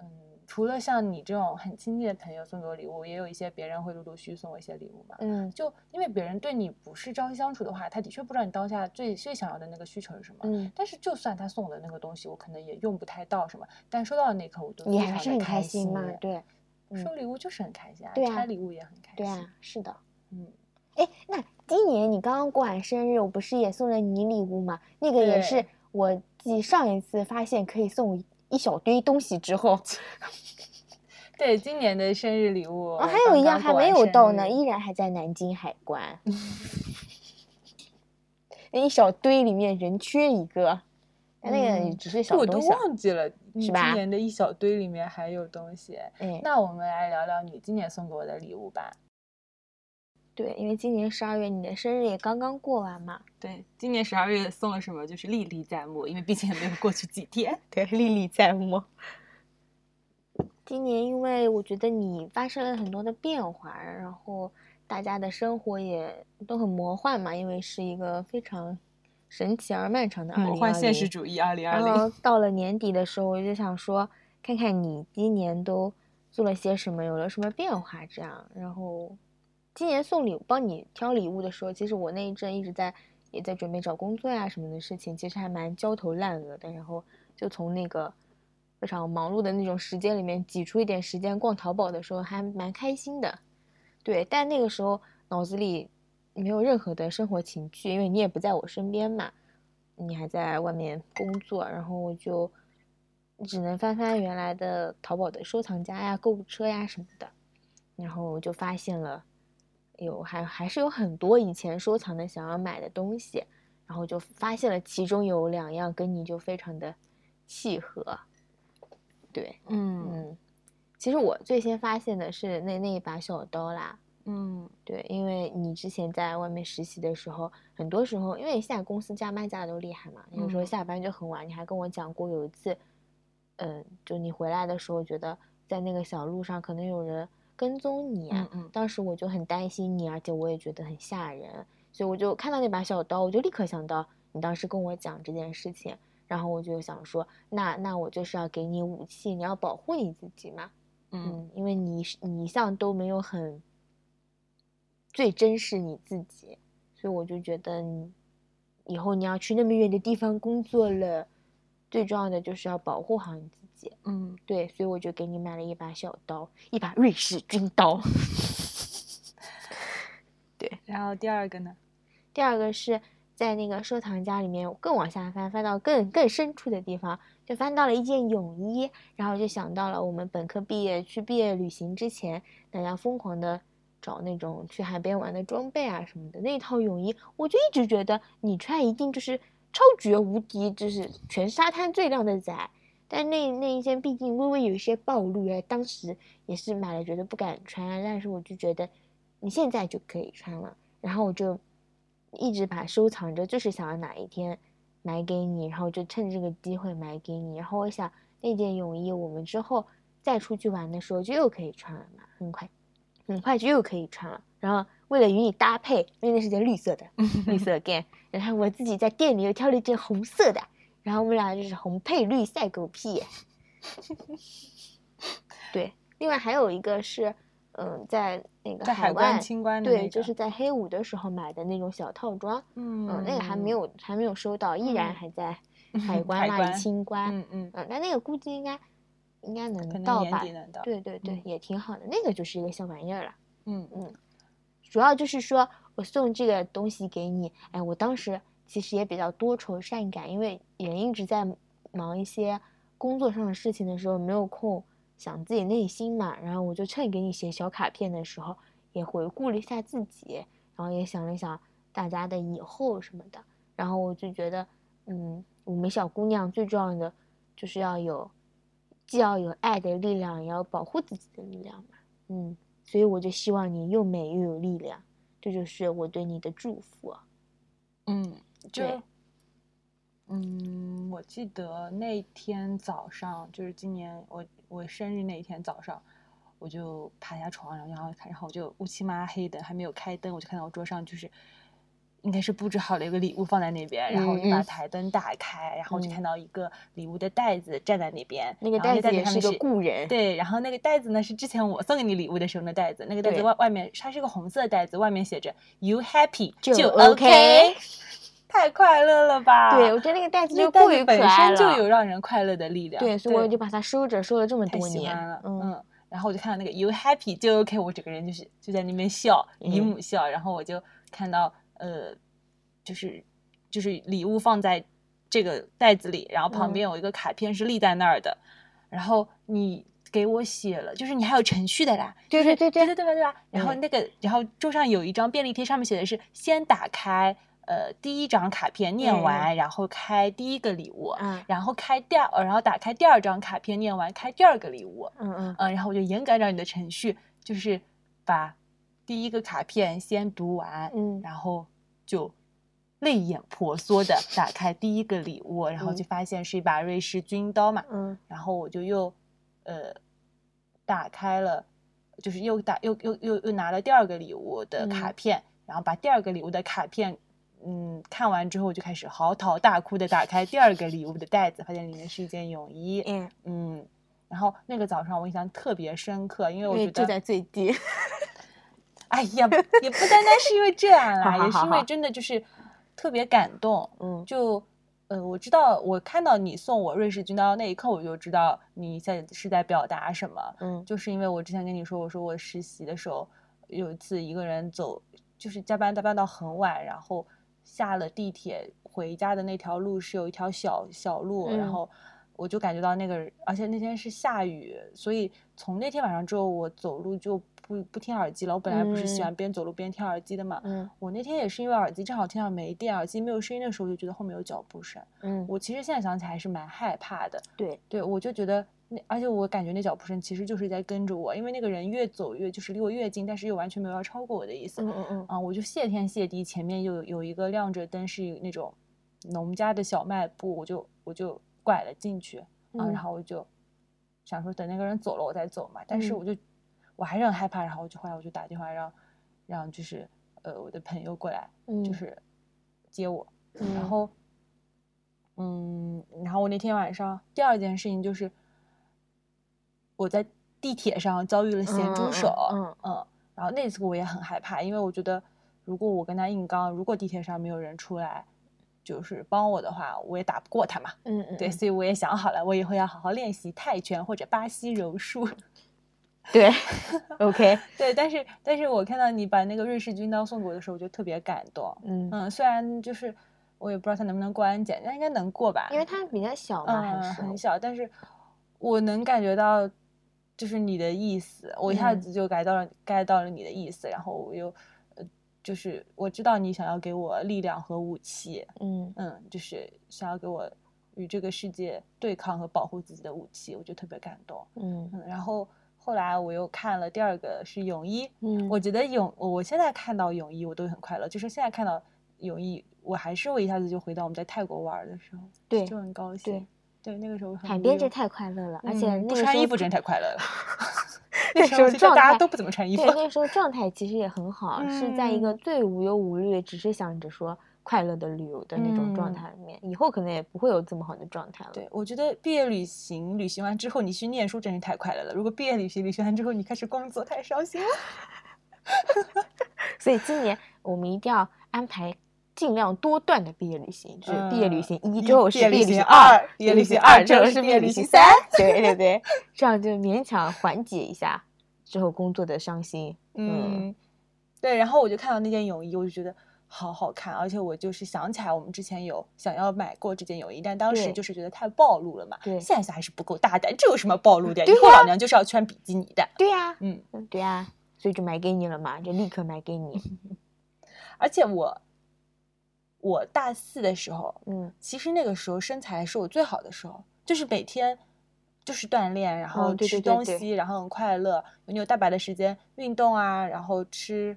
B: 嗯除了像你这种很亲近的朋友送给我礼物，也有一些别人会陆陆续续送我一些礼物嘛。
C: 嗯
B: 就因为别人对你不是朝夕相处的话，他的确不知道你当下最最想要的那个需求是什么。
C: 嗯，
B: 但是就算他送我的那个东西，我可能也用不太到什么，但收到的那一刻，我都
C: 嗯你
B: 非
C: 还
B: 常
C: 是
B: 地
C: 很
B: 开
C: 开心嘛？对，嗯
B: 收礼物就是很开心啊，
C: 对啊
B: 拆礼物也很开心。
C: 对啊，是的。
B: 嗯，
C: 哎，那今年你刚刚过完生日，我不是也送了你礼物吗？那个也是
B: 对
C: 我继上一次发现可以送一一小堆东西之后，
B: 对，今年的生日礼物
C: 啊，还
B: 刚
C: 有一
B: 刚
C: 样还
B: 过完
C: 没有
B: 生
C: 到呢，
B: 日
C: 依然还在南京海关。那一小堆里面人缺一个，但那个也
B: 嗯
C: 只是小
B: 我都
C: 东西啊。
B: 忘记了，你今
C: 吧
B: 年的一小堆里面还有东西。
C: 哎，
B: 那我们来聊聊你今年送给我的礼物吧。
C: 对，因为今年十二月你的生日也刚刚过完嘛。
B: 对，今年十二月送了什么，就是历历在目，因为毕竟也没有过去几 天。
C: 对，历历在目。今年因为我觉得你发生了很多的变化，然后大家的生活也都很魔幻嘛，因为是一个非常神奇而漫长的
B: 魔幻
C: 2020
B: 现实主义二零二
C: 然
B: 零。
C: 后到了年底的时候，我就想说，看看你今年都做了些什么，有了什么变化，这样。然后今年送礼物，帮你挑礼物的时候，其实我那一阵一直在也在准备找工作呀、什么的事情，其实还蛮焦头烂额的。然后就从那个非常忙碌的那种时间里面挤出一点时间逛淘宝的时候，还蛮开心的。对，但那个时候脑子里没有任何的生活情趣，因为你也不在我身边嘛。你还在外面工作，然后我就只能翻翻原来的淘宝的收藏夹呀、购物车呀什么的，然后我就发现了有还还是有很多以前收藏的想要买的东西，然后就发现了其中有两样跟你就非常的契合，对，
B: 嗯
C: 嗯，其实我最先发现的是那那一把小刀啦，
B: 嗯
C: 对，因为你之前在外面实习的时候，很多时候，因为现在公司加班加的都厉害嘛，有时候
B: 嗯
C: 下班就很晚。你还跟我讲过有一次，嗯，就你回来的时候，觉得在那个小路上可能有人跟踪你啊
B: 嗯。嗯，
C: 当时我就很担心你，而且我也觉得很吓人，所以我就看到那把小刀，我就立刻想到你当时跟我讲这件事情，然后我就想说，那那我就是要给你武器，你要保护你自己嘛。
B: 嗯
C: 嗯，因为你是你一向都没有很最珍视你自己，所以我就觉得你以后你要去那么远的地方工作了，最重要的就是要保护好你自己。
B: 嗯，
C: 对，所以我就给你买了一把小刀，一把瑞士军刀。
B: 然后第二个呢？
C: 第二个是在那个收藏夹里面我更往下翻，翻到更更深处的地方，就翻到了一件泳衣，然后就想到了我们本科毕业去毕业旅行之前，大家疯狂的找那种去海边玩的装备啊什么的。那套泳衣，我就一直觉得你穿一定就是超绝无敌，就是全沙滩最靓的仔。但那那一件毕竟微微有一些暴露啊，当时也是买了觉得不敢穿啊，但是我就觉得你现在就可以穿了，然后我就一直把收藏着，就是想要哪一天买给你，然后就趁这个机会买给你。然后我想那件泳衣我们之后再出去玩的时候就又可以穿了嘛，很快，很快就又可以穿了。然后为了与你搭配，因为那是件绿色的绿 色 again，然后我自己在店里又挑了一件红色的，然后我们俩就是红配绿赛狗 屁。对，另外还有一个是，嗯，在那个
B: 在海
C: 外
B: 关清关的那
C: 对，
B: 个，
C: 就是在黑五的时候买的那种小套装，
B: 嗯
C: 嗯，那个还没有还没有收到，依然
B: 嗯
C: 还在海关
B: 海
C: 那里
B: 关
C: 清关，
B: 嗯嗯，
C: 嗯，但那个估计应该应该
B: 可
C: 能
B: 能
C: 到
B: 年
C: 吧
B: 底，能到。
C: 对对对，
B: 嗯
C: 也挺好的，那个就是一个小玩意儿了。
B: 嗯嗯
C: 主要就是说我送这个东西给你，哎，我当时其实也比较多愁善感，因为人一直在忙一些工作上的事情的时候，没有空想自己内心嘛。然后我就趁给你写小卡片的时候，也回顾了一下自己，然后也想了想大家的以后什么的。然后我就觉得，嗯，我们小姑娘最重要的就是要有，既要有爱的力量，也要保护自己的力量嘛。嗯，所以我就希望你啊又美又有力量，这就是我对你的祝福。
B: 嗯，就
C: 对
B: 嗯，我记得那天早上，就是今年我我生日那一天早上，我就爬下床，然后然后然后我就乌漆嘛黑的，还没有开灯，我就看到我桌上就是应该是布置好了一个礼物放在那边，然后我就
C: 嗯
B: 把
C: 嗯
B: 台灯打开，然后我就
C: 嗯
B: 看到一个礼物的袋子站在那边，
C: 那个
B: 然后
C: 袋子也
B: 上
C: 是
B: 面
C: 个故人，
B: 对，然后那个袋子呢是之前我送给你礼物的时候的袋子，那个袋子
C: 对
B: 外外面它是个红色的袋子，外面写着 “You happy
C: 就
B: OK”，太快乐了吧？
C: 对，我觉得那个袋子
B: 那
C: 就
B: 袋
C: 过
B: 子
C: 于
B: 本
C: 可爱
B: 身
C: 了，
B: 就有让人快乐的力量。
C: 对，所以我就把它收着，收了这么
B: 太
C: 多
B: 喜
C: 年
B: 欢了，，
C: 嗯，
B: 嗯。然后我就看到那个 “You happy” 就 OK，我整个人就是就在那边笑，姨
C: 嗯
B: 母笑。然后我就看到呃，就是就是礼物放在这个袋子里，然后旁
C: 嗯
B: 边有一个卡片是立在那儿的。然后你给我写了，就是你还有程序的啦，
C: 对对对
B: 对
C: 对
B: 对对吧对吧？然后
C: 嗯
B: 那个，然后桌上有一张便利贴，上面写的是先打开呃第一张卡片念
C: 嗯
B: 完，然后开第一个礼物，
C: 嗯
B: 然后开第二，呃然后打开第二张卡片念完开第二个礼物，
C: 嗯嗯，
B: 嗯，然后我就严格按照你的程序，就是把第一个卡片先读完，
C: 嗯
B: 然后就泪眼婆娑的打开第一个礼物，然后就发现是一把瑞士军刀嘛，
C: 嗯
B: 然后我就又呃打开了，就是又打又又又又拿了第二个礼物的卡
C: 嗯
B: 片，然后把第二个礼物的卡片。嗯，看完之后我就开始嚎啕大哭的打开第二个礼物的袋子，发现里面是一件泳衣。
C: 嗯，
B: 嗯，然后那个早上我印象特别深刻，因为
C: 因
B: 我觉
C: 为就
B: 得，
C: 在最低，
B: 哎呀，也不单单是因为这样
C: 好
B: 啦，
C: 好
B: 也是
C: 好
B: 因为
C: 好
B: 真的就是特别感动。
C: 嗯
B: 就，呃，我知道，我看到你送我瑞士军刀的那一刻，我就知道你在是在表达什么。
C: 嗯
B: 就是因为 我之前跟你说，我说我实习的时候有一次一个人走，就是加班加班到很晚，然后下了地铁回家的那条路是有一条小小路，然
C: 嗯
B: 后我就感觉到那个人，而且那天是下雨，所以从那天晚上之后，我走路就不不听耳机了。我本来不是喜
C: 嗯
B: 欢边走路边听耳机的嘛，
C: 嗯
B: 我那天也是因为耳机正好听到没电，耳机没有声音的时候，我就觉得后面有脚步声。
C: 嗯，
B: 我其实现在想起来还是蛮害怕的，
C: 对，
B: 对，我就觉得那，而且我感觉那脚步声其实就是在跟着我，因为那个人越走越就是离我越近，但是又完全没有要超过我的意思。
C: 嗯嗯嗯
B: 啊，我就谢天谢地，前面有有一个亮着灯是那种农家的小卖部，我就我就拐了进去啊，
C: 嗯
B: 然后我就想说等那个人走了我再走嘛，但是
C: 嗯
B: 我就我还是很害怕，然后我就后来我就打电话让让就是呃我的朋友过来，
C: 嗯，
B: 就是接我，然
C: 嗯
B: 后，嗯，然后我那天晚上第二件事情就是，我在地铁上遭遇了咸猪
C: 嗯嗯
B: 手，
C: 嗯
B: 然后那次我也很害怕，因为我觉得如果我跟他硬刚，如果地铁上没有人出来，就是帮我的话，我也打不过他嘛，
C: 嗯嗯
B: 对，
C: 嗯
B: 所以我也想好了，我以后要好好练习泰拳或者巴西柔 术。
C: 对 ，OK，
B: 对，但是但是我看到你把那个瑞士军刀送给我的时候，我就特别感动。
C: 嗯，
B: 嗯，虽然就是我也不知道他能不能过安检，但应该能过吧？
C: 因为它比较小嘛，
B: 嗯
C: 还是
B: 很小，但是我能感觉到就是你的意思，我一下
C: 嗯
B: 子就 get 到了 get 到了你的意思，然后我又呃就是我知道你想要给我力量和武器，
C: 嗯
B: 嗯，就是想要给我与这个世界对抗和保护自己的武器，我就特别感动。
C: 嗯
B: 嗯，然后后来我又看了第二个是泳衣，
C: 嗯，
B: 我觉得泳，我现在看到泳衣我都很快乐，就是现在看到泳衣，我还是会一下子就回到我们在泰国玩儿的时候，
C: 对
B: 就很高兴。对，那个时候很
C: 海
B: 无
C: 边
B: 忧
C: 这太快乐了，而且
B: 嗯
C: 那
B: 不
C: 个时
B: 穿衣
C: 候
B: 服真太快乐了。
C: 那时候
B: 其实
C: 状
B: 大家
C: 态
B: 都不怎么穿衣服
C: 对，，那时候状态其实也很好，是在一个
B: 嗯
C: 最无忧无虑，只是想着说快乐的旅游的那种状
B: 嗯
C: 态里面，以后可能也不会有这么好的状态了。
B: 对，我觉得毕业旅行旅行完之后你去念书真是太快乐了。如果毕业旅行旅行完之后你开始工作，太伤心了。
C: 所以今年我们一定要安排尽量多段的毕业旅行，就是毕业旅
B: 嗯
C: 行一
B: 一
C: 之后
B: 毕
C: 是
B: 业
C: 毕
B: 旅
C: 业旅
B: 行
C: 行
B: 二
C: 二，
B: 毕业旅行二
C: 二
B: 之
C: 之
B: 后
C: 后
B: 是
C: 是
B: 毕
C: 毕
B: 业
C: 业
B: 旅
C: 旅
B: 行
C: 行
B: 三
C: 三，对对对， 这样就勉强缓解一下之后工作的伤心。嗯
B: 嗯，对，然后我就看到那件泳衣，我就觉得好好看，而且我就是想起来我们之前有想要买过这件泳衣，但当时
C: 对
B: 就是觉得太暴露了嘛，
C: 对
B: 现在想还是不够大胆，这有什么暴露的？以
C: 对
B: 后
C: 呀
B: 老娘就是要穿比基尼的，
C: 对呀、
B: 嗯，
C: 嗯对呀、所以就买给你了嘛，就立刻买给 你。
B: 而且我我大四的时候，
C: 嗯，
B: 其实那个时候身材是我最好的时候，就是每天就是锻炼，然后
C: 哦对
B: 吃
C: 对对
B: 东西，
C: 对
B: 然后很快乐。你有大把的时间运动啊，然后吃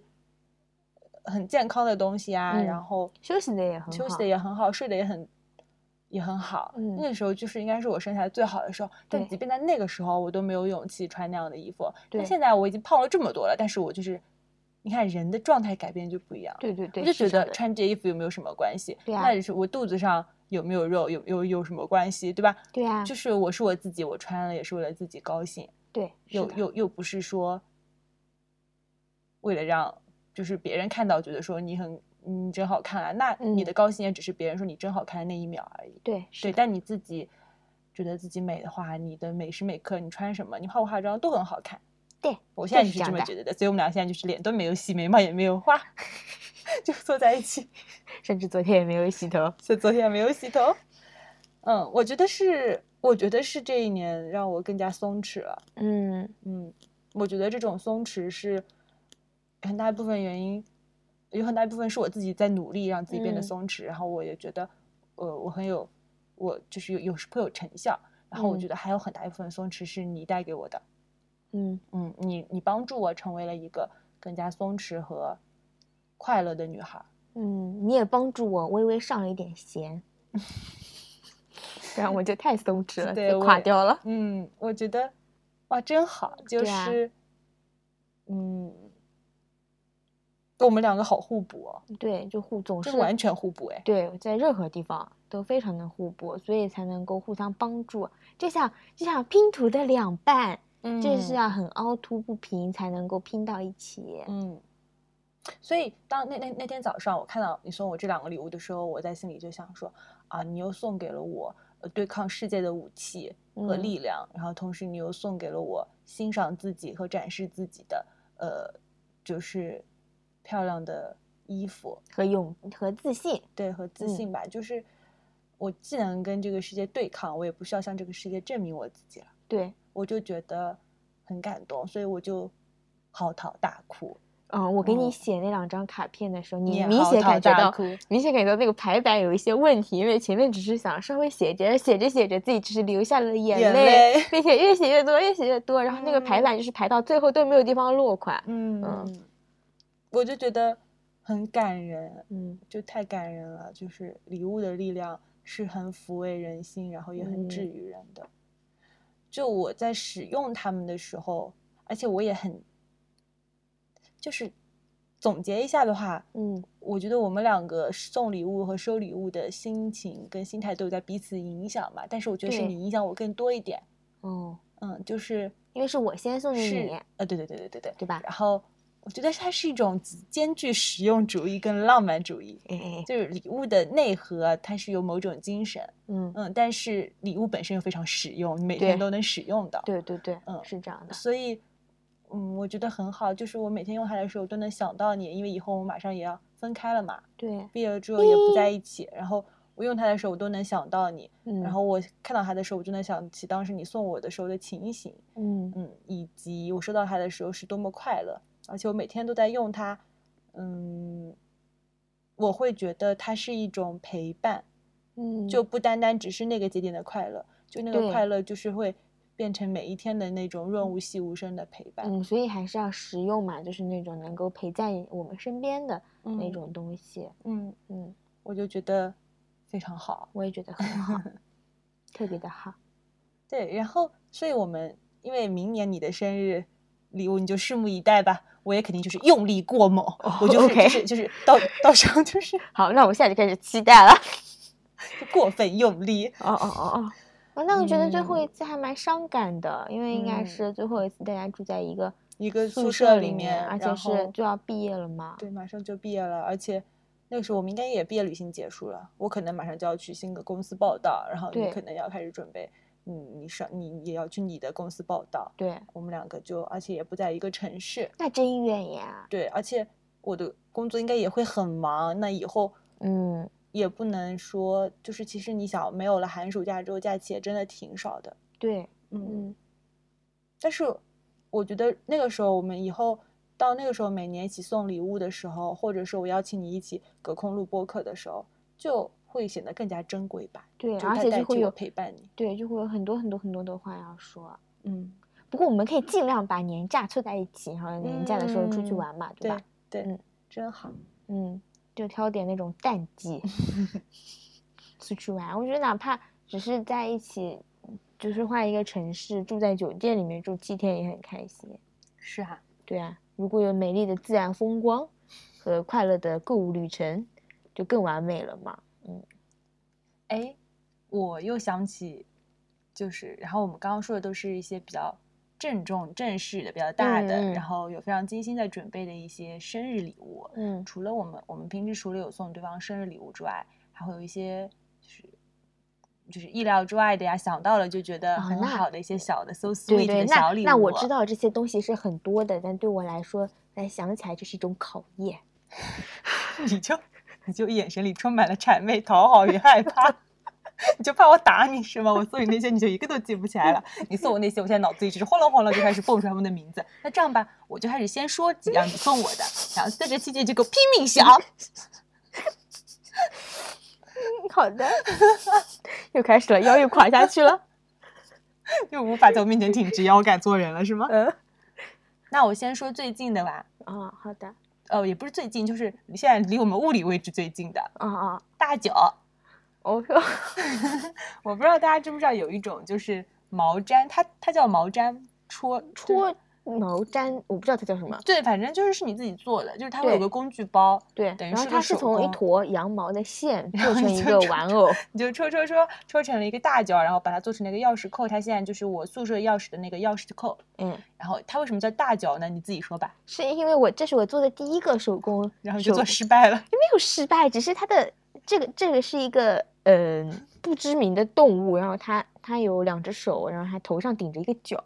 B: 很健康的东西啊，
C: 嗯
B: 然后
C: 休息的也很好。
B: 休息的也很好，睡得也很也很好。
C: 嗯
B: 那个时候就是应该是我身材最好的时候，但
C: 对
B: 即便在那个时候，我都没有勇气穿那样的衣服。但
C: 对
B: 现在我已经胖了这么多了，但是我就是，你看人的状态改变就不一样了。
C: 对对对，
B: 我就是觉
C: 这样
B: 得
C: 的
B: 穿这衣服有没有什么关系？
C: 对啊
B: 那是我肚子上有没有肉，有有有什么关系，对吧？
C: 对啊，
B: 就是我是我自己，我穿了也是为了自己高兴，
C: 对，是
B: 又
C: 的
B: 又又不是说为了让就是别人看到觉得说你很你真好看啊，那你
C: 嗯
B: 的高兴也只是别人说你真好看的那一秒而已。
C: 对是
B: 对，
C: 的
B: 但你自己觉得自己美的话，你的每时每刻你穿什么，你化不化妆都很好看。
C: 对，
B: 我现在
C: 就
B: 就是是这
C: 这样
B: 么
C: 的
B: 觉得的，所以我们俩现在就是脸都没有洗，眉毛也没有画， 就坐在一起。
C: 甚至昨天也没有洗头。
B: 所以昨天没有洗头。嗯，我觉得是，我觉得是这一年让我更加松弛了。
C: 嗯，
B: 嗯，我觉得这种松弛是很大一部分原因，有很大一部分是我自己在努力让自己变得
C: 嗯
B: 松弛，然后我也觉得，呃，我很有，我就是有有时会有成效。然后我
C: 嗯
B: 觉得还有很大一部分松弛是你带给我的，
C: 嗯，
B: 嗯，你你帮助我成为了一个更加松弛和快乐的女孩儿。
C: 嗯，你也帮助我微微上了一 点弦，不然我就太松弛了，
B: 对
C: 就
B: 我
C: 垮
B: 也
C: 掉了。
B: 嗯，我觉得哇，真好，就
C: 对啊
B: 是、嗯，我们两个好互补哦，
C: 对，就互总
B: 这
C: 是
B: 完全互补哎。
C: 对，在任何地方都非常的互补，所以才能够互相帮助。啊就像就像拼图的两半，
B: 嗯
C: 这是啊要很凹凸不平才能够拼到一起。
B: 嗯。所以当那那那天早上，我看到你送我这两个礼物的时候，我在心里就想说啊，你又送给了我呃对抗世界的武器和
C: 嗯
B: 力量，然后同时你又送给了我欣赏自己和展示自己的呃，就是漂亮的衣服，
C: 和勇和自信，
B: 对和自
C: 嗯
B: 信吧，就是我既能跟这个世界对抗，我也不需要向这个世界证明我自己了，
C: 对，
B: 我就觉得很感动，所以我就嚎啕大哭，
C: 嗯，我给你
B: 嗯
C: 写那两张卡片的时候，
B: 你
C: 你
B: 也
C: 明
B: 嚎
C: 显
B: 啕
C: 感觉
B: 大
C: 到
B: 哭，
C: 明显感觉到那个排版有一些问题，因为前面只是想稍微写着写着写着，自己只是流下了眼
B: 眼
C: 泪
B: 泪，
C: 并且越写越多，越写越多，然后那个排
B: 嗯
C: 版就是排到最后都没有地方落款。
B: 嗯
C: 嗯
B: 我就觉得很感人，
C: 嗯，
B: 就太感人了，就是礼物的力量是很抚慰人心，然后也很治
C: 嗯
B: 愈人的。就我在使用它们的时候，而且我也很，就是总结一下的话，
C: 嗯，
B: 我觉得我们两个送礼物和收礼物的心情跟心态都有在彼此影响嘛，但是我觉得是
C: 对
B: 你影响我更多一点，
C: 哦，
B: 嗯，就是
C: 因为是我先送给
B: 是
C: 你，
B: 呃，对对对对对对，
C: 对吧？
B: 然后我觉得它是一种兼具实用主义跟浪漫主义，
C: 哎哎，
B: 就是礼物的内核它是有某种精神，
C: 嗯，
B: 嗯，但是礼物本身又非常实用，你每天
C: 对
B: 都能使用到，
C: 对对对，
B: 嗯
C: 是这样的，
B: 所以，嗯，我觉得很好，就是我每天用它的时候我都能想到你，因为以后我马上也要分开了嘛，
C: 对，
B: 毕业了之后也不在一起，然后我用它的时候我都能想到你，
C: 嗯，
B: 然后我看到它的时候我就能想起当时你送我的时候的情形，
C: 嗯
B: 嗯，以及我收到它的时候是多么快乐，而且我每天都在用它，嗯，我会觉得它是一种陪伴，
C: 嗯，
B: 就不单单只是那个节点的快乐，就那个
C: 对
B: 快乐就是会变成每一天的那种润物细无声的陪伴，
C: 嗯，所以还是要实用嘛，就是那种能够陪在我们身边的那
B: 嗯
C: 种东西，
B: 嗯，
C: 嗯。
B: 我就觉得非常好。
C: 我也觉得很 好，特别的好。
B: 对，然后，所以我们因为明年你的生日礼物，你就拭目以待吧。我也肯定就是用力过猛，我就是就
C: OK
B: 是就是到到时候就是
C: 好，那我现在就开始期待了。
B: 就过分用力。
C: 哦哦哦哦，那我觉得最后一
B: 嗯
C: 次还蛮伤感的，因为应该
B: 嗯
C: 是最后一次大家住在一个
B: 一个宿
C: 宿
B: 舍里
C: 里
B: 面
C: 而且
B: 然
C: 是
B: 后
C: 就要毕业了嘛。
B: 对，马上就毕业了，而且那个时候我们应该也毕业旅行结束了，我可能马上就要去新的公司报道，然后你
C: 对
B: 可能要开始准备，你你上你也要去你的公司报道。
C: 对，
B: 我们两个就而且也不在一个城市，
C: 那真啊远呀。
B: 对，而且我的工作应该也会很忙，那以后。
C: 嗯，
B: 也不能说，就是其实你想，没有了寒暑假之后，假期也真的挺少的。
C: 对，
B: 嗯，
C: 嗯
B: 但是我觉得那个时候，我们以后到那个时候，每年一起送礼物的时候，或者是我邀请你一起隔空录播客的时候，就会显得更加珍贵吧。
C: 对，
B: 就
C: 而
B: 它
C: 且
B: 代
C: 就
B: 替
C: 会
B: 我
C: 有
B: 陪伴你。
C: 对，就会有很多很多很多的话要说。
B: 嗯，
C: 不过我们可以尽量把年假凑在一起，然后年假的时候出去
B: 嗯
C: 玩嘛，对
B: 对
C: 吧？
B: 对
C: 嗯，
B: 真好。
C: 嗯，就挑点那种淡季，出去玩。我觉得哪怕只是在一起，就是换一个城市，住在酒店里面住七天也很开心。
B: 是哈、
C: 对啊，如果有美丽的自然风光和快乐的购物旅程，就更完美了嘛。
B: 哎，我又想起，就是，然后我们刚刚说的都是一些比较郑重、正式的、比较大的，
C: 嗯嗯
B: 然后有非常精心在准备的一些生日礼物。
C: 嗯
B: 除了我们，我们平时除了有送对方生日礼物之外，还会有一些就是就是意料之外的呀，想到了就觉得
C: 哦
B: 很
C: 那
B: 好的一些小的 so
C: 对
B: sweet
C: 对，
B: 的
C: 那
B: 小礼物。
C: 那我知，道这些东西是很多的，但对我来说，来想起来这是一种考验。
B: 你就你就眼神里充满了谄媚、讨好与害怕。 你就怕我打你是吗？我送你那些你就一个都记不起来了。你送我那些，我现在脑子里只是晃啷晃啷就开始蹦出他们的名字。那这样吧，我就开始先说几样你送我的，然后在这期间就给我拼命想。
C: 好的， 又开始了，腰又垮下去了。
B: 又无法在我面前挺直腰杆做人了是吗？
C: 嗯
B: 那我先说最近的吧，
C: 啊，好的，
B: 呃，也不是最近，就是现在离我们物理位置最近的
C: 啊啊，
B: 大九。
C: 我说，
B: 我不知道大家知不知道有一种就是毛毡，它它叫毛毡戳
C: 搓毛毡，我不知道它叫什么。
B: 对，反正就是是你自己做的，就是它会
C: 对
B: 有个工具包，
C: 对，
B: 等于
C: 然后
B: 是
C: 它
B: 个
C: 是
B: 手
C: 从一
B: 工
C: 坨羊毛的线
B: 然后
C: 做成
B: 你
C: 一
B: 就
C: 个
B: 戳
C: 玩
B: 戳
C: 偶。
B: 你就戳戳戳戳成了一个大角，然后把它做成了一个钥匙扣。它现在就是我宿舍钥匙的那个钥匙扣。
C: 嗯，
B: 然后它为什么叫大角呢？你自己说吧。
C: 是因为我这是我做的第一个手工手，
B: 然后你就做失败了，
C: 没有失败，只是它的这个这个是一个嗯、呃不知名的动物，然后它它有两只手，然后它头上顶着一个角，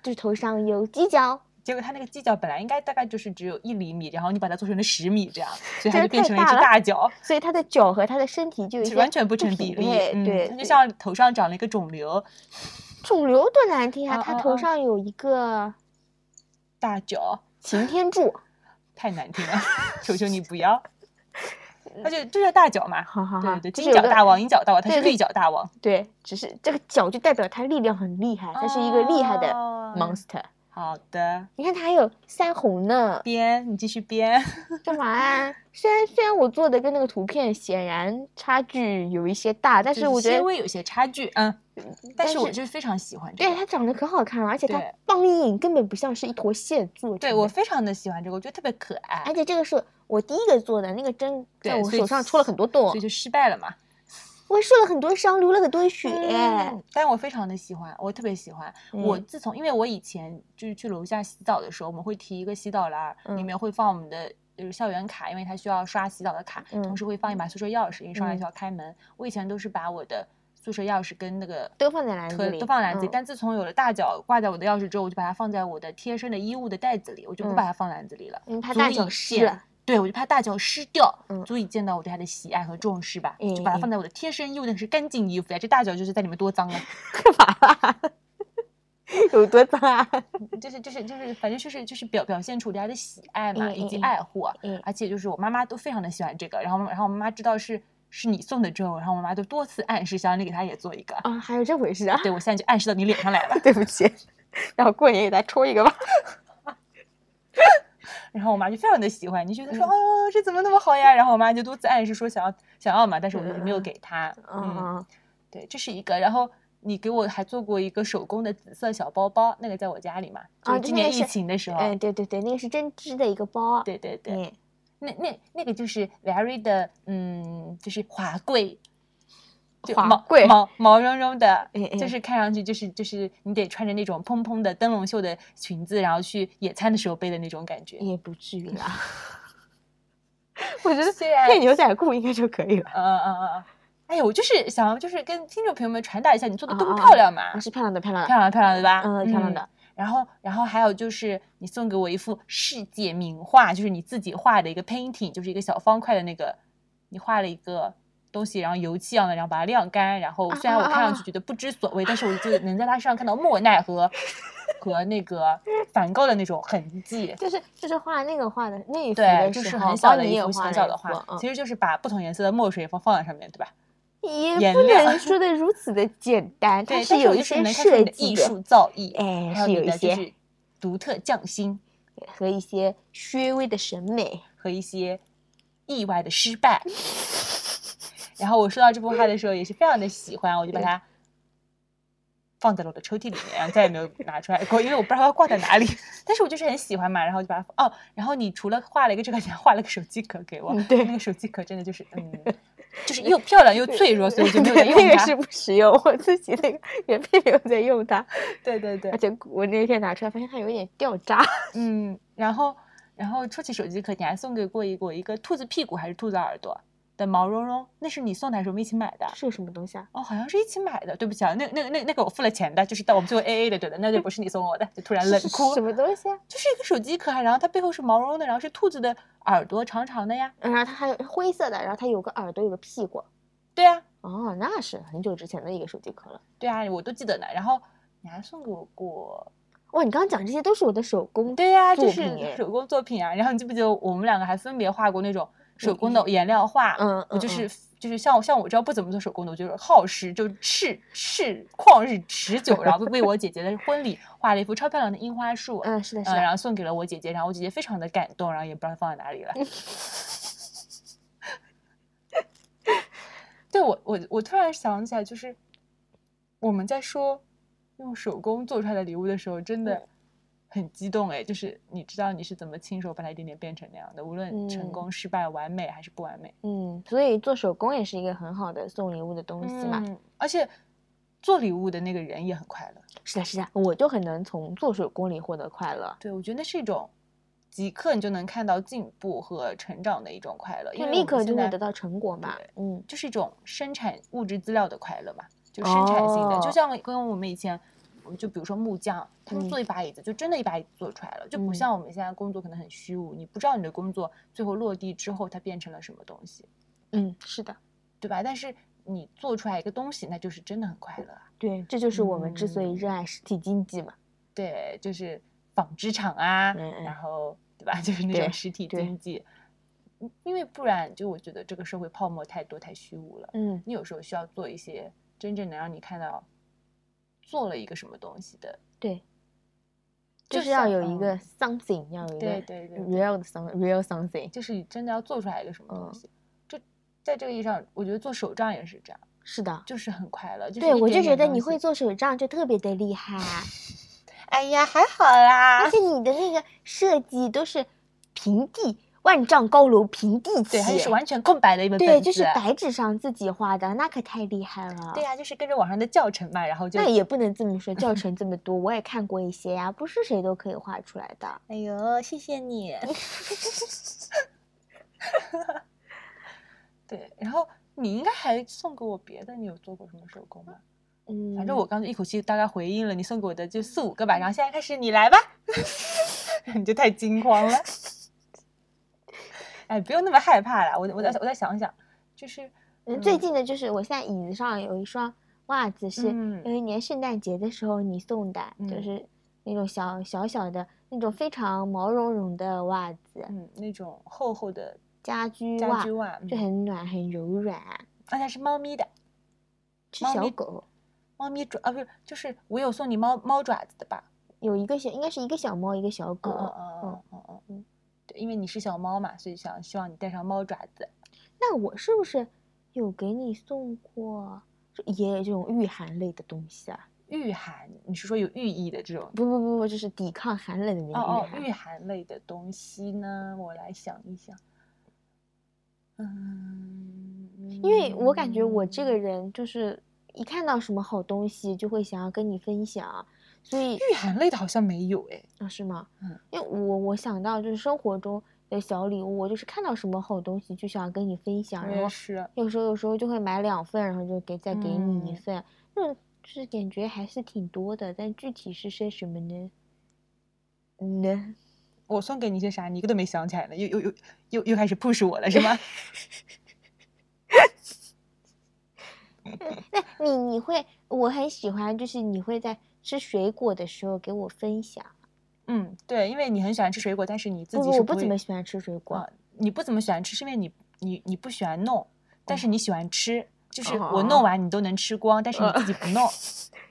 C: 就是头上有犄角，
B: 结果它那个犄角本来应该大概就是只有一厘米，然后你把它做成了十米这样，所以它
C: 这
B: 就
C: 个
B: 变
C: 太
B: 成了一
C: 大
B: 只
C: 了
B: 大角，
C: 所以它的脚和它的身体就有一
B: 是
C: 些
B: 完全不成比
C: 匹
B: 例。
C: 配
B: 嗯
C: 对，
B: 它就
C: 对
B: 像头上长了一个肿瘤，
C: 肿瘤多难听
B: 嗯
C: 啊！它
B: 嗯
C: 头
B: 嗯
C: 上有一个
B: 大角
C: 擎天柱，
B: 太难听了，求求你不要。它就这叫大角嘛。
C: 好好好，
B: 对对，
C: 啊就
B: 金
C: 是有
B: 角
C: 个
B: 大王、银角大王，它
C: 对
B: 是
C: 对
B: 绿角大王，
C: 对，只是这个角就代表它力量很厉害，它是一个厉害的
B: 哦
C: monster。
B: 好的，
C: 你看它还有腮红呢，
B: 编，你继续编。
C: 干嘛啊？虽然虽然我做的跟那个图片显然差距有一些大，但
B: 就是
C: 我觉
B: 稍
C: 得
B: 微有些差距，嗯，但
C: 但
B: 是我
C: 是
B: 就是非常喜欢这
C: 对
B: 个，
C: 它长得可好看了，而且它
B: 对
C: 棒硬，根本不像是一坨线做成
B: 对
C: 的
B: 我，非常的喜欢这个，我觉得特别可爱
C: 而，且这个是我第一个做的，那个针在
B: 对
C: 我
B: 所以
C: 手上戳了很多洞
B: 所以，就失败了嘛。
C: 我受了很多伤，流了很多血。哎
B: 嗯，但我非常的喜欢，我特别喜欢。我
C: 嗯
B: 自从因为我以前就是去楼下洗澡的时候，我们会提一个洗澡篮儿，里
C: 嗯
B: 面会放我们的。就是校园卡，因为它需要刷洗澡的卡，同
C: 嗯
B: 时会放一把宿舍钥匙，因为上来
C: 嗯
B: 就要开门。我以前都是把我的宿舍钥匙跟那个
C: 都放在篮子
B: 特
C: 里
B: 都放篮子里。
C: 嗯
B: 但自从有了大脚挂在我的钥匙之后，我就把它放在我的贴身的衣物的袋子里，我就不
C: 嗯
B: 把它放篮子里了。
C: 嗯怕
B: 足
C: 大
B: 以
C: 脚湿
B: 见
C: 了。
B: 对，我就怕大脚湿掉，
C: 嗯
B: 足以见到我对它的喜爱和重视吧。就
C: 嗯
B: 把它放
C: 嗯
B: 在我的贴身衣物，那是干净衣服呀。这大脚就是在里面多脏啊，
C: 干嘛啦？ 有多脏啊？
B: 就是就是就是，反正就是就是表表现出对它的喜爱嘛，
C: 嗯
B: 以及
C: 嗯嗯
B: 爱护。啊
C: 嗯
B: 而且就是我妈妈都非常的喜欢这个，然后然后我妈妈知道是是你送的之后，然后我妈妈就多次暗示想让你给她也做一 个。
C: 啊，还有这回 事啊？
B: 对，我现在就暗示到你脸上来 了。
C: 对不起，然后过年给它戳一个吧。
B: 然后我妈就非常的喜欢，你觉
C: 嗯
B: 得说、哦，这怎么那么好呀？然后我妈就多次暗示说想要想要嘛，但是我就没有给她。嗯，
C: 嗯，
B: 对，这是一个。然后你给我还做过一个手工的紫色小包包，那个在我家里嘛，就
C: 啊
B: 是
C: 就
B: 今
C: 那
B: 年
C: 个
B: 疫
C: 是
B: 情的时候。
C: 嗯，对对对，那个是针织的一个包。
B: 对对对，
C: 嗯，
B: 那那那个就是 very 的，嗯，就是华贵。就
C: 华
B: 毛
C: 贵
B: 毛毛茸茸的
C: 嗯，嗯
B: 就是看上去就是就是你得穿着那种蓬蓬的灯笼袖的裙子，然后去野餐的时候背的那种感觉。
C: 也不至于 啦。我觉得
B: 虽然
C: 配牛仔裤应该就可以了。
B: 嗯嗯嗯嗯，哎呀，我就是想要，就是跟听众朋友们传达一下，你做的
C: 啊
B: 多么
C: 啊
B: 漂亮嘛，
C: 啊，是漂亮的，漂亮
B: 漂
C: 的，
B: 亮漂亮对吧？
C: 嗯，漂亮的。。
B: 然后，然后还有就是，你送给我一幅世界名画，就是你自己画的一个 painting，就是一个小方块的那个，你画了一个东西，然后油漆一样的，然后把它晾干。然
C: 啊
B: 后虽然我看上去觉得不知所谓，但是我就能在它身上看到莫奈和和那个梵高的那种痕 迹。
C: 就是就是画那个画的那一幅
B: 对，
C: 的
B: 就
C: 时
B: 是
C: 候
B: 很小
C: 帮
B: 的
C: 你
B: 一
C: 也
B: 幅
C: 画
B: 很
C: 了
B: 小
C: 一
B: 的
C: 幅
B: 画，
C: 嗯
B: 其实就是把不同颜色的墨水放放在上面，对吧？
C: 也
B: 颜
C: 不
B: 料
C: 能说的如此的简 单，它
B: 对，
C: 是
B: 但
C: 有
B: 我
C: 一
B: 就是
C: 些
B: 能看出
C: 设
B: 你的
C: 计
B: 艺
C: 的
B: 术造�艺，
C: 哎
B: 还有
C: 是
B: 你
C: 有一
B: 的就
C: 些
B: 是独特匠心
C: 和一些略微的审美。
B: 和一些意外的失败。然后我收到这幅画的时候也是非常的喜欢，我就把它放在了我的抽屉里面，然后再也没有拿出来过，因为我不知道它挂在哪里。但是我就是很喜欢嘛，然后就把它哦，然后你除了画了一个这个，你还画了个手机壳给我，
C: 嗯对
B: 那个手机壳真的就是嗯， 就是又漂亮又脆弱，所以我就没有再用
C: 那个
B: 它。
C: 是不实用，我自己那个也并没有在用它，
B: 对对对
C: 而，且我那天拿出来发现它有一点掉渣。
B: 嗯，然后然后说起手机壳，你还送给过一我一个兔子屁股还是兔子耳朵的毛茸茸，那是你送的还是我们一起买的？
C: 是有什么东西啊？
B: 哦，好像是一起买的，对不起啊，那那那那个我付了钱的，就是但我们最后 A A 的，对的，那就不是你送我的，就突然
C: 是
B: 冷
C: 是
B: 哭
C: 什，么东西啊？
B: 就是一个手机壳啊，然后它背后是毛茸茸的，然后是兔子的耳朵长长的呀，
C: 然后它还有灰色的，然后它有个耳朵，有个屁股。
B: 对呀、
C: 哦，那是很久之前的一个手机壳了。
B: 对呀、我都记得呢。然后你还送给我过，
C: 哇，你刚刚讲这些都是我的手工。
B: 对呀、就
C: 作
B: 是
C: 品哎
B: 手工作品啊。然后你记不记得我们两个还分别画过那种手工的颜料画？
C: 嗯，
B: 我
C: 嗯
B: 就
C: 嗯
B: 是就是像像我这样不怎么做手工的，我就是耗时就赤赤旷日持久，然后为我姐姐的婚礼画了一幅超漂亮的樱花树，
C: 嗯，是的，是
B: 嗯，
C: 的
B: 然。后送给了我姐姐，然后我姐姐非常的感动，然后也不知道放在哪里 了。对我，我我突然想起来，就是我们在说用手工做出来的礼物的时候，真
C: 嗯
B: 的很激动哎！就是你知道你是怎么亲手把它一点点变成那样的，无论成
C: 嗯
B: 功、失败、完美还是不完美。
C: 嗯，所以做手工也是一个很好的送礼物的东西嘛。
B: 嗯，而且做礼物的那个人也很快乐。
C: 是的，是的，我就很能从做手工里获得快乐。
B: 对，我觉得那是一种即刻你就能看到进步和成长的一种快乐，因
C: 就
B: 为
C: 立
B: 我们
C: 刻就
B: 现
C: 会
B: 在
C: 得到成果嘛
B: 对。
C: 嗯，
B: 就是一种生产物质资料的快乐嘛，就生产性的，
C: 哦
B: 就像跟我们以前，我们就比如说木匠，他们
C: 嗯
B: 做一把椅子，就真的一把椅子做出来了，就不
C: 嗯
B: 像我们现在工作可能很虚无，你不知道你的工作最后落地之后它变成了什么东西，
C: 嗯，是的，
B: 对吧？但是你做出来一个东西，那就是真的很快乐啊。
C: 对，这就是我们之所
B: 嗯
C: 以热爱实体经济嘛。
B: 对，就是纺织厂啊，
C: 嗯嗯
B: 然后对吧， 就是那
C: 对
B: 种实体
C: 对
B: 经济，嗯因为不然就我觉得这个社会泡沫太多太虚无了。
C: 嗯，
B: 你有时候需要做一些真正能让你看到做了一个什么东西的，
C: 对，
B: 就
C: 就是要
B: 像
C: 有一个
B: 嗯
C: something，要有一
B: 对
C: 个
B: 对对对，
C: real 的 some real something。
B: 就是你真的要做出来一个什么东
C: 嗯
B: 西。这在这个意义上，我觉得做手账也是这样，
C: 是的，
B: 就是很快乐。就是
C: 对
B: 一
C: 我
B: 点
C: 就觉
B: 点
C: 得
B: 东
C: 你
B: 西啊
C: 会，做手账就特别的厉害，
B: 哎呀，还好啦
C: 而。且你的那个设计都是平地万丈高楼平地起
B: 对，，它就是完全空白的一本
C: 对，
B: 本
C: 就是
B: 子。
C: 白纸上自己画的，那可太厉害了。
B: 对呀、啊就是跟着网上的教程嘛，然后就
C: 那也不能这么说，教程这么多，我也看过一些呀、不是谁都可以画出来的。
B: 哎呦，谢谢你。对，然后你应该还送给我别的，你有做过什么手工吗？
C: 嗯，
B: 反正我刚才一口气大概回应了你送给我的就四五个吧，然后现在开始你来吧， 你就太惊慌了。 哎，不用那么害怕啦，我我再我再想想，就是
C: 嗯最
B: 嗯
C: 近的就是我现在椅子上有一双袜子，是
B: 嗯
C: 有一年圣诞节的时候你送的，就
B: 嗯
C: 是那种小小小的那种非常毛茸茸的袜子，
B: 嗯那种厚厚的
C: 家居
B: 家
C: 袜
B: 居，袜，
C: 就
B: 嗯，
C: 很暖很柔软，
B: 而且是猫咪的，
C: 是
B: 猫
C: 小
B: 咪
C: 狗。
B: 猫咪爪啊不是，就是我有送你猫猫爪子的吧？
C: 有一个小，应该是一个小猫，一个小狗。
B: 嗯嗯嗯嗯嗯嗯，对，因为你是小猫嘛，所以想希望你带上猫爪子。
C: 那我是不是有给你送过，就也有这种御寒类的东西啊？
B: 御寒，你是说有寓意的这种？
C: 不不不不，就是抵抗寒冷的那
B: 哦
C: 个
B: 哦
C: 御，寒。
B: 御寒类的东西呢，我来想一想。嗯，
C: 因为我感觉我这个人就是一看到什么好东西就会想要跟你分享，所以
B: 御寒类的好像没有哎。
C: 啊是吗？
B: 嗯，
C: 因为我我想到就是生活中的小礼物，我就是看到什么好东西就想要跟你分享，
B: 我
C: 然
B: 也
C: 后
B: 是，
C: 有时候有时候就会买两份，然后就给再给你一
B: 嗯
C: 份，那种就是感觉还是挺多的，但具体是些什么呢？
B: 嗯
C: 呢？
B: 我送给你些啥，你一个都没想起来呢，又又又又又开始 push 我了是吗？
C: 那你你会，我很喜欢，就是你会在吃水果的时候给我分享。
B: 嗯，对，因为你很喜欢吃水果，但是你自
C: 不
B: 己
C: 不，
B: 是
C: 我不
B: 会
C: 怎么喜欢吃水果。
B: 啊，你不怎么喜欢吃，是因为你你你不喜欢弄，但是你喜欢吃，就是我
C: 哦
B: 弄完你都能吃光，但是你
C: 呃
B: 自己不弄。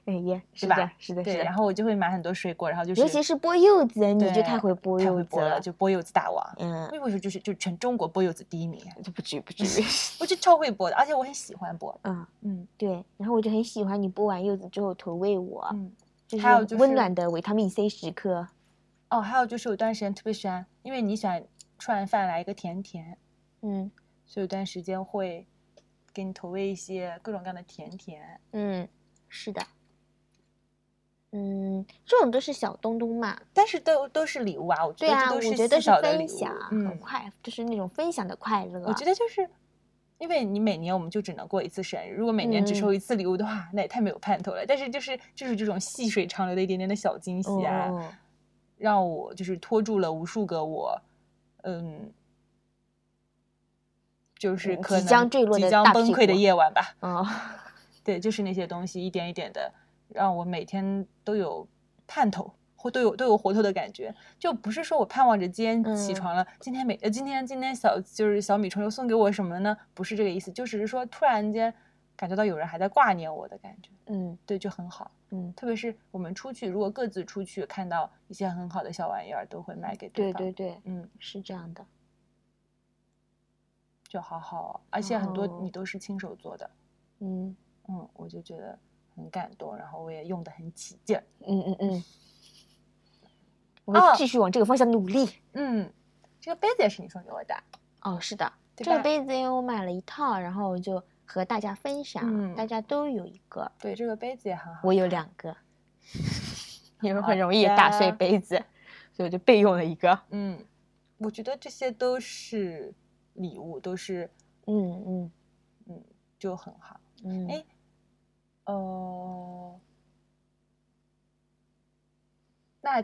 C: 哎耶，是
B: 对
C: 的
B: 吧，
C: 是的，是
B: 对，然
C: 的。
B: 后我就会买很多水果，然后就是
C: 尤其是剥柚子，你就
B: 对
C: 太会剥
B: 太
C: 柚
B: 会
C: 子
B: 剥了，就剥柚子大王。
C: 嗯，
B: 我有时候就是就全中国剥柚子第一名，
C: 就不至于， 不至于。
B: 我就超会剥的，而且我很喜欢剥。
C: 嗯，
B: 嗯
C: 对。然后我就很喜欢你剥完柚子之后投喂我，
B: 嗯，
C: 就
B: 还有
C: 是
B: 就
C: 温
B: 是
C: 暖的维他命 C 时刻。
B: 哦，还有就是有段时间特别喜欢，因为你喜欢吃完饭来一个甜甜，
C: 嗯
B: 所以有段时间会给你投喂一些各种各样的甜甜。
C: 嗯，是的。嗯，这种都是小东东嘛。
B: 但是都都是礼物啊，我觉
C: 对
B: 得
C: 啊，
B: 这
C: 我
B: 都
C: 觉
B: 细
C: 得都是
B: 小的
C: 分
B: 礼物
C: 享，。很
B: 嗯，
C: 快，就是那种分享的快乐。
B: 我觉得就是，因为你每年我们就只能过一次生日，如果每年只
C: 嗯
B: 收一次礼物的话，那也太没有盼头了。但是就是就是这种细水长流的一点点的小惊喜啊，
C: 嗯嗯嗯
B: 让我就是拖住了无数个我，嗯，就是
C: 嗯
B: 可
C: 即
B: 能
C: 将坠落
B: 即
C: 的
B: 将
C: 大
B: 崩
C: 屁
B: 溃的
C: 股
B: 夜晚吧。
C: 哦，
B: 对，就是那些东西一点一点的，让我每天都有盼头，或都有都有活头的感觉。就不是说我盼望着今天起
C: 嗯
B: 床了，今天每呃今天今天小就是小米虫又送给我什么了呢？不是这个意思，就只是说突然间感觉到有人还在挂念我的感觉，
C: 嗯
B: 对，就很好。
C: 嗯，
B: 特别是我们出去，如果各自出去看到一些很好的小玩意儿，都会买给
C: 对
B: 方。
C: 对对，
B: 嗯，
C: 是这样的。
B: 就好好哦，而且很多
C: 哦
B: 你都是亲手做的，
C: 嗯
B: 嗯，我就觉得很感动，然后我也用的很起劲儿。
C: 嗯嗯嗯，我
B: 哦
C: 会继续往这个方向努力。
B: 嗯，这个杯子也是你送给我的，
C: 哦，是的，
B: 对
C: 这个
B: 吧
C: 杯子因为我买了一套，然后我就和大家分享，
B: 嗯
C: 大家都有一个，
B: 对，这个杯子也很好。
C: 我有两 个，因为
B: 好
C: 很容易打碎
B: 的
C: 杯子，所以我就备用了一个。
B: 嗯，我觉得这些都是礼物，都是
C: 嗯嗯
B: 嗯，就很好。
C: 嗯，
B: 哎、呃，那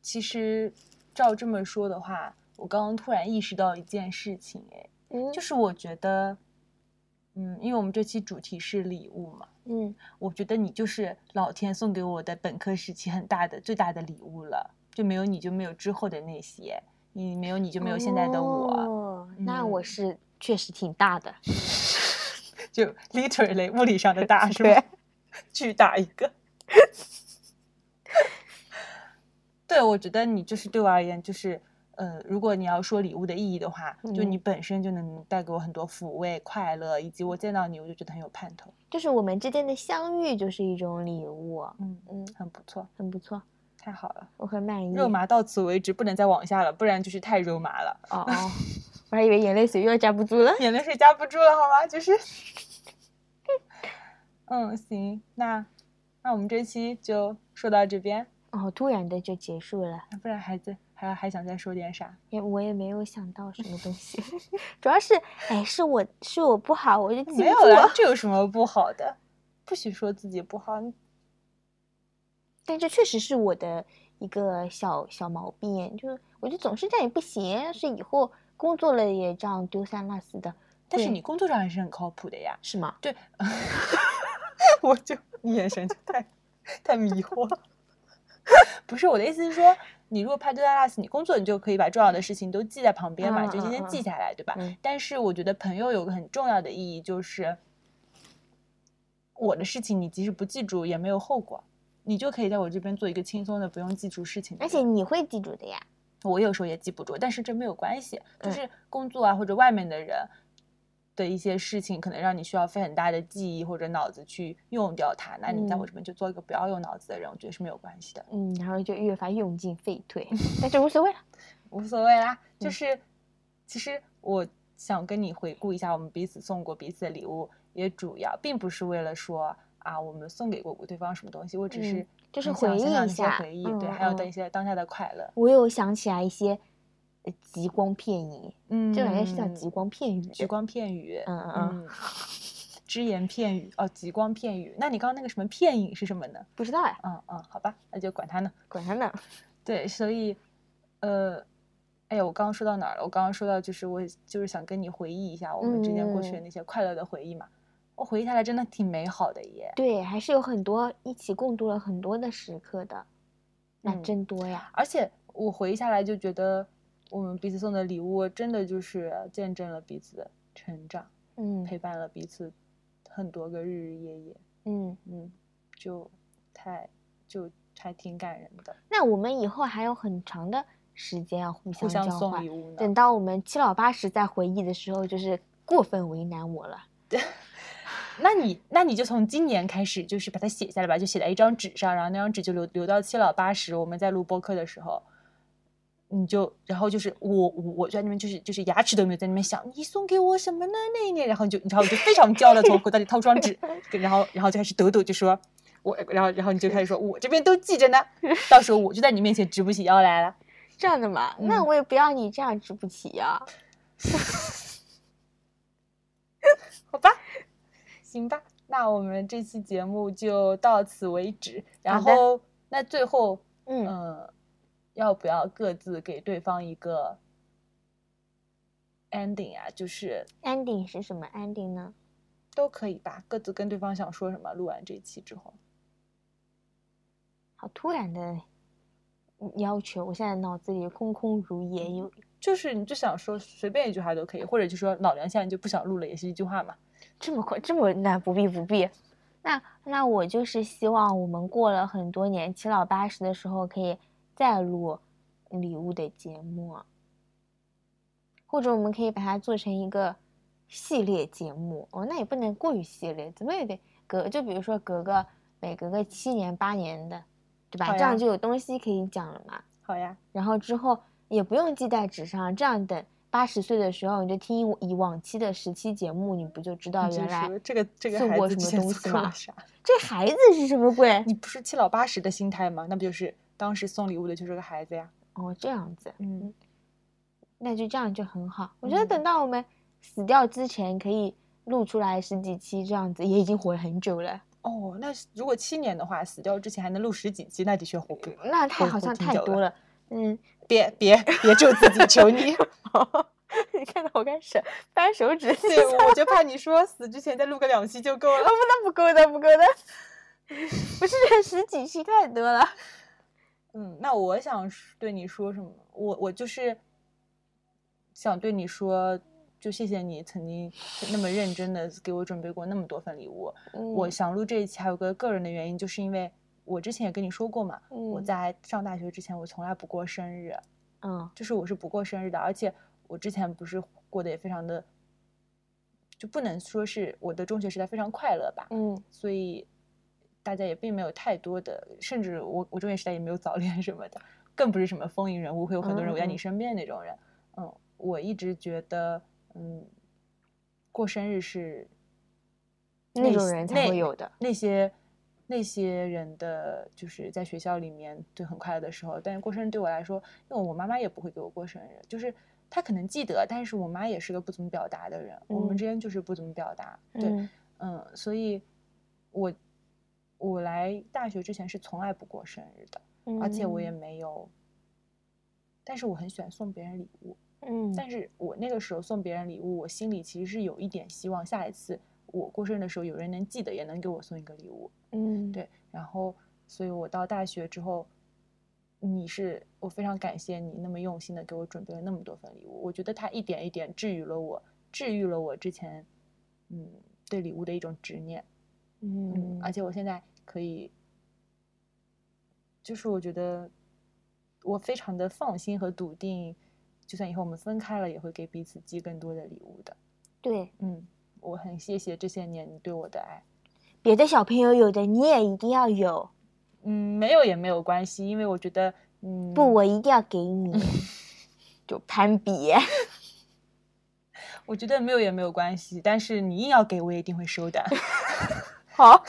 B: 其实照这么说的话，我刚刚突然意识到一件事情，哎，
C: 嗯
B: 就是我觉得，嗯，因为我们这期主题是礼物嘛，
C: 嗯，
B: 我觉得你就是老天送给我的本科时期很大的最大的礼物了，就没有你就没有之后的那些，你没有你就没有现在的我，啊
C: 哦那我
B: 嗯
C: 是确实挺大的，
B: 就 literally 物理上的大是
C: 对
B: 吧？ 巨大一个。对，我觉得你就是对我而言，就是呃，如果你要说礼物的意义的话，就
C: 嗯
B: 你本身就能带给我很多抚慰、快乐，以及我见到你我就觉得很有盼头，
C: 就是我们之间的相遇就是一种礼物，
B: 嗯，
C: 嗯，
B: 很不错，
C: 很不错，
B: 太好了。
C: 我很满意。
B: 肉麻到此为止，不能再往下了，不然就是太肉麻了，
C: 哦哦，我还以为眼泪水又要架不住了。
B: 眼泪水夹不住了，好吗？就是， 嗯，行，那那我们这期就说到这边，
C: 哦，突然的就结束了，
B: 那不然还在还还想再说点啥？
C: 也我也没有想到什么东 西，主要是哎，是我是我不好，我就记
B: 没
C: 不
B: 有
C: 住
B: 啦
C: 了。，
B: 这有什么不好的？不许说自己不好，你
C: 但这确实是我的一个小小毛病，就是我就总是这样也不行，要是以后工作了也这样丢三落四的，
B: 但是
C: 对
B: 你工作上还是很靠谱的呀。
C: 是吗？
B: 对， 我就你眼神就太太迷惑了。 不是我的意思是说，你如果怕丢三落四，你工作你就可以把重要的事情都记在旁边嘛，
C: 嗯
B: 就今天
C: 嗯嗯
B: 记下来，对吧？
C: 嗯
B: 但是我觉得朋友有个很重要的意义就是，我的事情你即使不记住也没有后果，你就可以在我这边做一个轻松的不用记住事情的
C: 而
B: 人。
C: 且你会记住的呀。
B: 我有时候也记不住，但是这没有关系，就
C: 嗯
B: 是工作啊或者外面的人的一些事情，可能让你需要费很大的记忆或者脑子去用掉它。那你在我
C: 嗯
B: 这边就做一个不要用脑子的人，我觉得是没有关系的，
C: 嗯，然后就越发用尽废 退，但这无所谓了。
B: 无所谓啦。就
C: 嗯
B: 是、其实我想跟你回顾一下我们彼此送过彼此的礼物，也主要并不是为了说啊我们送给过对方什么东西，我只是、
C: 嗯就是
B: 很想
C: 回
B: 想到
C: 忆一
B: 那些
C: 下
B: 回忆，
C: 嗯
B: 对，还有
C: 嗯
B: 的一些当下的快乐，
C: 我又想起来一些呃极光片语，
B: 嗯，
C: 这玩意儿是叫极光片语。
B: 极光片语，
C: 嗯嗯嗯，
B: 啊只言片语哦，极光片语。那你刚刚那个什么片影是什么呢？
C: 不知道哎，
B: 嗯嗯，好吧，那就管它呢。
C: 管他呢。
B: 对，所以，呃，哎呀，我刚刚说到哪儿了？我刚刚说到就是我就是想跟你回忆一下我们之间过去的
C: 嗯
B: 那些快乐的回忆嘛。我回忆下来真的挺美好的耶，
C: 对，还是有很多一起共度了很多的时刻的，那
B: 嗯
C: 真多呀。
B: 而且我回忆下来就觉得我们彼此送的礼物真的就是见证了彼此的成长，
C: 嗯
B: 陪伴了彼此很多个日日夜夜。
C: 嗯，
B: 嗯，就太就还挺感人的，
C: 那我们以后还有很长的时间要互
B: 互
C: 相
B: 相
C: 交
B: 送
C: 换
B: 礼。物呢。
C: 等到我们七老八十再回忆的时候，就是过分为难我了。
B: 那你那你就从今年开始，就是把它写下来吧，就写在一张纸上，然后那张纸就留留到七老八十，我们在录播客的时候，你就然后就是我我我在那边就是就是牙齿都没有在那边想，你送给我什么呢那一年，然后你就然后你就非常骄傲的从口袋里掏出 张纸，然后然后就开始抖抖就说。我，然后，然后你就开始说，我这边都记 着呢，到时候我就在你面前直不起腰来了。
C: 这样的嘛，那
B: 嗯
C: 我也不要你这样直不起呀、
B: 好吧，行吧，那我们这期节目就到此为止。然
C: 好的
B: 后，那最后，
C: 嗯
B: 呃，要不要各自给对方一个 ending 啊？就是
C: 安 ending 是什么 ending 呢？
B: 都可以吧，各自跟对方想说什么。录完这一期之后，
C: 好突然的要求，我现在脑子里空空如也，有
B: 就是你就想说随便一句话都可以，或者就说老娘现在就不想录了，也是一句话嘛。
C: 这么快，这么那不必不必。那那我就是希望我们过了很多年七老八十的时候，可以再录礼物的节目，或者我们可以把它做成一个系列节目。哦，那也不能过于系列，怎么也得隔，就比如说隔个每隔个七年八年的，对吧？
B: 好
C: 这
B: 呀
C: 样就有东西可以讲了嘛。
B: 好呀，
C: 然后之后也不用记在纸上，这样等八十岁的时候，你就听以往期的十期节目，你不就知道
B: 你就
C: 哦原来
B: 说这个这个
C: 送
B: 孩
C: 过
B: 子之
C: 什
B: 前
C: 么东
B: 送
C: 西
B: 给我
C: 吗
B: 啥？
C: 这孩子是什么鬼？
B: 你不是七老八十的心态吗？那不就是当时送礼物的就是个孩子呀？
C: 哦，这样子，
B: 嗯，
C: 那就这样就很好。我觉得
B: 嗯
C: 等到我们死掉之前，可以录出来十几期这样子，也已经活了很久了。
B: 哦，那是如果七年的话，死掉之前还能录十几期，那的确活不。
C: 那
B: 活
C: 太好
B: 活
C: 像
B: 挺
C: 太
B: 久
C: 多了，嗯，
B: 别别别咒自己，求你！
C: 你看到我开始掰手指，
B: 对，我就怕你说死之前再录个两期就够了。
C: 那不够的，不够的， 不是这十几期太多了。
B: 嗯，那我想说对你说什么？我我就是想对你说，就谢谢你曾经那么认真的给我准备过那么多份礼物。我
C: 嗯
B: 想录这一期还有个个人的原因，就是因为我之前也跟你说过嘛，我
C: 嗯
B: 在上大学之前我从来不过生日。
C: 嗯
B: 就是我是不过生日的，而且我之前不是过得也非常的，就不能说是我的中学时代非常快乐吧，
C: 嗯
B: 所以大家也并没有太多的，甚至我我中学时代也没有早恋什么的，更不是什么风云人物，会有很多人围在
C: 嗯嗯
B: 你
C: 嗯
B: 身边的那种人。嗯，我一直觉得，嗯，过生日是
C: 那
B: 那
C: 种
B: 些
C: 人才
B: 那
C: 会有的
B: 那些那些人的，就是在学校里面对很快乐的时候，但是过生日对我来说，因为我妈妈也不会给我过生日，就是她可能记得，但是我妈也是个不怎么表达的人，我们
C: 嗯
B: 之间就是不怎么表达，对，
C: 嗯
B: 嗯，所以我我来大学之前是从来不过生日的，
C: 嗯
B: 而且我也没有，但是我很喜欢送别人礼物，
C: 嗯
B: 但是我那个时候送别人礼物，我心里其实是有一点希望，下一次我过生日的时候，有人能记得，也能给我送一个礼物。
C: 嗯
B: 对，然后，所以我到大学之后，你是我非常感谢你那么用心的给我准备了那么多份礼物，我觉得它一点一点治愈了我，治愈了我之前，嗯，对礼物的一种执念。嗯，
C: 嗯
B: 而且我现在可以，就是我觉得我非常的放心和笃定，就算以后我们分开了，也会给彼此寄更多的礼物的。
C: 对，
B: 嗯，我很谢谢这些年你对我的爱。
C: 别的小朋友有的你也一定要有，
B: 嗯，没有也没有关系，因为我觉得，嗯，
C: 不，我一定要给你，就攀比。
B: 我觉得没有也没有关系，但是你硬要给我，也一定会收的。
C: 好，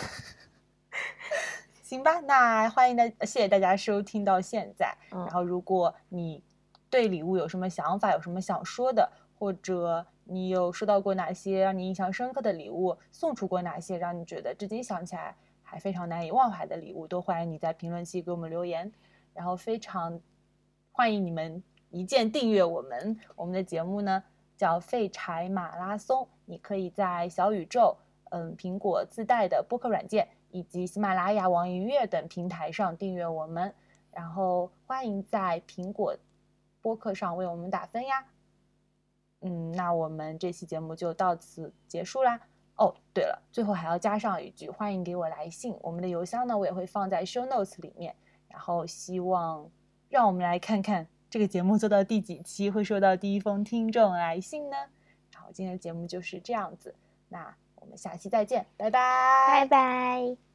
B: 行吧，那欢迎大，谢谢大家收听到现在。
C: 嗯
B: 然后，如果你对礼物有什么想法，有什么想说的，或者你有收到过哪些让你印象深刻的礼物，送出过哪些让你觉得至今想起来还非常难以忘怀的礼物，都欢迎你在评论区给我们留言。然后，非常欢迎你们一键订阅我们。我们的节目呢叫《废柴马拉松》，你可以在小宇宙、嗯苹果自带的播客软件以及喜马拉雅、网易云音乐等平台上订阅我们。然后欢迎在苹果播客上为我们打分呀。嗯，那我们这期节目就到此结束啦。哦，对了，最后还要加上一句，欢迎给我来信，我们的邮箱呢我也会放在 show notes 里面。然后希望让我们来看看这个节目做到第几期会收到第一封听众来信呢？然后今天的节目就是这样子，那我们下期再见，拜拜，
C: 拜拜。